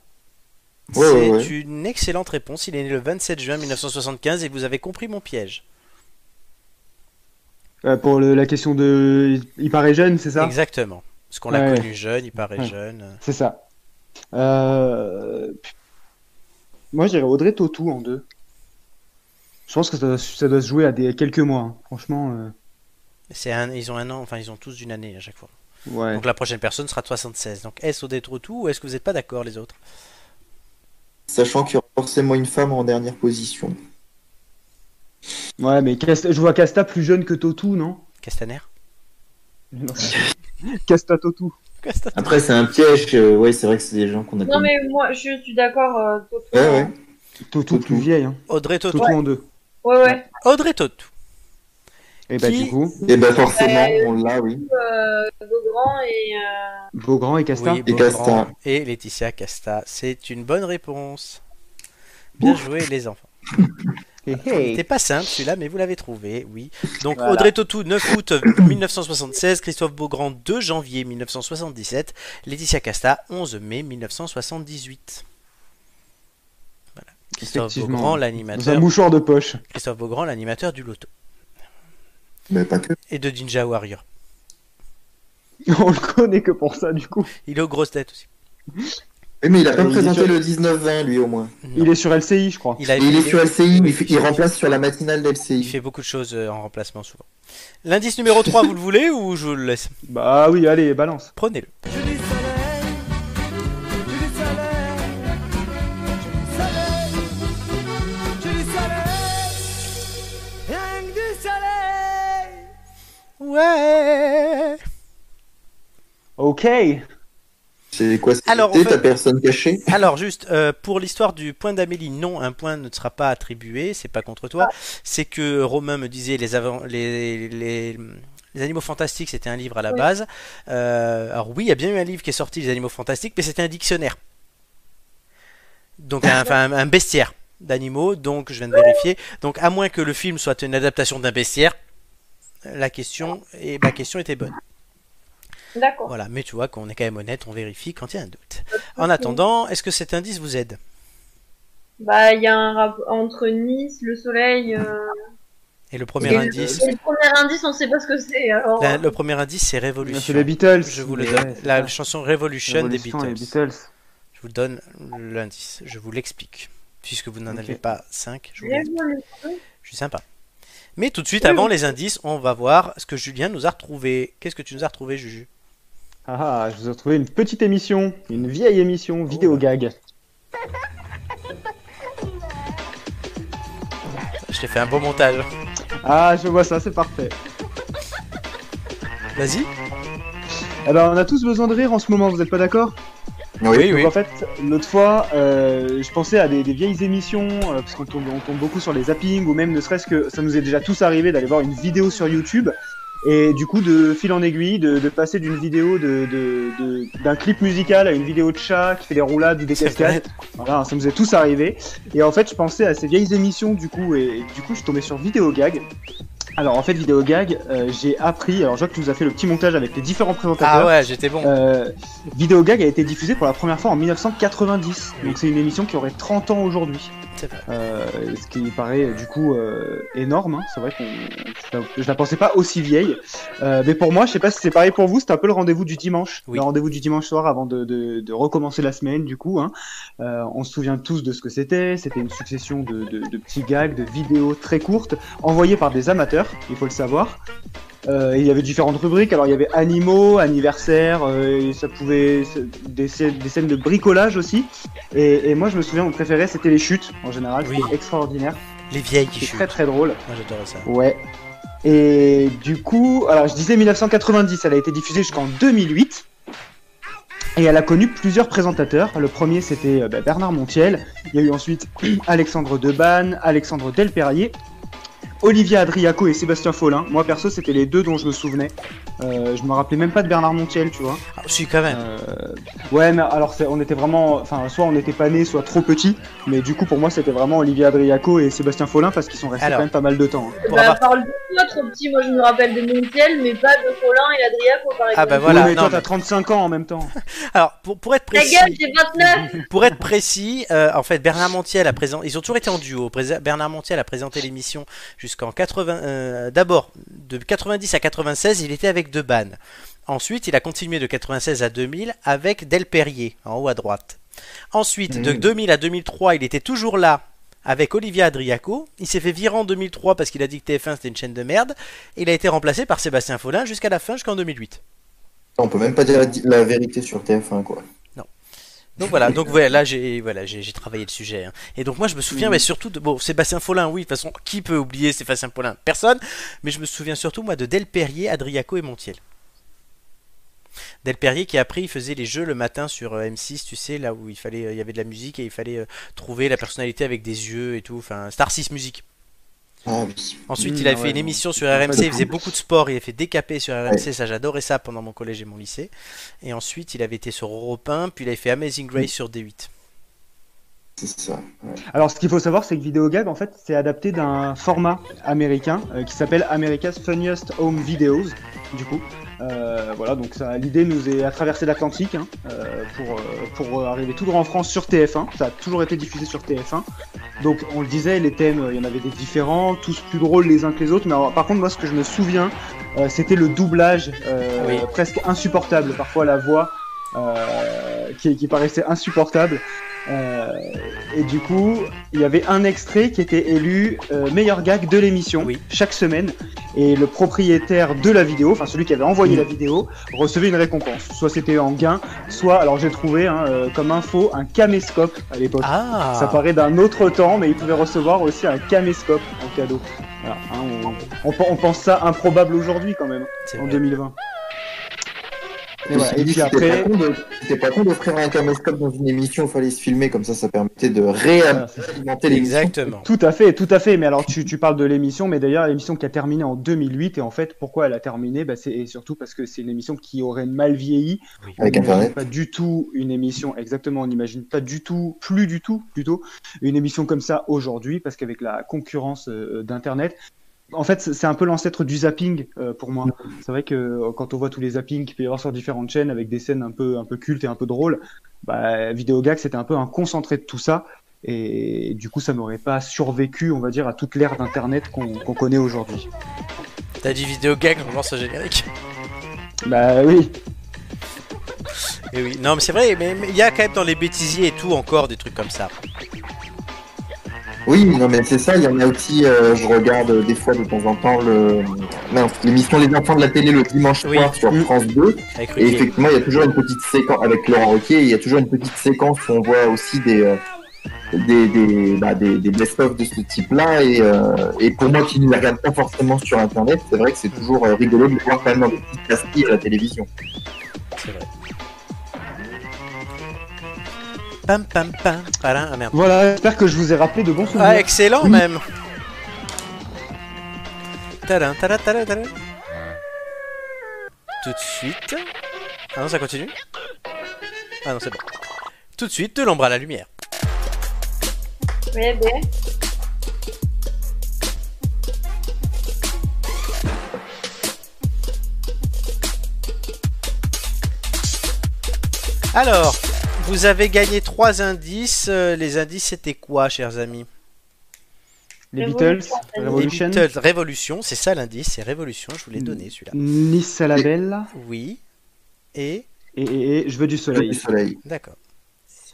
Speaker 4: Ouais,
Speaker 1: c'est
Speaker 4: ouais, ouais.
Speaker 1: une excellente réponse. Il est né le 27 juin 1975 et vous avez compris mon piège.
Speaker 3: Euh, pour le- la question de... il- Il paraît jeune, c'est ça
Speaker 1: Exactement. Parce qu'on l'a
Speaker 3: Ouais.
Speaker 1: connu jeune, il paraît
Speaker 3: Ouais.
Speaker 1: jeune.
Speaker 3: C'est ça. Euh, Moi, j'irais Audrey Tautou en deux. Je pense que ça doit, ça doit se jouer à des quelques mois. hein. Franchement, euh,
Speaker 1: C'est un, ils ont un an, enfin ils ont tous d'une année à chaque fois.
Speaker 3: ouais.
Speaker 1: Donc la prochaine personne sera de 76. Donc est-ce au détro tout ou est-ce que vous n'êtes pas d'accord les autres
Speaker 4: Sachant qu'il y aura forcément une femme en dernière position.
Speaker 3: Ouais, mais Casta- je vois Casta plus jeune que Totou, non
Speaker 1: [LAUGHS] Castaner
Speaker 3: Casta Totou.
Speaker 1: Castaner.
Speaker 4: Après, c'est un piège. euh, ouais, c'est vrai que c'est des gens qu'on a
Speaker 2: Non, mais moi, je suis d'accord. euh, Toto.
Speaker 4: connus. Ouais, ouais.
Speaker 3: Totou plus
Speaker 4: Totou.
Speaker 3: vieille, hein.
Speaker 1: Ah, Audrey Tautou.
Speaker 3: Totou en deux.
Speaker 2: Ouais, ouais.
Speaker 1: Audrey Tautou.
Speaker 3: Et bah,
Speaker 1: Qui-
Speaker 3: du coup,
Speaker 4: Et ben forcément, on l'a, oui.
Speaker 2: Euh, Beaugrand et. euh,
Speaker 3: Beaugrand et Casta.
Speaker 1: Oui,
Speaker 4: Et
Speaker 1: Beaugrand
Speaker 4: Casta.
Speaker 1: et Laetitia Casta. C'est une bonne réponse. Bien
Speaker 4: Ouf.
Speaker 1: joué les enfants.
Speaker 3: Hey,
Speaker 1: C'était
Speaker 3: hey.
Speaker 1: pas simple celui-là, mais vous l'avez trouvé, oui. Donc
Speaker 3: Voilà.
Speaker 1: Audrey Tautou, 9 août [COUGHS] 1976, Christophe Beaugrand, 2 janvier 1977, Laetitia Casta, 11 mai 1978. Voilà. Christophe
Speaker 3: Effectivement.
Speaker 1: Beaugrand,
Speaker 3: Dans un
Speaker 1: l'animateur.
Speaker 3: mouchoir de poche. [LAUGHS]
Speaker 1: Christophe Beaugrand, l'animateur du loto
Speaker 4: Mais pas que.
Speaker 1: et de Ninja Warrior.
Speaker 3: On le connaît que pour ça, du coup.
Speaker 1: Il est aux grosses têtes aussi.
Speaker 4: Oui, mais il a
Speaker 3: Et
Speaker 4: pas
Speaker 3: il est
Speaker 4: présenté
Speaker 3: sur-
Speaker 4: le 19-20, lui, au moins.
Speaker 1: Non.
Speaker 3: Il est sur LCI, je crois.
Speaker 1: Il, a-
Speaker 4: Et il est sur LCI, mais il, fait- il
Speaker 1: il-
Speaker 4: remplace sur la matinale
Speaker 1: il
Speaker 4: d'LCI.
Speaker 1: fait beaucoup de choses euh, en remplacement souvent. L'indice numéro 3, vous le voulez ou je vous le laisse
Speaker 3: Bah oui, allez, balance.
Speaker 1: Prenez-le. Ouais
Speaker 3: Ok.
Speaker 4: C'est quoi c'est
Speaker 1: Alors, en fait-
Speaker 4: ta personne cachée
Speaker 1: Alors juste euh, pour l'histoire du point d'Amélie, non, un point ne te sera pas attribué, c'est pas contre toi. C'est que Romain me disait les avant les les les animaux fantastiques, c'était un livre à la
Speaker 2: Oui.
Speaker 1: base. Euh, alors oui, il y a bien eu un livre qui est sorti, les animaux fantastiques, mais c'était un dictionnaire. Donc un, enfin, un bestiaire d'animaux, donc je viens de vérifier. Donc à moins que le film soit une adaptation d'un bestiaire, la question et ma question était bonne.
Speaker 2: D'accord.
Speaker 1: Voilà, mais tu vois qu'on est quand même honnête, on vérifie quand il y a un doute. En attendant, est-ce que cet indice vous aide
Speaker 2: Bah, il y a un rapport entre Nice, le soleil. euh,
Speaker 1: Ah, Et le
Speaker 2: et
Speaker 1: premier
Speaker 2: le-
Speaker 1: indice,
Speaker 2: et le premier indice, on sait pas ce que c'est. Alors. euh,
Speaker 1: la- le premier indice c'est
Speaker 3: C'est
Speaker 1: Révolution.
Speaker 3: les Beatles.
Speaker 1: Je vous le
Speaker 3: Mais
Speaker 1: donne.
Speaker 3: ouais, c'est
Speaker 1: La
Speaker 3: ça.
Speaker 1: chanson Revolution,
Speaker 3: Révolution
Speaker 1: des
Speaker 3: et
Speaker 1: Beatles.
Speaker 3: Beatles.
Speaker 1: Je vous donne l'indice. Je vous l'explique. Puisque vous n'en
Speaker 3: Ok.
Speaker 1: avez pas 5, je, vous
Speaker 2: Bien
Speaker 1: l'explique.
Speaker 2: joué.
Speaker 1: je suis sympa. Mais tout de suite, avant les indices, on va voir ce que Julien nous a retrouvé. Qu'est-ce que tu nous as retrouvé, Juju
Speaker 3: Ah, ah, je vous ai retrouvé une petite émission, une vieille
Speaker 1: Oh
Speaker 3: émission, vidéo gag.
Speaker 1: Je t'ai fait un beau montage.
Speaker 3: Ah, je vois ça, c'est parfait.
Speaker 1: Vas-y.
Speaker 3: Alors, Eh ben, on a tous besoin de rire en ce moment, vous êtes pas d'accord
Speaker 4: Oui.
Speaker 3: Donc, en fait, l'autre fois, euh, je pensais à des, des vieilles émissions, euh, parce qu'on tombe, on tombe beaucoup sur les zappings, ou même ne serait-ce que ça nous est déjà tous arrivé d'aller voir une vidéo sur YouTube, et du coup, de fil en aiguille, de, de passer d'une vidéo de, de- de- d'un clip musical à une vidéo de chat qui fait des roulades ou des
Speaker 1: C'est vrai.
Speaker 3: cascades. Voilà, ça nous est tous arrivé. Et en fait, je pensais à ces vieilles émissions, du coup, et, et du coup, je suis tombé sur Vidéo Gag. Alors, en fait, Vidéo Gag, euh, j'ai appris, alors Jacques nous a fait le petit montage avec les différents présentateurs.
Speaker 1: Ah ouais, j'étais bon.
Speaker 3: Euh, Vidéo Gag a été diffusée pour la première fois en 1990. Donc c'est une émission qui aurait 30 ans aujourd'hui.
Speaker 1: C'est vrai.
Speaker 3: Euh, ce qui me paraît euh, du coup euh, énorme. hein. C'est vrai qu'on je la pensais pas aussi vieille. Euh, mais pour moi, je sais pas si c'est pareil pour vous, c'est un peu le rendez-vous du dimanche,
Speaker 1: Oui.
Speaker 3: le rendez-vous du dimanche soir avant de, de, de recommencer la semaine. Du coup, hein. Euh, on se souvient tous de ce que c'était. C'était une succession de, de, de petits gags, de vidéos très courtes envoyées par des amateurs. Il faut le savoir. Euh, il y avait différentes rubriques. Alors il y avait animaux, anniversaire, euh, et ça pouvait des, scè- des scènes de bricolage aussi. Et, et moi je me souviens, mon préféré c'était les chutes en général,
Speaker 1: Oui.
Speaker 3: c'était extraordinaire,
Speaker 1: Les vieilles qui
Speaker 3: c'était
Speaker 1: chutent.
Speaker 3: très Oh. très drôle.
Speaker 1: Moi j'adorais ça.
Speaker 3: Ouais. Et du coup, alors je disais 1990, elle a été diffusée jusqu'en 2008. Et elle a connu plusieurs présentateurs. Le premier, c'était euh, bah, Bernard Montiel. Il y a eu ensuite [CLEARS THROAT] Alexandre Debanne, Alexandre Delperrier, Olivia Adriaco et Sébastien Follin. Moi, perso, c'était les deux dont je me souvenais. Euh, je me rappelais même pas de Bernard Montiel, tu vois.
Speaker 1: Ah, si, quand même.
Speaker 3: Euh, ouais, mais alors c'est- on était vraiment, enfin, soit on n'était pas né, soit trop petit. Mais du coup, pour moi, c'était vraiment Olivier Adriaco et Sébastien Follin parce qu'ils sont restés
Speaker 1: Alors.
Speaker 3: quand même pas mal de temps. hein.
Speaker 1: Pour
Speaker 2: Bah,
Speaker 1: avoir-
Speaker 2: parle de toi, trop petit. Moi, je me rappelle de Montiel, mais pas de Colin et Adriaco, par exemple.
Speaker 1: Ah, bah voilà.
Speaker 3: Oui, mais
Speaker 1: non,
Speaker 3: toi,
Speaker 1: mais-
Speaker 3: t'as 35 ans en même temps.
Speaker 1: Alors, pour, pour être
Speaker 2: Ta
Speaker 1: précis.
Speaker 2: gueule, j'ai 29
Speaker 1: Pour être précis, euh, en fait, Bernard Montiel a présenté. Ils ont toujours été en duo. Prés- Bernard Montiel a présenté l'émission jusqu'en 80. euh, D'abord, de 90 à 96, il était avec Debanne. Ensuite, il a continué de 96 à 2000 avec Delperrier, en haut à droite. Ensuite, de
Speaker 4: Mm.
Speaker 1: 2000 à 2003, il était toujours là avec Olivia Adriaco. Il s'est fait virer en 2003 parce qu'il a dit que TF1 c'était une chaîne de merde. Il a été remplacé par Sébastien Follin jusqu'à la fin, jusqu'en 2008.
Speaker 4: On peut même pas dire la, la vérité sur TF1, quoi.
Speaker 1: Donc voilà, donc voilà, là j'ai voilà, j'ai j'ai travaillé le sujet. hein. Et donc moi je me souviens, mais surtout de bon Sébastien Follin, oui, de toute façon qui peut oublier Sébastien Follin Personne. Mais je me souviens surtout moi de Delperrier, Adriaco et Montiel. Delperrier qui après il faisait les jeux le matin sur euh, M6, tu sais, là où il fallait, euh, il y avait de la musique et il fallait euh, trouver la personnalité avec des yeux et tout, enfin Star 6 musique.
Speaker 4: Ah oui.
Speaker 1: Ensuite
Speaker 3: Mmh,
Speaker 1: il avait
Speaker 3: ah
Speaker 1: fait
Speaker 3: ouais,
Speaker 1: une
Speaker 3: non.
Speaker 1: émission sur
Speaker 3: Pas
Speaker 1: RMC, il
Speaker 3: du
Speaker 1: faisait
Speaker 4: tout.
Speaker 1: beaucoup de sport, il avait fait décaper sur RMC, ça j'adorais ça pendant mon collège et mon lycée. Et ensuite il avait été sur Europe 1, puis il avait fait Amazing Grace sur D8.
Speaker 4: C'est ça. ouais.
Speaker 3: Alors, ce qu'il faut savoir, c'est que Videogag, en fait, c'est adapté d'un format américain euh, qui s'appelle America's Funniest Home Videos, du coup. Euh, voilà, donc ça, l'idée nous est à traverser l'Atlantique hein, euh, pour, euh, pour arriver tout droit en France sur TF1. Ça a toujours été diffusé sur TF1. Donc, on le disait, les thèmes, euh, il y en avait des différents, tous plus drôles les uns que les autres. Mais alors, par contre, moi, ce que je me souviens, euh, c'était le doublage euh,
Speaker 1: Oui.
Speaker 3: presque insupportable. Parfois, la voix euh, qui, qui paraissait insupportable. Euh, et du coup, il y avait un extrait qui était élu euh, meilleur gag de l'émission
Speaker 1: Oui.
Speaker 3: chaque semaine. Et le propriétaire de la vidéo, enfin celui qui avait envoyé la vidéo, recevait une récompense. Soit c'était en gain, soit, alors j'ai trouvé hein, euh, comme info, un caméscope à l'époque.
Speaker 1: Ah
Speaker 3: Ça paraît d'un autre temps, mais il pouvait recevoir aussi un caméscope en cadeau. Voilà, hein, on- on, on pense ça improbable aujourd'hui quand même,
Speaker 1: C'est
Speaker 3: en
Speaker 1: vrai.
Speaker 3: 2020. Et,
Speaker 4: Ceci
Speaker 3: voilà, et
Speaker 4: dit,
Speaker 3: puis
Speaker 4: c'était
Speaker 3: après...
Speaker 4: pas con de- C'était pas con d'offrir un caméscope dans une émission où fallait se filmer, comme ça, ça permettait de réalimenter l'émission.
Speaker 1: Exactement.
Speaker 3: Tout à fait, tout à fait. Mais alors, tu, tu parles de l'émission, mais d'ailleurs, l'émission qui a terminé en 2008, et en fait, pourquoi elle a terminé bah, c'est, Et surtout parce que c'est une émission qui aurait mal vieilli.
Speaker 4: Avec
Speaker 3: On n'imagine
Speaker 4: Internet.
Speaker 3: Pas du tout une émission, exactement, on n'imagine pas du tout, plus du tout, plutôt, une émission comme ça aujourd'hui, parce qu'avec la concurrence euh, d'Internet, en fait, c'est c'est un peu l'ancêtre du zapping euh, pour moi. C'est vrai que euh, quand on voit tous les zappings qu'il peut y avoir sur différentes chaînes avec des scènes un peu, un peu cultes et un peu drôles, bah, Vidéogag, c'était un peu un concentré de tout ça. Et du coup, ça n'aurait pas survécu, on va dire, à toute l'ère d'Internet qu'on qu'on connaît aujourd'hui.
Speaker 1: T'as dit vidéo gag, on lance un générique.
Speaker 3: Bah oui,
Speaker 1: Et Eh oui, non, mais c'est vrai, mais mais il y a quand même dans les bêtisiers et tout encore des trucs comme ça.
Speaker 4: Oui, non, mais c'est ça. Il y en a aussi, euh, je regarde euh, des fois de temps en temps le- mince, l'émission Les Enfants de la télé le dimanche
Speaker 1: Oui.
Speaker 4: soir sur
Speaker 3: Mm.
Speaker 4: France 2.
Speaker 1: Avec
Speaker 4: Et
Speaker 1: Ruquier.
Speaker 4: effectivement, il y a toujours une petite séquence avec Laurent Roquet. Il y a toujours une petite séquence où on voit aussi des euh, des des, bah, des, des best-of de ce type-là. Et, euh, et pour moi, qui ne les regarde pas forcément sur Internet, c'est vrai que c'est toujours euh, rigolo de les voir quand même dans des petites pastilles à la télévision.
Speaker 1: C'est vrai. Pam pam pam. Voilà, ah merde.
Speaker 3: voilà, j'espère que je vous ai rappelé de bons souvenirs.
Speaker 1: Ah, excellent
Speaker 3: Oui.
Speaker 1: même. Tadam, tadam, tadam, tadam. Tout de suite. Ah non, ça continue Ah non, c'est bon. Tout de suite, de l'ombre à la lumière.
Speaker 2: Ouais, ben.
Speaker 1: Alors, vous avez gagné trois indices. Euh, Les indices, c'était quoi, chers amis
Speaker 3: Les
Speaker 2: Révolution,
Speaker 3: Beatles,
Speaker 2: en fait.
Speaker 1: Les
Speaker 3: Revolution,
Speaker 1: Beatles, Révolution, c'est ça l'indice, c'est Révolution, je vous l'ai
Speaker 3: Mm.
Speaker 1: donné celui-là.
Speaker 3: Nice à la Belle
Speaker 1: Oui, et
Speaker 3: et, et- et Je veux du
Speaker 4: Jeu
Speaker 3: soleil.
Speaker 4: du soleil.
Speaker 1: d'accord.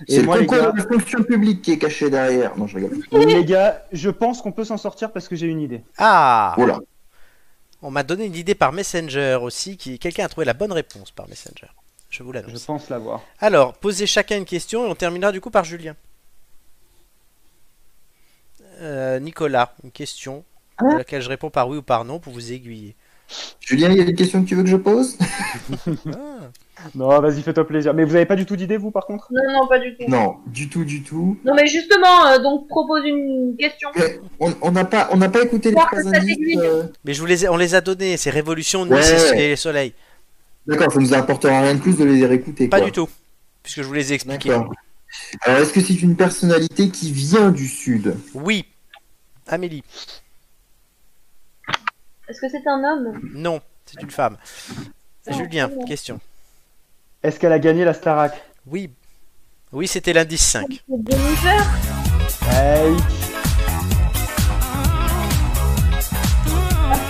Speaker 4: C'est
Speaker 3: Et
Speaker 4: le
Speaker 3: moi, les
Speaker 4: concours
Speaker 3: gars,
Speaker 4: de fonction publique qui est caché derrière. Non, je rigole.
Speaker 3: les gars, je pense qu'on peut s'en sortir parce que j'ai une idée.
Speaker 1: Ah
Speaker 4: Voilà.
Speaker 1: On m'a donné une idée par Messenger aussi, qui quelqu'un a trouvé la bonne réponse par Messenger. Je vous
Speaker 3: Je
Speaker 1: l'annonce.
Speaker 3: pense l'avoir.
Speaker 1: Alors, posez chacun une question et on terminera du coup par Julien. Euh, Nicolas, une question
Speaker 4: Ah.
Speaker 1: à laquelle je réponds par oui ou par non pour vous aiguiller.
Speaker 4: Julien, il y a des questions que tu veux que je pose Hmm.
Speaker 1: Ah.
Speaker 3: Non, vas-y, fais-toi plaisir. Mais vous avez pas du tout d'idée, vous, par contre
Speaker 2: Non, non, pas du tout.
Speaker 4: Non, du tout, du tout.
Speaker 2: Non, mais justement, euh, donc propose une question.
Speaker 4: On on n'a pas, on n'a pas écouté les
Speaker 2: Voir
Speaker 4: trois
Speaker 2: que ça
Speaker 4: indices.
Speaker 2: t'aiguille.
Speaker 4: euh,
Speaker 1: Mais je vous les ai- on les a donnés, c'est Révolution, Nice
Speaker 4: Ouais.
Speaker 1: et Soleil.
Speaker 4: D'accord, ça nous apportera rien de plus de les réécouter.
Speaker 1: Pas
Speaker 4: quoi.
Speaker 1: du tout, puisque je vous les ai expliqués.
Speaker 4: D'accord. Alors, est-ce que c'est une personnalité qui vient du Sud
Speaker 1: Oui. Amélie,
Speaker 2: Est-ce que c'est un homme
Speaker 1: non, c'est une femme.
Speaker 2: Non,
Speaker 1: Julien,
Speaker 2: non.
Speaker 1: question.
Speaker 3: Est-ce qu'elle a gagné la Starac
Speaker 1: Oui. Oui, c'était l'indice 5.
Speaker 2: C'est Jennifer
Speaker 3: Hey.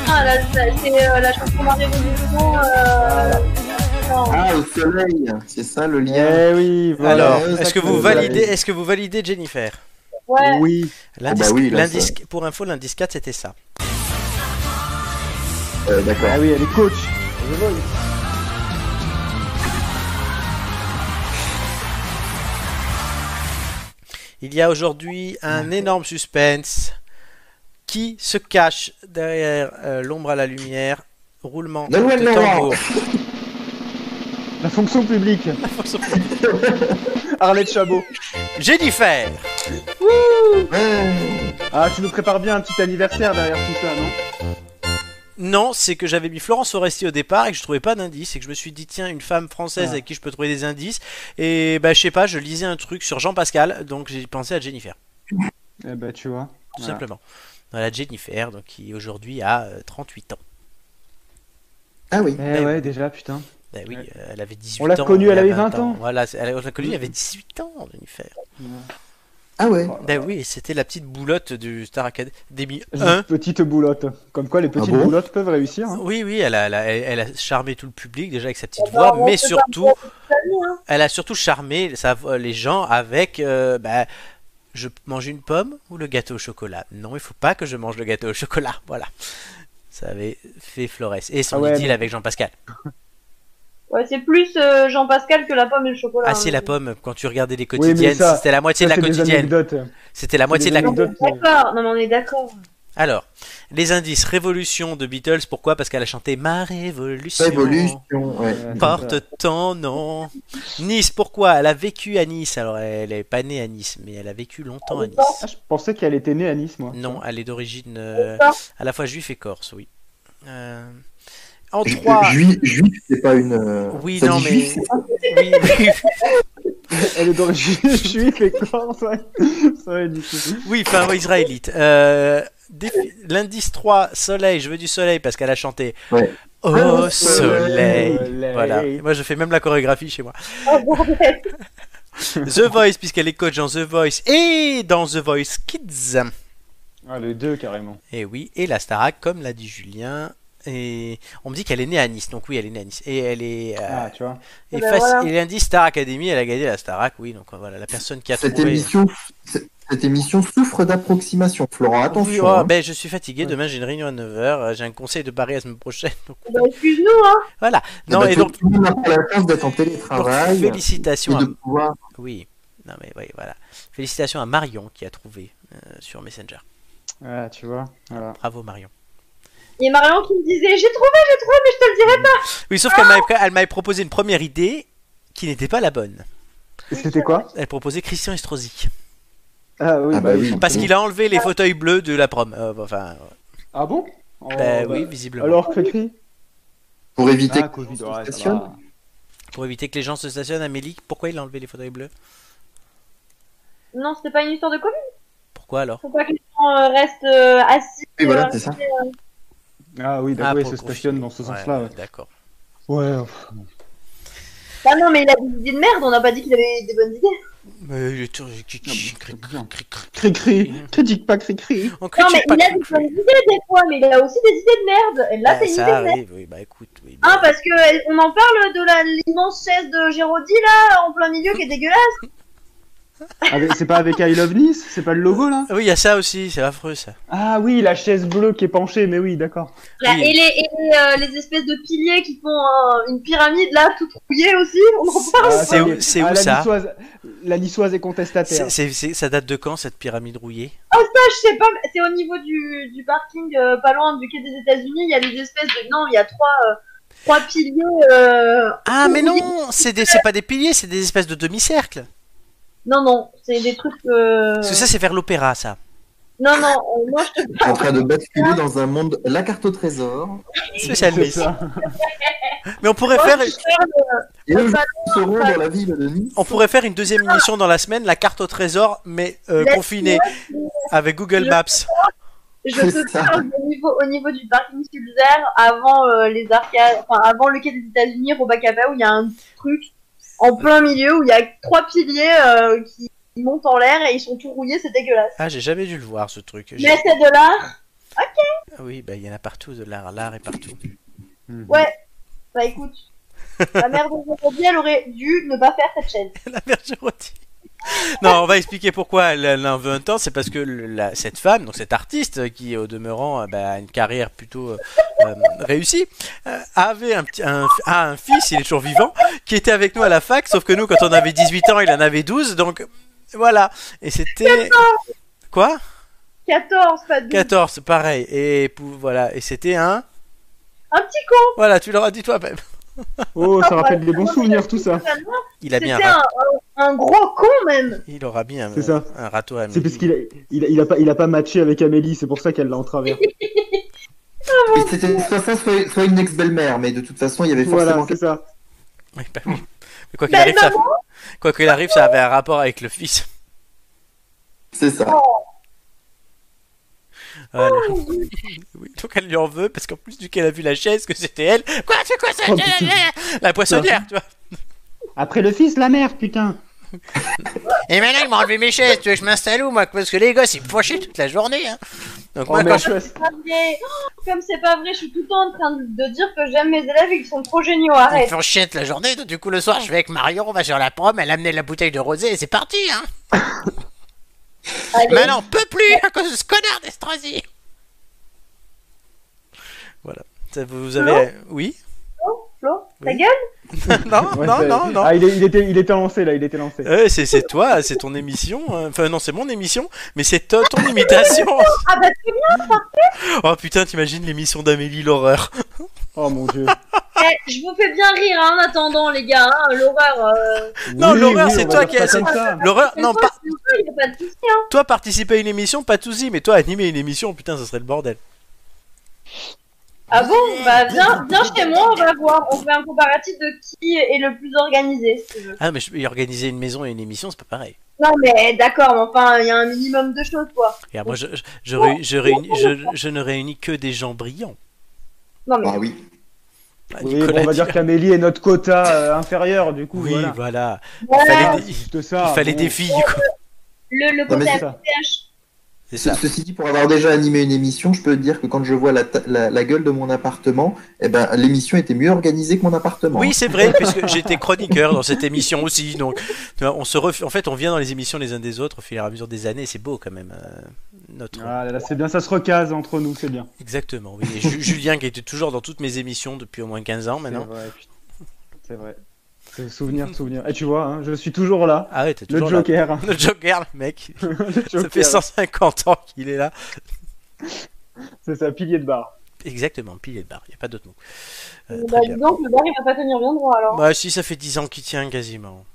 Speaker 2: Ah, là, ça- c'est euh, la chanson de la Révolution. euh, non.
Speaker 4: Ah, le soleil C'est ça le lien
Speaker 3: Eh oui, voilà.
Speaker 1: Alors,
Speaker 4: Euh,
Speaker 1: est-ce que
Speaker 4: ça,
Speaker 1: vous
Speaker 4: c'est-
Speaker 1: validez est-ce que vous validez Jennifer
Speaker 2: Ouais.
Speaker 3: Oui.
Speaker 1: L'indice
Speaker 4: bah oui, là,
Speaker 1: l'indice- pour info l'indice 4 c'était ça.
Speaker 4: Euh, D'accord.
Speaker 3: Ah oui, elle est coach.
Speaker 1: Il y a aujourd'hui un énorme suspense. Qui se cache derrière euh, l'ombre à la lumière Roulement
Speaker 4: Noël
Speaker 1: de
Speaker 4: Leroy.
Speaker 1: tambour.
Speaker 3: La fonction publique. [LAUGHS] Arlette Chabot.
Speaker 1: Jennifer
Speaker 4: Ouais.
Speaker 3: Ah, tu nous prépares bien un petit anniversaire derrière tout ça, non
Speaker 1: Non, c'est que j'avais mis Florence Foresti au départ et que je trouvais pas d'indice et que je me suis dit tiens une femme française
Speaker 3: Ah.
Speaker 1: avec qui je peux trouver des indices et bah je sais pas je lisais un truc sur Jean Pascal donc j'ai pensé à Jennifer
Speaker 3: Eh ben, tu vois.
Speaker 1: tout
Speaker 3: Voilà.
Speaker 1: simplement. Voilà Jennifer donc qui aujourd'hui a euh, 38 ans.
Speaker 4: Ah oui.
Speaker 3: Eh ouais, déjà, putain.
Speaker 1: Bah oui,
Speaker 3: Ouais.
Speaker 1: euh, elle avait 18 ans.
Speaker 3: On l'a connue,
Speaker 1: il y
Speaker 3: elle
Speaker 1: a
Speaker 3: avait 20 ans.
Speaker 1: Voilà, c'est- elle- on l'a connue, elle avait
Speaker 3: Mhm.
Speaker 1: 18 ans Jennifer.
Speaker 4: Ah ouais.
Speaker 1: Bah oui, c'était la petite boulotte du Star Academy
Speaker 3: Une
Speaker 1: 1.
Speaker 3: petite boulotte. Comme
Speaker 1: Ah
Speaker 3: quoi, les petites
Speaker 4: bon
Speaker 3: boulottes peuvent réussir. hein.
Speaker 1: Oui, oui, elle a, elle, a, elle a charmé tout le public déjà avec sa petite
Speaker 2: Ah bah,
Speaker 1: voix,
Speaker 2: on
Speaker 1: mais
Speaker 2: peut
Speaker 1: surtout,
Speaker 2: pas dire, hein.
Speaker 1: elle a surtout charmé sa voix- les gens avec. euh, bah, je mange une pomme ou le gâteau au chocolat Non, il faut pas que je mange le gâteau au chocolat. [LAUGHS] Voilà. Ça avait fait Flores. Et son
Speaker 3: Ah ouais,
Speaker 1: idylle
Speaker 3: mais-
Speaker 1: avec Jean-Pascal.
Speaker 2: Ouais, c'est plus euh, Jean-Pascal que la pomme et le chocolat.
Speaker 1: Ah, c'est
Speaker 2: hein.
Speaker 1: la pomme, quand tu regardais les
Speaker 3: mais
Speaker 1: quotidiennes,
Speaker 3: ça-
Speaker 1: c'était la moitié
Speaker 3: Ça,
Speaker 1: de la
Speaker 3: c'est des
Speaker 1: quotidienne.
Speaker 3: anecdotes.
Speaker 1: C'était la moitié de la
Speaker 3: des
Speaker 2: Non, mais on est
Speaker 3: anecdotes.
Speaker 2: D'accord, non, mais on est d'accord.
Speaker 1: Alors, les indices Révolution de Beatles, pourquoi Parce qu'elle a chanté Ma révolution.
Speaker 4: Révolution. Ouais.
Speaker 3: Ouais, c'est ça.
Speaker 1: Porte ton nom. Nice, pourquoi Elle a vécu à Nice. Alors, elle est pas née à Nice, mais elle a vécu longtemps à Nice.
Speaker 3: Ah, je pensais qu'elle était née à Nice, moi.
Speaker 1: Non, elle est d'origine euh,
Speaker 2: D'accord.
Speaker 1: à la fois juif et corse, oui. Euh, en
Speaker 4: Ju-
Speaker 1: trois.
Speaker 4: Juif, juif, c'est pas une. euh,
Speaker 1: Oui,
Speaker 4: ça
Speaker 1: non,
Speaker 4: dit
Speaker 1: mais.
Speaker 4: juif, c'est-
Speaker 1: Oui, oui,
Speaker 3: Elle est d'origine [LAUGHS] juive et corse, ouais. [LAUGHS] Ça va, du coup.
Speaker 1: Oui, enfin, ouais, israélite. Euh, défi- L'indice 3, soleil, je veux du soleil parce qu'elle a chanté.
Speaker 4: Ouais.
Speaker 1: Oh
Speaker 4: Oh,
Speaker 1: soleil.
Speaker 3: soleil.
Speaker 1: Voilà. Et Moi, je fais même la chorégraphie chez moi.
Speaker 2: Oh, bordel.
Speaker 1: The Voice, puisqu'elle est coach dans The Voice et dans The Voice Kids.
Speaker 3: Ah, les deux, carrément.
Speaker 1: Et Eh oui, et la Starac, comme l'a dit Julien. Et on me dit qu'elle est née à Nice, donc oui, elle est née à Nice. Et elle est. euh,
Speaker 3: Ah, tu vois.
Speaker 1: et,
Speaker 2: ben
Speaker 1: face-
Speaker 2: voilà.
Speaker 1: et lundi, Star Academy, elle a gagné la Starac, oui, donc euh, voilà, la personne qui a
Speaker 4: Cette
Speaker 1: trouvé.
Speaker 4: émission, cette cette émission souffre d'approximation, Florent.
Speaker 1: Oui,
Speaker 4: Attention.
Speaker 1: oh,
Speaker 4: hein.
Speaker 1: ben, je suis fatigué, demain j'ai une réunion à 9h, j'ai un conseil de Paris la semaine prochaine. donc-
Speaker 2: Bah, Excuse-nous, hein.
Speaker 4: Eh
Speaker 1: Non,
Speaker 4: ben,
Speaker 1: et
Speaker 4: tout-
Speaker 1: donc,
Speaker 4: tout le monde n'a pas la chance d'être en
Speaker 1: donc,
Speaker 4: télétravail et
Speaker 1: félicitations à
Speaker 4: de pouvoir.
Speaker 1: Oui. Non mais oui, voilà. Félicitations à Marion qui a trouvé euh, sur Messenger.
Speaker 3: Ah, tu vois. Voilà.
Speaker 1: Bravo Marion.
Speaker 2: Il y a Marion qui me disait J'ai trouvé, j'ai trouvé, mais je te le dirai
Speaker 1: Oui, sauf qu'elle
Speaker 3: Ah
Speaker 1: m'avait- elle m'avait proposé une première idée qui n'était pas la bonne.
Speaker 3: Et C'était quoi
Speaker 1: Elle proposait Christian Estrosi
Speaker 3: Ah, oui,
Speaker 4: Ah, bah oui.
Speaker 1: parce
Speaker 4: Oui.
Speaker 1: qu'il a enlevé les fauteuils bleus de la prom. Euh, enfin,
Speaker 3: Ah bon Oh,
Speaker 1: bah,
Speaker 3: bah,
Speaker 1: oui, visiblement.
Speaker 3: Alors, Cricri
Speaker 4: Pour éviter.
Speaker 3: Ah, Covid, Ah, ouais, ça
Speaker 4: stationne.
Speaker 3: va.
Speaker 1: Pour éviter que les gens se stationnent, Amélie, pourquoi il a enlevé les fauteuils bleus
Speaker 2: pas. Non, c'était pas une histoire de Covid.
Speaker 1: Pourquoi alors
Speaker 2: Faut pas que les gens euh, restent euh, assis.
Speaker 4: Oui, voilà,
Speaker 2: euh,
Speaker 4: c'est ça.
Speaker 3: Ah oui, d'accord,
Speaker 1: Ah, pour le
Speaker 3: oui, se
Speaker 1: confinement.
Speaker 3: stationne dans ce
Speaker 1: Ouais,
Speaker 3: sens-là. Ouais.
Speaker 1: D'accord.
Speaker 3: Ouais,
Speaker 2: Bah non, mais il a des idées de merde, on n'a pas dit qu'il avait des bonnes idées.
Speaker 1: Mais il est tout- qui-
Speaker 3: Non,
Speaker 1: qui-
Speaker 3: mais
Speaker 1: cri-
Speaker 3: c'est bien.
Speaker 1: cri- cri-
Speaker 3: Cricri,
Speaker 1: Mm.
Speaker 3: critique pas Cricri.
Speaker 1: on
Speaker 2: Non, mais
Speaker 1: critique pas
Speaker 2: il a
Speaker 1: cri-
Speaker 2: des bonnes idées des fois, mais il a aussi des idées de merde. Et là,
Speaker 1: Bah,
Speaker 2: c'est une idée
Speaker 1: ça
Speaker 2: de merde.
Speaker 1: arrive, oui, bah écoute. oui, bah,
Speaker 2: Hein, parce que euh, on en parle de la- l'immense chaise de Géraudy là, en plein milieu, qui est dégueulasse.
Speaker 3: Avec- C'est pas avec I Love Nice C'est pas le logo là
Speaker 1: Oui, il y a ça aussi, c'est affreux ça.
Speaker 3: Ah oui, la chaise bleue qui est penchée, mais oui, d'accord.
Speaker 2: Là,
Speaker 1: Oui.
Speaker 2: Bah, et les, et les, euh, les espèces de piliers qui font euh, une pyramide là, toute rouillée aussi. On en parle.
Speaker 3: Ah,
Speaker 1: C'est
Speaker 3: ça y
Speaker 1: où-
Speaker 3: est.
Speaker 1: c'est
Speaker 3: Ah,
Speaker 1: où
Speaker 3: la
Speaker 1: ça
Speaker 3: niçoise- La niçoise est
Speaker 1: C'est-
Speaker 3: contestataire.
Speaker 1: c'est- c'est- ça date de quand cette pyramide rouillée
Speaker 2: Je sais pas, mais c'est au niveau du, du parking euh, pas loin du quai des États-Unis. Il y a des espèces de. Non, il y a trois, euh, trois piliers. euh,
Speaker 1: Ah, mais
Speaker 2: mais
Speaker 1: non C'est des- c'est pas des piliers, c'est des espèces de demi-cercles.
Speaker 3: Euh.
Speaker 2: Non, non, c'est des trucs. euh,
Speaker 1: Parce que ça, c'est vers l'opéra, ça.
Speaker 2: Non, non, euh, moi je te
Speaker 4: en
Speaker 2: parle.
Speaker 4: train de basculer dans un monde. La carte au trésor.
Speaker 1: Spécialiste.
Speaker 3: ça.
Speaker 1: Mais on pourrait [LAUGHS]
Speaker 2: Moi,
Speaker 1: faire,
Speaker 2: je te parle,
Speaker 4: Et
Speaker 2: Le
Speaker 4: eux
Speaker 2: ballon,
Speaker 4: seront
Speaker 2: ballon.
Speaker 4: dans la ville de Nice.
Speaker 1: on pourrait faire une deuxième émission dans la semaine, la carte au trésor, mais euh,
Speaker 2: Laisse-moi
Speaker 1: confinée avec Google
Speaker 2: Je-
Speaker 1: Maps.
Speaker 2: je
Speaker 4: C'est
Speaker 2: te
Speaker 4: ça.
Speaker 2: parle au niveau, au niveau du parking Sulzer avant euh, les arcades, enfin avant le quai des États-Unis, Robacaba, où il y a un truc en plein milieu où il y a trois piliers euh, qui montent en l'air et ils sont tout rouillés, c'est dégueulasse.
Speaker 1: Ah, j'ai jamais dû le voir ce truc. J'ai-
Speaker 2: Mais c'est de l'art.
Speaker 1: Ah Oui, bah il y en a partout de l'art, l'art est partout. [LAUGHS]
Speaker 3: Hmm.
Speaker 2: Bah écoute, la mère de Zérodie, elle aurait dû ne pas faire cette chaîne.
Speaker 1: la mère Jérôme. Non, on va expliquer pourquoi elle elle a 20 ans. C'est parce que le- la- cette femme, donc cette artiste, qui au demeurant euh, bah, a une carrière plutôt euh, euh, réussie, euh, avait un, petit- un, a un fils, il est toujours vivant, qui était avec nous à la fac. Sauf que nous, quand on avait 18 ans, il en avait 12. Donc voilà. Et c'était. Quoi
Speaker 2: 14, pas de
Speaker 1: 14, pareil. Et pou- voilà. Et c'était un.
Speaker 2: Un petit con,
Speaker 1: Voilà, tu l'auras dit toi-même.
Speaker 3: Oh, ça
Speaker 2: Ah,
Speaker 3: rappelle
Speaker 2: bah,
Speaker 3: des bons
Speaker 2: moi,
Speaker 3: souvenirs tout ça.
Speaker 2: finalement,
Speaker 1: Il a
Speaker 2: c'était
Speaker 1: Eh bien.
Speaker 2: un, un- un gros con même.
Speaker 1: Il aura bien euh,
Speaker 3: C'est ça.
Speaker 1: un râteau à
Speaker 3: C'est
Speaker 1: midi.
Speaker 3: parce qu'il a, il a, il a pas, il a pas matché avec Amélie, c'est pour ça qu'elle l'a en travers.
Speaker 4: Et c'était soit ça, soit, soit une ex-belle-mère, mais de toute façon, il y avait
Speaker 3: Voilà,
Speaker 4: forcément
Speaker 3: c'est ça.
Speaker 1: Oui, bah oui. Mais quoi qu'il
Speaker 2: Belle
Speaker 1: arrive, ça... quoi qu'il arrive, ça avait un rapport avec le fils. [LAUGHS]
Speaker 4: C'est ça.
Speaker 2: Oh,
Speaker 1: Voilà. Oui, donc elle lui en veut parce qu'en plus du qu'elle a vu la chaise que c'était elle. Quoi, c'est quoi ça
Speaker 3: Oh, putain. Ah.
Speaker 1: La poissonnière, tu vois.
Speaker 5: Après le fils, la mère, putain.
Speaker 1: Et maintenant ils m'ont enlevé mes chaises, tu veux que je m'installe où moi Parce que les gosses ils me font chier toute la journée. hein. Donc
Speaker 3: Oh,
Speaker 1: moi
Speaker 3: mais
Speaker 1: quand je...
Speaker 3: la chouette.
Speaker 2: Pas vrai. Oh, Comme c'est pas vrai, je suis tout le temps en train de- de dire que j'aime mes élèves et qu'ils sont trop géniaux,
Speaker 1: ils me
Speaker 2: arrête.
Speaker 1: font chier toute la journée, donc du coup le soir je vais avec Marion, on va sur la prom, elle a amené la bouteille de rosé et c'est parti hein
Speaker 2: Allez.
Speaker 1: Mais elle en peut plus à cause de ce connard d'Estrasie Voilà. Ça, vous avez... Oui
Speaker 2: Flo, ta
Speaker 1: Oui.
Speaker 2: gueule
Speaker 1: Non,
Speaker 3: Ouais,
Speaker 1: non,
Speaker 3: ça-
Speaker 1: non, Euh. non
Speaker 3: Ah, il, est- il était, il était lancé là, il était lancé.
Speaker 1: Ouais, c'est, c'est toi, c'est ton émission. hein. Enfin, non, c'est mon émission, mais c'est euh, ton
Speaker 2: [LAUGHS]
Speaker 1: imitation.
Speaker 2: Ah bah très bien
Speaker 1: Oh putain, t'imagines l'émission d'Amélie l'horreur.
Speaker 3: Oh mon dieu.
Speaker 2: Eh, Je vous fais bien rire hein, en attendant les gars, hein, l'horreur. euh,
Speaker 1: [LAUGHS] Non,
Speaker 3: Oui,
Speaker 1: l'horreur,
Speaker 3: oui,
Speaker 1: c'est
Speaker 3: on
Speaker 1: toi
Speaker 3: va
Speaker 1: qui
Speaker 3: dire
Speaker 1: as.
Speaker 3: ça comme ça.
Speaker 1: L'horreur,
Speaker 2: c'est
Speaker 1: non,
Speaker 2: toi,
Speaker 1: pas
Speaker 2: c'est toi, Il n'y a pas de souci. Hein.
Speaker 1: toi participer à une émission, pas de souci, mais toi animer une émission, putain, ça serait le bordel.
Speaker 2: Ah bon Bah viens, viens chez moi, on va voir. On fait un comparatif de qui est le plus organisé. si tu veux.
Speaker 1: Ah, mais je- et organiser une maison et une émission, c'est pas pareil.
Speaker 2: Non mais eh, d'accord, mais enfin il y a un minimum de choses quoi.
Speaker 1: Regarde, moi, je, je, je réu- je réunis- je- je ne réunis que des gens brillants.
Speaker 2: Non mais
Speaker 4: Ah oui.
Speaker 1: [LAUGHS] Ah,
Speaker 3: Oui,
Speaker 1: Nicolas
Speaker 3: bon, on va dire
Speaker 1: Dira-
Speaker 3: qu'Amélie est notre quota euh, inférieur, du coup.
Speaker 1: Oui,
Speaker 3: voilà.
Speaker 1: voilà.
Speaker 2: Ouais,
Speaker 1: Il
Speaker 3: Ah,
Speaker 1: fallait des,
Speaker 3: c'est juste
Speaker 1: il
Speaker 3: ça.
Speaker 1: fallait
Speaker 3: bon.
Speaker 1: des filles, quoi.
Speaker 2: le, le
Speaker 4: Non, mais
Speaker 2: côté
Speaker 3: c'est ça.
Speaker 2: APH.
Speaker 1: C'est ça.
Speaker 4: Ce- Ceci dit, pour avoir déjà animé une émission, je peux te dire que quand je vois la, ta- la, la gueule de mon appartement, eh ben, l'émission était mieux organisée que mon appartement.
Speaker 1: Oui, c'est vrai, puisque j'étais chroniqueur dans cette émission aussi. Donc, tu vois, on se ref... en fait, on vient dans les émissions les uns des autres au fur et à mesure des années. C'est beau quand même. euh, notre...
Speaker 3: Ah là là, c'est bien, ça se recase entre nous, c'est bien.
Speaker 1: Exactement. Oui. Et Ju- Julien, qui était toujours dans toutes mes émissions depuis au moins 15 ans
Speaker 3: C'est
Speaker 1: maintenant.
Speaker 3: vrai. putain. C'est vrai. C'est souvenir, souvenir. Et tu vois, hein, je suis toujours là.
Speaker 1: Ah ouais, t'es
Speaker 3: Le
Speaker 1: toujours là.
Speaker 3: Joker. hein.
Speaker 1: Le Joker, le mec.
Speaker 3: [LAUGHS] Le
Speaker 1: Ça fait
Speaker 3: Joker.
Speaker 1: 150 ans qu'il est là.
Speaker 3: C'est ça, pilier de barre.
Speaker 1: Exactement, pilier de barre. Il n'y a pas d'autre mot. Euh,
Speaker 2: Bah
Speaker 1: très
Speaker 2: dis
Speaker 1: bien.
Speaker 2: donc le bar il va pas tenir bien droit alors.
Speaker 1: Bah, si, ça fait 10 ans qu'il tient quasiment.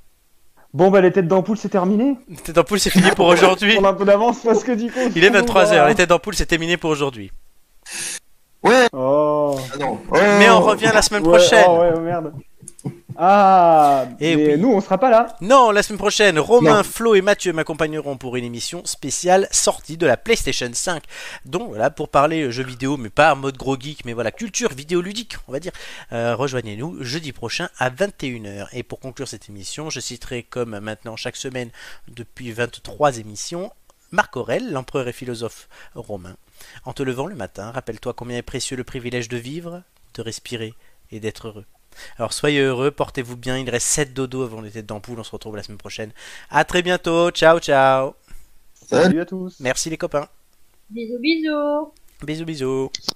Speaker 3: Bon, bah, les têtes d'ampoule, c'est terminé.
Speaker 1: Tête d'ampoule, c'est fini
Speaker 3: [LAUGHS]
Speaker 1: pour aujourd'hui.
Speaker 3: On a un peu d'avance parce que du coup.
Speaker 1: Il est
Speaker 3: on va-
Speaker 1: 23h. Les têtes d'ampoule, c'est terminé pour aujourd'hui.
Speaker 4: Ouais
Speaker 3: Oh.
Speaker 4: Ah non.
Speaker 1: Mais on revient la semaine prochaine.
Speaker 3: Ouais, oh, ouais, oh, merde. Ah,
Speaker 1: Eh
Speaker 3: mais
Speaker 1: oui.
Speaker 3: nous, on sera pas là.
Speaker 1: Non, la semaine prochaine, Romain,
Speaker 4: Non.
Speaker 1: Flo et Mathieu m'accompagneront pour une émission spéciale sortie de la PlayStation 5. Donc voilà, pour parler euh, jeux vidéo, mais pas en mode gros geek, mais voilà, culture vidéoludique, on va dire. Euh, Rejoignez-nous jeudi prochain à 21h. Et pour conclure cette émission, je citerai comme maintenant chaque semaine depuis 23 émissions, Marc Aurèle, l'empereur et philosophe romain. En te levant le matin, rappelle-toi combien est précieux le privilège de vivre, de respirer et d'être heureux. Alors soyez heureux, portez-vous bien, il reste 7 dodos avant les têtes d'ampoule, on se retrouve la semaine prochaine. à très bientôt, ciao ciao
Speaker 4: Salut.
Speaker 3: Salut à tous.
Speaker 1: Merci les copains,
Speaker 2: Bisous, bisous.
Speaker 1: bisous bisous